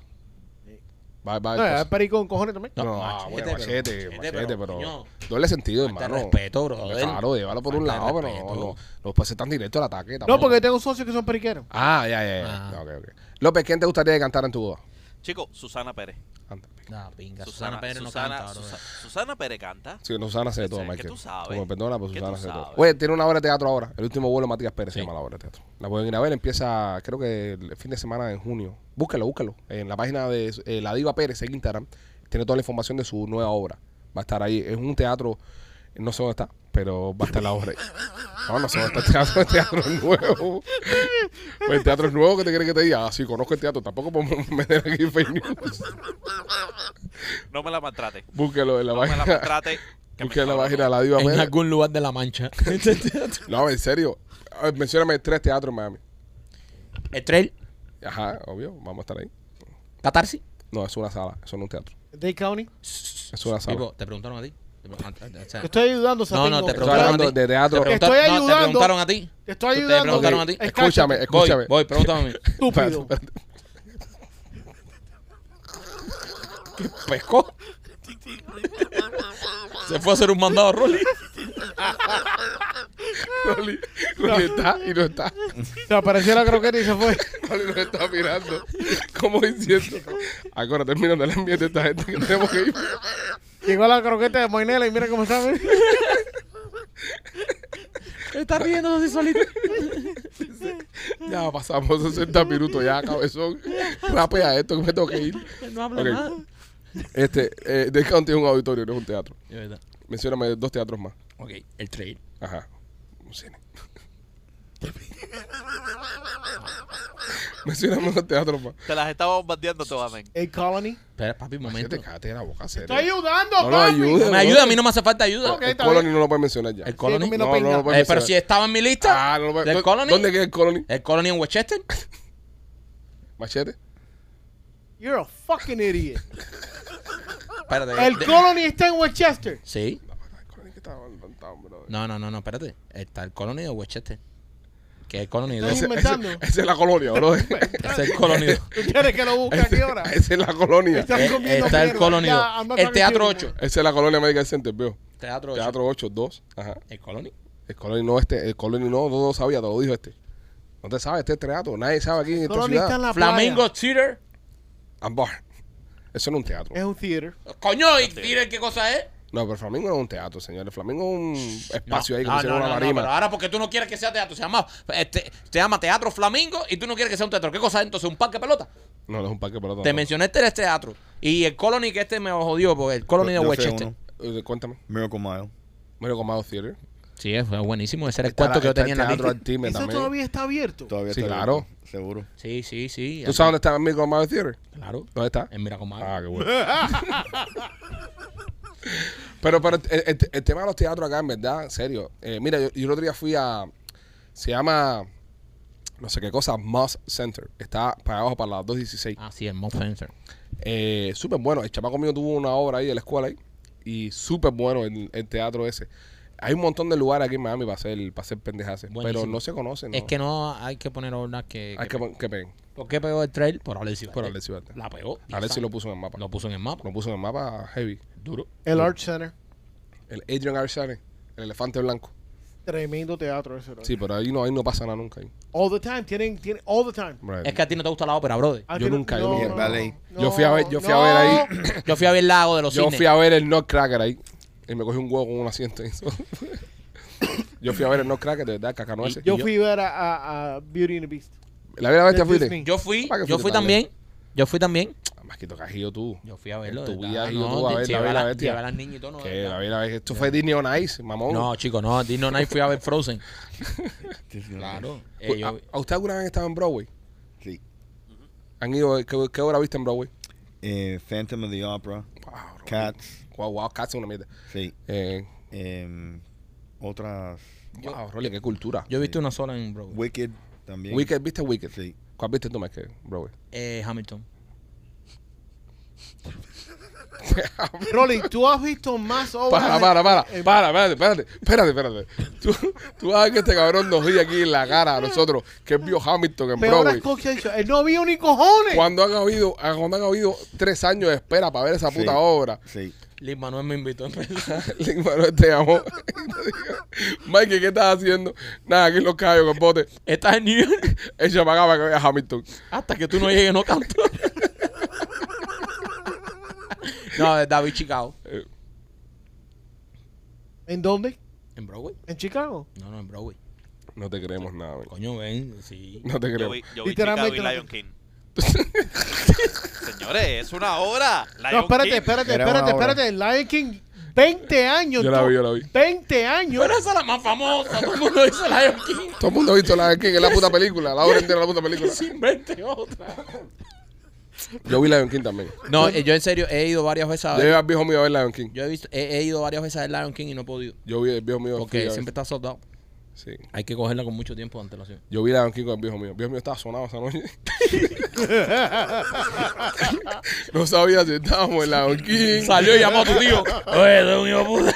Speaker 1: Va, va pues, a
Speaker 5: No,
Speaker 1: haber
Speaker 5: es
Speaker 1: cosas.
Speaker 5: perico con cojones también.
Speaker 1: No,
Speaker 3: No,
Speaker 1: ah,
Speaker 3: machete,
Speaker 1: bueno,
Speaker 3: pero-
Speaker 1: machete, machete,
Speaker 3: machete,
Speaker 1: pero,
Speaker 3: pero, coño.
Speaker 1: doble sentido,
Speaker 3: Falta de
Speaker 1: hermano.
Speaker 3: respeto, brother.
Speaker 1: Claro, llévalo por
Speaker 3: Falta
Speaker 1: un
Speaker 3: de
Speaker 1: lado, pero no,
Speaker 3: respeto.
Speaker 1: no, no puede ser tan directo el ataque.
Speaker 5: No,
Speaker 1: tampoco.
Speaker 5: porque tengo socios que son periqueros.
Speaker 1: Ah, ya, ya, ya.
Speaker 3: Ah.
Speaker 1: Ok, ok. López, ¿quién te gustaría que cantara en tu boda?
Speaker 6: Chico, Susana Pérez.
Speaker 1: Anda, pico.
Speaker 3: Nah, pinga.
Speaker 6: Susana,
Speaker 3: Susana, Pérez no
Speaker 6: Susana-
Speaker 3: canta, bro.
Speaker 6: Susa- Susana Pérez canta.
Speaker 1: Sí, no, Susana hace de
Speaker 6: Ese,
Speaker 1: todo,
Speaker 6: que
Speaker 1: Michael.
Speaker 6: tú sabes.
Speaker 1: Como perdona, pero
Speaker 6: Que
Speaker 1: Susana
Speaker 6: tú
Speaker 1: hace de todo.
Speaker 6: sabes.
Speaker 1: Oye, tiene una obra de teatro ahora. El último vuelo de Matías Pérez se
Speaker 3: Sí.
Speaker 1: llama la obra de teatro. La pueden ir a ver. Empieza, creo que el fin de semana en junio. Búscalo, búscalo. En la página de eh, La Diva Pérez en Instagram. Tiene toda la información de su nueva obra. Va a estar ahí. Es un teatro, no sé dónde está, pero va a estar la obra ahí. No, no sé dónde está el teatro. El teatro es nuevo. Pues el teatro es nuevo. ¿Qué te crees que te diga? Ah, sí, conozco el teatro. Tampoco podemos meter aquí fake news.
Speaker 6: No me la maltrate.
Speaker 1: Búscalo en la
Speaker 6: No me la
Speaker 1: página.
Speaker 6: maltrate. que me
Speaker 1: Búscalo en la
Speaker 6: cabrón.
Speaker 1: página de La Diva
Speaker 3: En
Speaker 1: Pérez.
Speaker 3: algún lugar de La Mancha.
Speaker 1: No, en serio. A ver, Mencióname tres teatros en Miami.
Speaker 3: el trail,
Speaker 1: Ajá, obvio, vamos a estar ahí.
Speaker 3: Catarsis.
Speaker 1: No, es una sala, eso no es un teatro.
Speaker 5: Dade County.
Speaker 1: Es una sala.
Speaker 3: Tipo, te preguntaron a ti. Te preguntaron- o sea,
Speaker 5: Te estoy ayudando,
Speaker 3: No, no,
Speaker 5: Sapingo.
Speaker 3: te
Speaker 1: Estoy
Speaker 3: preguntaron
Speaker 1: hablando
Speaker 3: a ti.
Speaker 1: de teatro.
Speaker 3: Te preguntaron-
Speaker 5: Estoy
Speaker 3: no,
Speaker 5: ayudando.
Speaker 3: Te preguntaron a ti.
Speaker 5: Te estoy
Speaker 3: Te
Speaker 5: ayudando.
Speaker 3: preguntaron a ti.
Speaker 5: Escáchate,
Speaker 1: Escúchame, escúchame.
Speaker 3: Voy, voy, pregúntame a mí.
Speaker 5: Estúpido.
Speaker 1: Espérate, espérate. ¿Pescó?
Speaker 3: Se fue a hacer un mandado, Rolly.
Speaker 1: Rolly, Rolly está y no está.
Speaker 5: Se apareció la croqueta y se fue.
Speaker 1: Rolly nos está mirando. ¿Cómo diciendo? Ahora terminando el ambiente de esta gente que tenemos que ir.
Speaker 5: Llegó la croqueta de Moinela y mira cómo está. mira.
Speaker 3: Está riendo así solito.
Speaker 1: Ya pasamos 60 minutos ya, cabezón. Rapea esto que me tengo que ir.
Speaker 3: No habla
Speaker 1: Ok.
Speaker 3: nada.
Speaker 1: Este, eh, The County es un auditorio, no es un teatro.
Speaker 3: De verdad.
Speaker 1: Mencióname dos teatros más.
Speaker 3: Ok, el trail.
Speaker 1: Ajá. Un cine. Mencionamos los teatros más.
Speaker 6: Te las estaba bombardeando todas, men.
Speaker 5: Dade County.
Speaker 3: Espera, papi, un momento.
Speaker 1: Cállate, cállate la boca, serio.
Speaker 5: Estoy ayudando,
Speaker 1: No lo
Speaker 5: papi.
Speaker 1: ayudes.
Speaker 3: Me ayuda, a mí no me hace falta ayuda.
Speaker 5: Ok,
Speaker 1: El
Speaker 5: está
Speaker 1: Colony
Speaker 5: bien.
Speaker 1: no lo puedes mencionar ya.
Speaker 3: El
Speaker 5: Sigue
Speaker 3: Colony.
Speaker 5: comiendo
Speaker 1: No, no,
Speaker 5: pinga.
Speaker 1: no, pues.
Speaker 3: Eh, pero si estaba en mi lista.
Speaker 1: Ah, no lo puedes-
Speaker 3: ¿Del
Speaker 1: ¿dó-
Speaker 3: Colony?
Speaker 1: ¿Dónde queda el Colony?
Speaker 3: El Colony en Westchester.
Speaker 1: ¿Machete?
Speaker 5: You're a fucking idiot.
Speaker 3: Espérate.
Speaker 5: El
Speaker 3: de-
Speaker 5: Colony está en Westchester.
Speaker 3: Sí.
Speaker 1: ¿Qué estaba inventado, bro?
Speaker 3: No, no, no, no, espérate. Está el Colony de Westchester. Que es el Colony de
Speaker 5: Estás
Speaker 3: Ese
Speaker 5: inventando.
Speaker 1: Esa es la colonia, bro. Esa
Speaker 3: es el Colony de-
Speaker 5: ¿Tú quieres que lo busque a qué hora?
Speaker 1: es la colonia.
Speaker 5: Estás
Speaker 3: Eh,
Speaker 5: comiendo
Speaker 3: Está el
Speaker 5: mierda.
Speaker 3: Colony
Speaker 5: Ya,
Speaker 3: 2.
Speaker 5: I'm not
Speaker 3: El
Speaker 5: talking
Speaker 3: Teatro
Speaker 5: to you
Speaker 3: 8.
Speaker 1: Esa es la colonia Medical Center, veo.
Speaker 3: Teatro 8.
Speaker 1: Teatro 8, 2. Ajá.
Speaker 3: El Colony.
Speaker 1: El Colony no este, el Colony no, no lo sabía, te lo dijo este. No te sabe este teatro, nadie sabe aquí en esta
Speaker 5: Colony está en
Speaker 1: ciudad.
Speaker 5: la
Speaker 3: Flamingo
Speaker 5: playa.
Speaker 3: Theater.
Speaker 1: And bar. Eso no es un teatro.
Speaker 5: Es un theater.
Speaker 3: Coño, ¿y Theater qué cosa es?
Speaker 1: No, pero Flamingo no es un teatro, señores. Flamingo es un
Speaker 3: No,
Speaker 1: espacio ahí que
Speaker 3: no,
Speaker 1: pusieron
Speaker 3: Ah, no,
Speaker 1: una
Speaker 3: no, no,
Speaker 1: marima.
Speaker 3: pero ahora porque tú no quieres que sea teatro, se llama, este, se llama Teatro Flamingo y tú no quieres que sea un teatro. ¿Qué cosa es entonces? ¿Un parque de pelota?
Speaker 1: no, no es un parque de pelota.
Speaker 3: Te
Speaker 1: no.
Speaker 3: mencioné este es teatro. Y el Colony que este me jodió porque el Colony
Speaker 4: Yo-
Speaker 3: de
Speaker 4: yo sé
Speaker 3: Westchester.
Speaker 4: uno.
Speaker 1: Eh, Cuéntame.
Speaker 4: Miracle Mile.
Speaker 1: Mero Comado Theater.
Speaker 3: Sí, es- fue buenísimo. Ese era el
Speaker 1: Está
Speaker 3: cuarto
Speaker 1: la-
Speaker 3: que yo
Speaker 1: está
Speaker 3: tenía en la
Speaker 1: el teatro
Speaker 3: lista.
Speaker 1: Artime
Speaker 5: Eso
Speaker 1: también.
Speaker 5: todavía está abierto.
Speaker 4: Todavía
Speaker 1: Sí,
Speaker 4: está
Speaker 1: claro.
Speaker 4: abierto, Seguro.
Speaker 3: Sí, sí, sí.
Speaker 1: ¿Tú sabes dónde está el Mero Comado Theater?
Speaker 3: Claro.
Speaker 1: ¿Dónde está?
Speaker 3: En Miracomar.
Speaker 1: Ah, qué bueno. pero pero el, el- el tema de los teatros acá, en verdad, en serio. Eh, mira, yo, yo el otro día fui a. Se llama. No sé qué cosa, Moss Center. Está para abajo, para las 216.
Speaker 3: Ah, sí, en Mount Fencer.
Speaker 1: Eh, súper bueno. El chamaco mío tuvo una obra ahí de la escuela ahí. Y súper bueno el, el teatro ese. Hay un montón de lugares aquí en Miami para hacer, para hacer pendejas. Pero
Speaker 3: Buenísimo.
Speaker 1: no se conocen. ¿no?
Speaker 3: Es que no hay que poner orden que,
Speaker 1: Hay
Speaker 3: que-
Speaker 1: que, pon- que peguen.
Speaker 3: ¿Por qué pegó el trail? Por Alexis
Speaker 1: Por
Speaker 3: Valdés.
Speaker 1: Alexis Valdés.
Speaker 3: La pegó. ya
Speaker 1: Alexis
Speaker 3: está.
Speaker 1: lo puso en el mapa.
Speaker 3: Lo puso en el mapa.
Speaker 1: Lo puso en el mapa heavy.
Speaker 3: Duro.
Speaker 5: El Arch Center.
Speaker 1: El Adrian Arsene, el elefante blanco.
Speaker 5: Tremendo teatro ese. ¿no?
Speaker 1: Sí, pero ahí no, ahí no pasa nada nunca. ahí.
Speaker 5: All the time. Tienen, tienen, all the time.
Speaker 1: Right.
Speaker 3: Es que a ti no te gusta la ópera, brother.
Speaker 5: Ah,
Speaker 1: Yo
Speaker 5: tiene-
Speaker 1: nunca, yo
Speaker 5: no,
Speaker 1: nunca.
Speaker 5: no,
Speaker 4: Ballet.
Speaker 5: no,
Speaker 1: Yo fui a ver- yo fui a
Speaker 5: no.
Speaker 1: ver ahí.
Speaker 3: Yo fui a ver Lago de los
Speaker 1: Yo
Speaker 3: Cisnes.
Speaker 1: fui a ver el No Cracker ahí y me cogí un huevo con un asiento. ahí. yo fui a ver el No Cracker, de verdad, cacano ese.
Speaker 5: Yo fui a ver a, a- a Beauty and the Beast.
Speaker 1: ¿La vi la bestia
Speaker 5: de
Speaker 1: fuiste?
Speaker 5: Disney.
Speaker 3: Yo fui,
Speaker 1: ¿Para qué
Speaker 3: yo
Speaker 1: fuiste
Speaker 3: fui
Speaker 1: también?
Speaker 3: también. Yo fui también.
Speaker 1: Ah, Más que tocajillo tú.
Speaker 3: Yo fui a verlo.
Speaker 1: Tu
Speaker 3: de
Speaker 1: vida
Speaker 3: verdad,
Speaker 1: y yo tú a
Speaker 3: de-
Speaker 1: ver la
Speaker 3: llevar
Speaker 1: Bella
Speaker 3: a-
Speaker 1: Bestia.
Speaker 3: llevar a las niñas y todo, no, de
Speaker 1: Que
Speaker 3: verdad.
Speaker 1: la vi la bestia. Esto fue Disney on Ice, mamón.
Speaker 3: No, chico, no. Dino Night fui a ver Frozen. claro. Eh,
Speaker 1: Pues, ¿A,
Speaker 3: yo-
Speaker 1: a usted alguna vez han estado en Broadway?
Speaker 4: Sí.
Speaker 1: ¿Han ido? ¿Qué, qué obra viste en Broadway?
Speaker 4: Eh, Phantom of the Opera.
Speaker 1: Wow, bro.
Speaker 4: Cats.
Speaker 1: Wow, wow, Cats es una mierda.
Speaker 4: Sí.
Speaker 1: Eh,
Speaker 4: Em, otras.
Speaker 1: wow, Rolly, qué cultura.
Speaker 3: yo he visto una sola en Broadway.
Speaker 4: Wicked también.
Speaker 1: Wicked, ¿viste Wicked?
Speaker 4: Sí.
Speaker 1: ¿Cuál viste tú más que Broadway?
Speaker 3: Eh, Hamilton.
Speaker 5: Rolly, tú has visto más obras.
Speaker 1: Para,
Speaker 5: de-
Speaker 1: para, para,
Speaker 5: eh,
Speaker 1: para, espérate, espérate, espérate, espérate. Tú, tú sabes que este cabrón nos ríe aquí en la cara a nosotros, que él vio Hamilton en
Speaker 5: Peores
Speaker 1: Broadway.
Speaker 5: cosas que ha dicho. Él Eh, no vio ni cojones.
Speaker 1: Cuando han habido, cuando han habido tres años de espera para ver esa puta
Speaker 4: Sí.
Speaker 1: obra.
Speaker 4: Sí.
Speaker 3: Liz Manuel me invitó a empezar.
Speaker 1: Lin Manuel te llamó. Mike, ¿qué estás haciendo? Nada, aquí en los callos con bote.
Speaker 3: Estás en New York.
Speaker 1: Él se pagaba que veía Hamilton.
Speaker 3: Hasta que tú no llegues, no canto. no, es David Chicago.
Speaker 5: ¿En dónde?
Speaker 3: ¿En Broadway?
Speaker 5: En Chicago.
Speaker 3: No, no, en Broadway.
Speaker 1: No te creemos nada, güey.
Speaker 3: Coño, ven. Sí.
Speaker 1: No te
Speaker 6: Yo
Speaker 1: creemos.
Speaker 6: vi, yo vi Chicago
Speaker 5: Literalmente
Speaker 6: y
Speaker 5: no-
Speaker 6: Lion King. Señores, es una obra. Lion
Speaker 5: No, espérate,
Speaker 6: King.
Speaker 5: espérate,
Speaker 4: Era
Speaker 5: espérate,
Speaker 4: una obra.
Speaker 5: espérate. Lion King, 20 años.
Speaker 1: Yo la
Speaker 5: tú.
Speaker 1: vi, yo la vi.
Speaker 5: 20 años.
Speaker 3: Pero esa es la más famosa. Todo el mundo dice Lion King.
Speaker 1: Todo el mundo ha visto la King en la puta película, la obra entera de la puta película.
Speaker 3: Se invente otra.
Speaker 1: Yo vi Lion King también.
Speaker 3: No, eh, yo en serio he ido varias veces a
Speaker 1: Yo
Speaker 3: ver.
Speaker 1: iba al viejo mío a ver Lion King.
Speaker 3: Yo he, visto, he, he ido varias veces a ver Lion King y no he podido.
Speaker 1: Yo vi el viejo mío. fui
Speaker 3: Porque
Speaker 1: a ver-
Speaker 3: siempre está soldado.
Speaker 1: Sí.
Speaker 3: Hay que cogerla con mucho tiempo de antelación.
Speaker 1: Yo vi Lion King con el viejo mío. El viejo mío estaba sonado esa noche. no sabía si estábamos en Lion King.
Speaker 3: Salió y llamó a tu tío. Oye, de un hijo de puta.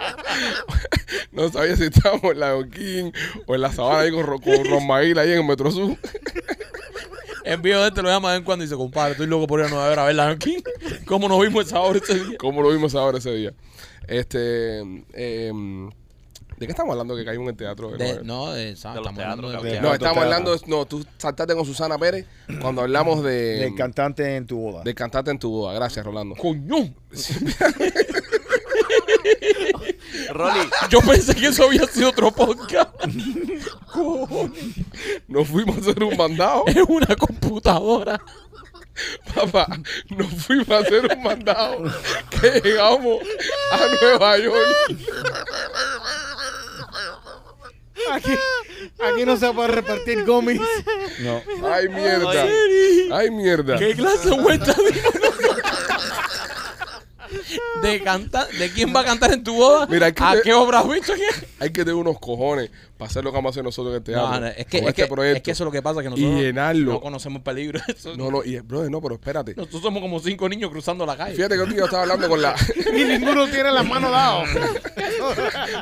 Speaker 1: No sabía si estábamos en Lion King o en la sabana ahí con, Ro- con Rosmail ahí en el Metro Sur.
Speaker 3: Envío de este lo llama de vez en cuando y dice, compadre, estoy loco por ir a Nueva York a ver Lion King. ¿Cómo nos vimos esa hora ese día?
Speaker 1: Como lo vimos ahora ese día. Este. em, ¿De qué estamos hablando que caímos en el teatro? de
Speaker 3: De-
Speaker 1: nuevo?
Speaker 3: no, de, sa-
Speaker 6: De los
Speaker 3: estamos hablando
Speaker 6: teatros,
Speaker 3: de-
Speaker 4: de-
Speaker 1: no,
Speaker 4: Teatro,
Speaker 1: estamos
Speaker 4: teatro.
Speaker 1: hablando. No, tú saltaste con Susana Pérez cuando hablamos de.
Speaker 4: Del cantante en tu boda.
Speaker 1: em, de cantante en tu boda. Gracias, Rolando.
Speaker 3: ¡Coño!
Speaker 6: Rolly,
Speaker 3: Yo pensé que eso había sido otro podcast.
Speaker 1: Nos fuimos a hacer un mandado.
Speaker 3: Es una computadora.
Speaker 1: Papá, nos fuimos a hacer un mandado que llegamos a Nueva York.
Speaker 5: Aquí, aquí no se puede repartir gomis.
Speaker 4: No.
Speaker 1: Ay, mierda. Ay, mierda.
Speaker 3: ¿Qué clase de vuelta dimos? de cantar, de quién va a cantar en tu boda,
Speaker 1: Mira, hay que
Speaker 3: a
Speaker 1: ver-
Speaker 3: qué obra has visto. ¿Qué?
Speaker 1: Hay que tener unos cojones para hacer lo que vamos a hacer nosotros en el teatro.
Speaker 3: No, no, es,
Speaker 1: con
Speaker 3: que, es,
Speaker 1: este
Speaker 3: que,
Speaker 1: proyecto.
Speaker 3: es que eso es lo que pasa, que
Speaker 1: y
Speaker 3: nosotros
Speaker 1: llenarlo.
Speaker 3: no conocemos el peligro. Eso-
Speaker 1: No, no, y brother, no, pero espérate.
Speaker 3: Nosotros somos como cinco niños cruzando la calle.
Speaker 1: Fíjate que otro día yo estaba hablando con la.
Speaker 5: Y ninguno tiene las manos dadas.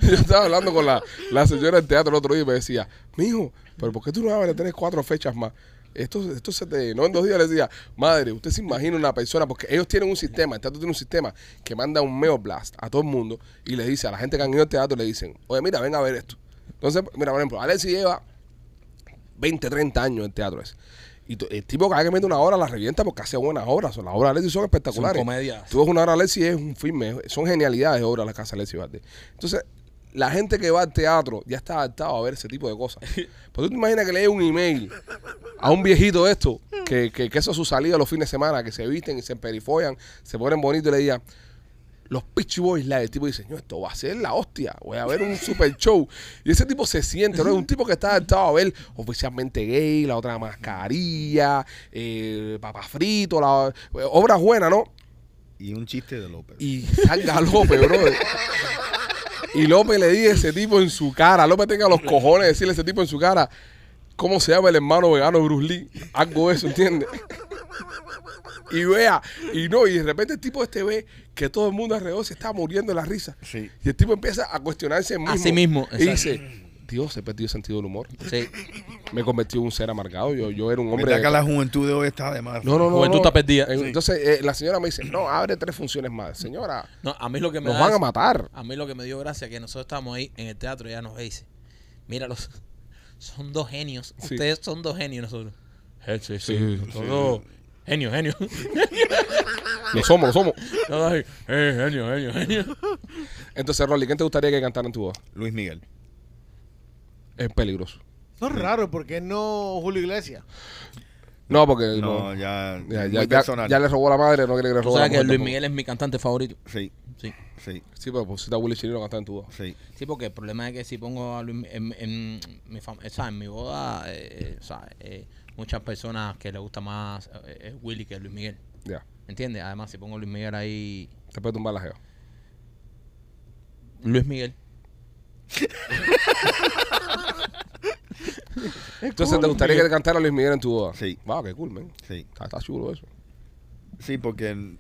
Speaker 1: yo estaba hablando con la, la señora del teatro el otro día y me decía, mijo, pero ¿por qué tú no vas a tener cuatro fechas más? Esto, esto se te. No en dos días le decía, madre, usted se imagina una persona, porque ellos tienen un sistema, el teatro tiene un sistema que manda un mail blast a todo el mundo y le dice a la gente que han ido al teatro, le dicen, oye, mira, ven a ver esto. Entonces, mira, por ejemplo, Alexi lleva 20, 30 años en teatro ese. Y to- el tipo cada vez que mete una obra la revienta porque hace buenas obras. Son- Las obras de Alexis son espectaculares.
Speaker 3: Son comedias.
Speaker 1: Tú ves una obra de Alexis y es un filme. es- Son genialidades de obras las que hace Alexis Valdés. Entonces, la gente que va al teatro ya está adaptado a ver ese tipo de cosas. Pero tú te imaginas que lees un email a un viejito de esto, que, que, que eso es su salida los fines de semana, que se visten y se emperifollan, se ponen bonitos y le digan, los Pitch Boys Live. El tipo dice, no, esto va a ser la hostia. Voy a ver un super show. Y ese tipo se siente, ¿no? Es un tipo que está adaptado a ver oficialmente gay, la otra mascarilla, eh, papa frito, la, obras buenas, ¿no?
Speaker 4: Y un chiste de López.
Speaker 1: Y salga López, bro. Y López le dice a ese tipo en su cara. López tenga los cojones de decirle a ese tipo en su cara. ¿Cómo se llama el hermano vegano de Bruce Lee? Algo de eso, ¿entiendes? Y vea, y no, y de repente el tipo este ve que todo el mundo alrededor se está muriendo de la risa.
Speaker 4: Sí.
Speaker 1: Y el tipo empieza a cuestionarse el mismo.
Speaker 3: A sí mismo,
Speaker 1: Y
Speaker 3: exacto.
Speaker 1: dice, Dios, he perdido el sentido del humor.
Speaker 3: Sí.
Speaker 1: Me convertí en un ser amargado. Yo, yo era un hombre...
Speaker 4: Hombre,
Speaker 1: de-
Speaker 4: acá la juventud de hoy está de más.
Speaker 1: No, no, no.
Speaker 3: Juventud
Speaker 1: no.
Speaker 3: está perdida.
Speaker 1: Eh,
Speaker 3: Sí.
Speaker 1: Entonces eh, la señora me dice, no, abre tres funciones más. Señora,
Speaker 3: No, a mí lo que me
Speaker 1: nos
Speaker 3: da
Speaker 1: van a
Speaker 3: es-
Speaker 1: matar.
Speaker 3: A mí lo que me dio gracia es que nosotros estábamos ahí en el teatro y ella nos dice, míralos, son dos genios.
Speaker 1: Sí.
Speaker 3: Ustedes son dos genios nosotros. "Eh, Sí, sí, nosotros genio, genio.
Speaker 1: Lo somos, lo somos.
Speaker 3: Nosotros ahí, "Eh, genio, genio, genio.
Speaker 1: Entonces, Rolly, ¿quién te gustaría que cantara en tu voz?
Speaker 4: Luis Miguel.
Speaker 1: Es peligroso.
Speaker 5: Eso es raro, porque no Julio Iglesias.
Speaker 1: No, porque
Speaker 4: No,
Speaker 1: no.
Speaker 4: ya.
Speaker 1: Ya,
Speaker 4: muy
Speaker 1: ya, ya,
Speaker 4: personal.
Speaker 1: ya le robó la madre, no quiere que le
Speaker 3: Tú
Speaker 1: robe la
Speaker 3: sabes que
Speaker 1: mujer
Speaker 3: Luis
Speaker 1: tampoco.
Speaker 3: Miguel es mi cantante favorito.
Speaker 4: Sí,
Speaker 3: Sí.
Speaker 4: sí,
Speaker 1: Sí, pero pues, si está Willy Chirino cantando en tu voz.
Speaker 4: sí.
Speaker 3: Sí, porque el problema es que si pongo a Luis Mi- en, en mi fam- eh, ¿sabes? en mi boda, eh, eh, ¿sabes? Eh, muchas personas que le gusta más eh, es Willy que Luis Miguel.
Speaker 1: Ya.
Speaker 3: ¿Entiendes? Además, si pongo a Luis Miguel ahí,
Speaker 1: Te puede tumbar la geo.
Speaker 3: Luis Miguel.
Speaker 1: Entonces, ¿te gustaría que te cantara Luis Miguel en tu boda?
Speaker 4: Sí.
Speaker 1: Wow, qué cool, man.
Speaker 4: Sí,
Speaker 1: Está, está chulo eso.
Speaker 4: sí, porque. el-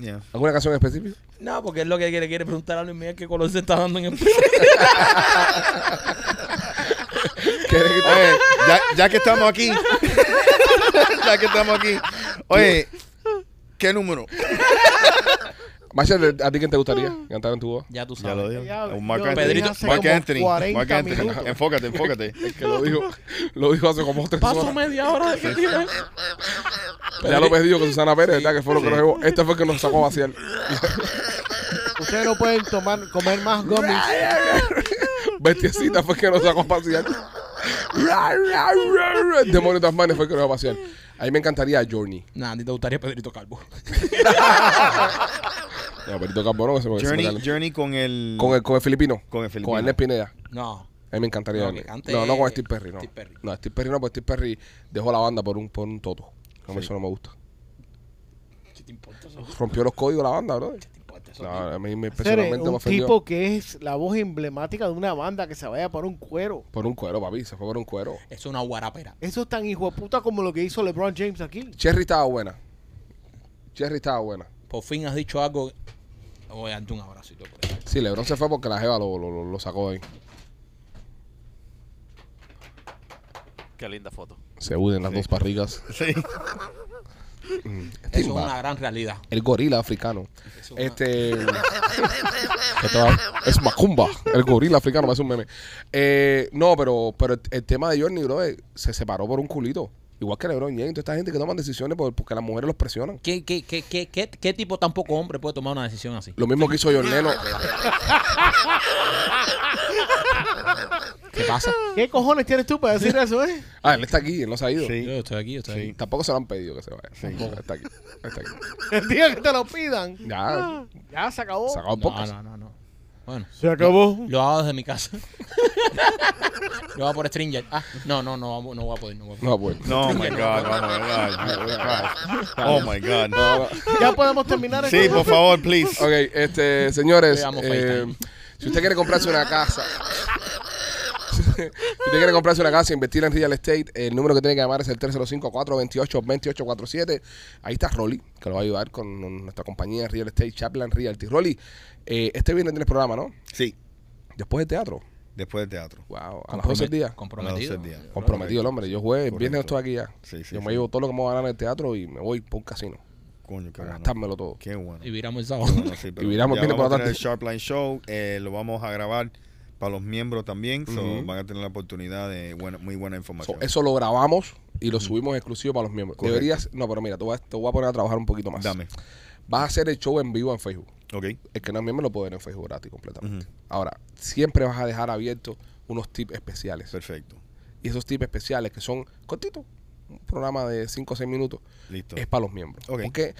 Speaker 4: Ya.
Speaker 1: ¿Alguna canción específica?
Speaker 3: No, porque es lo que le quiere preguntar a Luis Miguel qué color se está dando en el pelo.
Speaker 1: ¿Quieres que te-
Speaker 4: Oye, ya, ya que estamos aquí. ya que estamos aquí. Oye, ¿qué número?
Speaker 1: Machete, ¿a ti quién te gustaría cantar en tu boda?
Speaker 3: ya tú sabes.
Speaker 4: Ya lo digo.
Speaker 5: Ya,
Speaker 4: Un Mark
Speaker 5: yo lo
Speaker 4: Anthony.
Speaker 3: dije
Speaker 5: hace
Speaker 4: Mark
Speaker 5: como
Speaker 4: Anthony.
Speaker 5: 40
Speaker 4: Mark Anthony.
Speaker 5: minutos.
Speaker 4: Enfócate, enfócate.
Speaker 1: Es que lo dijo, lo dijo hace como tres
Speaker 3: Paso
Speaker 1: horas.
Speaker 3: media hora de que tiene.
Speaker 1: Ya lo pedí yo con Susana Pérez, ¿verdad? Que fue lo que nos llevó. Este fue el que nos sacó a vaciar.
Speaker 5: Ustedes no pueden tomar, comer más gummies.
Speaker 1: Bestiecita fue que nos sacó a pasear. Ra, ra, ra, ra. El demonio de Tasmania fue el que nos sacó a pasear. A mí me encantaría Journey.
Speaker 3: Nah, a ti te gustaría Pedrito Calvo.
Speaker 1: No, Perito Campo, no, que se me- se me
Speaker 4: Journey,
Speaker 1: calienta.
Speaker 4: Journey con el.
Speaker 1: Con el, con el filipino.
Speaker 4: Con el filipino.
Speaker 1: Con Ernest Pineda.
Speaker 3: No.
Speaker 1: A mí me encantaría
Speaker 3: No,
Speaker 1: Journey.
Speaker 3: que cante-
Speaker 1: No, no con Steve Perry, no.
Speaker 3: Steve Perry.
Speaker 1: No, Steve Perry no, porque Steve Perry dejó la banda por un, por un toto. A mí eso no me gusta.
Speaker 3: ¿Qué te importa eso?
Speaker 1: Rompió los códigos la banda, bro.
Speaker 3: ¿Qué te importa eso?
Speaker 1: No, a mí me
Speaker 5: Seres,
Speaker 1: personalmente me
Speaker 5: un
Speaker 1: ofendió.
Speaker 5: tipo que es la voz emblemática de una banda que se vaya por un cuero.
Speaker 1: Por un cuero, papi. Se fue por un cuero.
Speaker 3: Es una guarapera.
Speaker 5: Eso es tan hijo de puta como lo que hizo LeBron James aquí.
Speaker 1: Cherry estaba buena. Cherry estaba buena.
Speaker 3: Por fin has dicho algo. Voy a darte un abrazo y todo. por ahí.
Speaker 1: Sí, Lebron se fue porque la jeva lo, lo- lo- lo sacó de ahí.
Speaker 6: Qué linda foto.
Speaker 1: Se unen las dos barrigas.
Speaker 4: Sí.
Speaker 3: Eso
Speaker 1: Timba.
Speaker 3: es una gran realidad.
Speaker 1: El gorila africano.
Speaker 3: Eso es
Speaker 1: Este. que te va- es Macumba. El gorila africano, parece un meme. Eh, no, pero, pero el, el tema de Johnny, bro, eh, se separó por un culito. Igual que LeBron James, toda esta gente que toman decisiones por- porque las mujeres los presionan.
Speaker 3: ¿Qué, qué, qué, qué, qué, qué tipo tan poco hombre puede tomar una decisión así?
Speaker 1: Lo mismo que hizo John Lennon.
Speaker 3: ¿Qué pasa?
Speaker 5: ¿Qué cojones tienes tú para decir eso, eh?
Speaker 1: Ah, él está aquí, él no se ha ido.
Speaker 4: Sí.
Speaker 3: Yo estoy aquí, yo estoy aquí.
Speaker 1: Tampoco se lo han pedido que se vaya. Está aquí. Está aquí.
Speaker 5: El día que te lo pidan.
Speaker 1: Ya.
Speaker 5: Ya se acabó.
Speaker 1: Se acabó el
Speaker 3: No,
Speaker 1: podcast.
Speaker 3: no, no, no. Bueno.
Speaker 5: Se acabó.
Speaker 3: Lo hago desde mi casa. lo hago por Stringer. Ah, no, no, no, vamos- no voy a poder. No voy a poder.
Speaker 1: No, bueno.
Speaker 4: No, my God, oh my God. Oh my God.
Speaker 5: Ya podemos terminar
Speaker 4: Sí,
Speaker 5: esto?
Speaker 4: por favor, please.
Speaker 1: Ok, este, señores,
Speaker 3: Veamos
Speaker 1: eh,
Speaker 3: FaceTime.
Speaker 1: si usted quiere comprarse una casa, si usted quiere comprarse una casa e invertir en real estate, el número que tiene que llamar es el 305-428-2847. Ahí está Rolly, que lo va a ayudar con nuestra compañía de real estate, Chaplin Realty. Rolly, eh, este viernes tienes programa, ¿no?
Speaker 4: Sí,
Speaker 1: Después de teatro.
Speaker 4: después del teatro.
Speaker 1: Wow, a las 12 del día.
Speaker 3: Comprometido.
Speaker 4: A las 12 del día.
Speaker 1: Comprometido el hombre. Yo jueves, el viernes
Speaker 4: Correcto.
Speaker 1: estoy aquí ya.
Speaker 4: Sí, sí,
Speaker 1: Yo me
Speaker 4: sí.
Speaker 1: llevo todo lo que me voy a ganar en el teatro y me voy por un casino.
Speaker 4: Coño, qué
Speaker 1: Para
Speaker 4: bueno.
Speaker 1: gastármelo todo.
Speaker 4: Qué bueno.
Speaker 3: Y viramos el sábado.
Speaker 4: Bueno, sí, pero
Speaker 1: Y viramos
Speaker 4: ya
Speaker 1: bien
Speaker 4: vamos a
Speaker 1: importante.
Speaker 4: tener el Sharpline Show, eh, lo vamos a grabar para los miembros también, so
Speaker 1: Ujú.
Speaker 4: van a tener la oportunidad de buena- muy buena
Speaker 1: So,
Speaker 4: información.
Speaker 1: eso lo grabamos y lo subimos exclusivo para los miembros.
Speaker 4: Correcto.
Speaker 1: Deberías, no, pero mira, te voy, a, te voy a poner a trabajar un poquito más.
Speaker 4: Dame.
Speaker 1: Vas a hacer el show en vivo en Facebook.
Speaker 4: Ok.
Speaker 1: El que no es miembro lo puede ver en Facebook gratis completamente. Ahora, siempre vas a dejar abiertos unos tips especiales.
Speaker 4: Perfecto.
Speaker 1: Y esos tips especiales que son cortitos, un programa de 5 o 6 minutos,
Speaker 4: Listo.
Speaker 1: es para los miembros.
Speaker 4: Ok.
Speaker 1: Porque,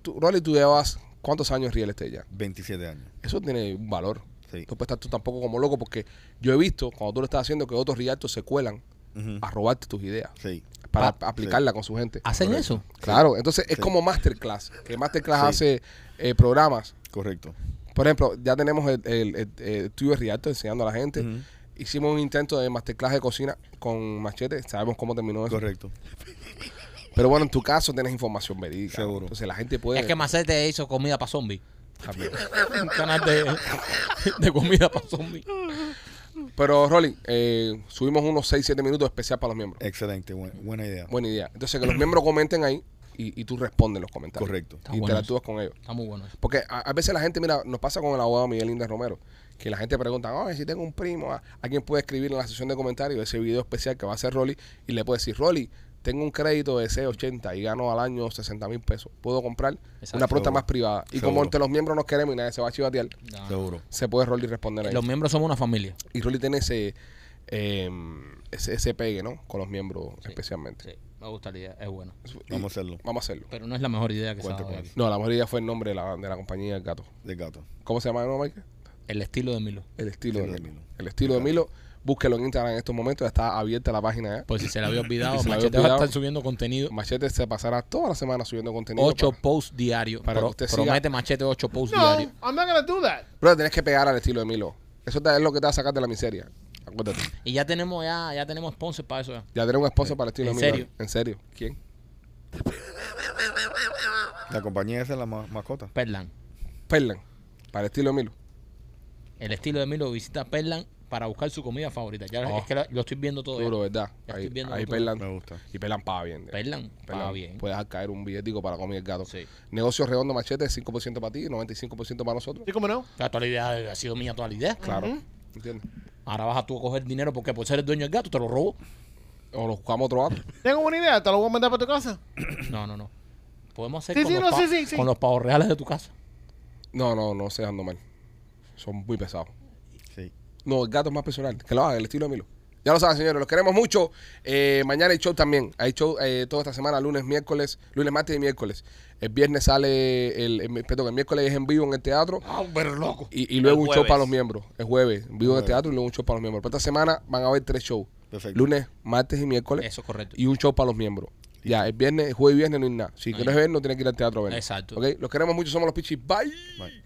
Speaker 1: tú, Rolly, tú llevas cuántos años en real estate ya.
Speaker 4: 27 años.
Speaker 1: Eso tiene un valor.
Speaker 4: Sí.
Speaker 1: No puedes estar tú tampoco como loco porque yo he visto cuando tú lo estás haciendo que otros realtos se cuelan
Speaker 4: Ujú.
Speaker 1: a robarte tus ideas
Speaker 4: Sí.
Speaker 1: para
Speaker 4: Ah,
Speaker 1: aplicarla con su gente.
Speaker 3: ¿Hacen eso?
Speaker 1: Claro, entonces es
Speaker 4: Sí.
Speaker 1: como Masterclass, que Masterclass
Speaker 4: Sí.
Speaker 1: hace eh, programas.
Speaker 4: Correcto.
Speaker 1: Por ejemplo, ya tenemos el, el, el, el tuyo de Rialto enseñando a la gente.
Speaker 4: Ujú.
Speaker 1: Hicimos un intento de Masterclass de cocina con machete, sabemos cómo terminó eso.
Speaker 4: Correcto.
Speaker 1: Pero bueno, en tu caso tienes información verídica.
Speaker 4: Seguro.
Speaker 1: Entonces la gente puede...
Speaker 3: Es que Macete hizo comida para zombies.
Speaker 1: También.
Speaker 3: Un canal de, de comida para zombies.
Speaker 1: Pero Rolly, eh, subimos unos 6-7 minutos especial para los miembros.
Speaker 4: Excelente. buen- buena idea.
Speaker 1: Buena idea. Entonces que los miembros comenten ahí y, y tú respondes los comentarios.
Speaker 4: Correcto.
Speaker 3: Está
Speaker 1: Y
Speaker 3: bueno
Speaker 1: interactúas con ellos.
Speaker 3: Está muy bueno. eso.
Speaker 1: Porque a, a veces la gente, mira, nos pasa con el abogado Miguel Inda Romero, que la gente pregunta, oh, si tengo un primo, ¿a, a quién puede escribir en la sección de comentarios ese video especial que va a hacer Rolly? Y le puede decir, Rolly, tengo un crédito de C80 y gano al año 60 mil pesos. Puedo comprar
Speaker 3: Exacto.
Speaker 1: una pregunta
Speaker 4: Seguro.
Speaker 1: más privada. Y como
Speaker 4: Seguro.
Speaker 1: entre los miembros nos queremos y nadie se va a chivatear,
Speaker 3: No.
Speaker 4: Seguro.
Speaker 1: se puede Rolly responder ahí.
Speaker 3: Los miembros somos una familia.
Speaker 1: Y Rolly tiene ese, eh, ese, ese pegue, ¿no? Con los miembros especialmente.
Speaker 3: Sí, me gusta la idea. Es bueno.
Speaker 1: Y
Speaker 4: Vamos a hacerlo.
Speaker 1: Vamos a hacerlo.
Speaker 3: Pero no es la mejor idea que se ha
Speaker 4: Cuenta
Speaker 3: dado
Speaker 4: con
Speaker 3: aquí.
Speaker 4: eso.
Speaker 1: No, la mejor idea fue el nombre de la, de la compañía del gato.
Speaker 4: De gato.
Speaker 1: ¿Cómo se llama, no, Mike?
Speaker 3: El estilo de Milo.
Speaker 1: El estilo de
Speaker 4: Estilo de
Speaker 1: Milo.
Speaker 4: Milo.
Speaker 1: El estilo de Milo. Búsquelo en Instagram en estos momentos. ya Está abierta la página ya.
Speaker 3: Por Pues si se le había olvidado,
Speaker 1: Si se le había
Speaker 3: Machete va a
Speaker 1: olvidado.
Speaker 3: estar subiendo contenido.
Speaker 1: Machete se pasará toda la semana subiendo contenido.
Speaker 3: 8
Speaker 1: para-
Speaker 3: posts diarios.
Speaker 1: para que
Speaker 3: Pro-
Speaker 1: usted siga-
Speaker 3: promete Machete 8 posts
Speaker 5: No,
Speaker 3: diarios.
Speaker 5: I'm not gonna do that.
Speaker 1: Pero tenés que pegar al estilo de Milo. Eso te- es lo que te va a sacar de la miseria. Acuérdate.
Speaker 3: Y ya tenemos ya, ya tenemos sponsors para eso. ya.
Speaker 1: Ya tenemos un sponsor para el estilo
Speaker 3: ¿En
Speaker 1: de Milo.
Speaker 3: serio?
Speaker 1: ¿En serio? ¿Quién?
Speaker 4: La compañía esa es la ma- mascota.
Speaker 3: Perlan.
Speaker 1: Perlan. Para el estilo de Milo.
Speaker 3: El estilo de Milo visita Perlan para buscar su comida favorita. Ya
Speaker 1: Oh.
Speaker 3: es que la- lo estoy viendo todo.
Speaker 1: Duro, ¿verdad?
Speaker 3: Ya
Speaker 1: Ahí,
Speaker 3: estoy viendo
Speaker 1: ahí
Speaker 3: otro.
Speaker 1: Perlan.
Speaker 4: Me gusta.
Speaker 1: Y Perlan paga bien. ¿eh?
Speaker 3: Perlan, paga bien.
Speaker 1: Puedes dejar caer un billetico para comer el gato.
Speaker 3: Sí.
Speaker 1: Negocio redondo machete, 5% para ti, 95% para nosotros.
Speaker 5: ¿Sí, cómo no?
Speaker 3: Ya toda la idea ha sido mía toda la idea.
Speaker 1: Claro. ¿Entiendes?
Speaker 3: Ahora vas a tú a coger dinero porque por ser el dueño del gato te lo robo.
Speaker 1: O nos buscamos otro gato.
Speaker 5: Tengo una idea, te lo voy a mandar para tu casa.
Speaker 3: No, no, no. Podemos hacer
Speaker 5: Sí,
Speaker 3: con,
Speaker 5: sí,
Speaker 3: los
Speaker 5: no,
Speaker 3: pa-
Speaker 5: sí, sí, sí.
Speaker 3: con los pavos reales de tu casa.
Speaker 1: No, no, no se ando mal. Son muy pesados.
Speaker 4: Sí.
Speaker 1: No, el gato es más personal. Que lo haga, el estilo de Milo. Ya lo saben, señores, los queremos mucho. Eh, mañana hay show también. Hay show eh, toda esta semana, lunes, miércoles, lunes, martes y miércoles. El viernes sale, el, el- perdón, el miércoles es en vivo en el teatro.
Speaker 3: Ah, pero loco.
Speaker 1: Y, y luego
Speaker 6: El
Speaker 1: un show
Speaker 6: jueves.
Speaker 1: para los miembros. El jueves, en vivo en el
Speaker 4: Jueves.
Speaker 1: teatro y luego un show para los miembros. Pero esta semana van a haber tres shows.
Speaker 4: Perfecto.
Speaker 1: Lunes, martes y miércoles.
Speaker 3: Eso es correcto.
Speaker 1: Y un show para los miembros. Ya, el viernes, el jueves y viernes no hay nada. Si
Speaker 3: No hay
Speaker 1: quieres
Speaker 3: nada.
Speaker 1: ver, no tienes que ir al teatro a ver.
Speaker 3: Exacto.
Speaker 1: ¿Ok? Los queremos mucho, somos los Pichis. Bye.
Speaker 4: Bye.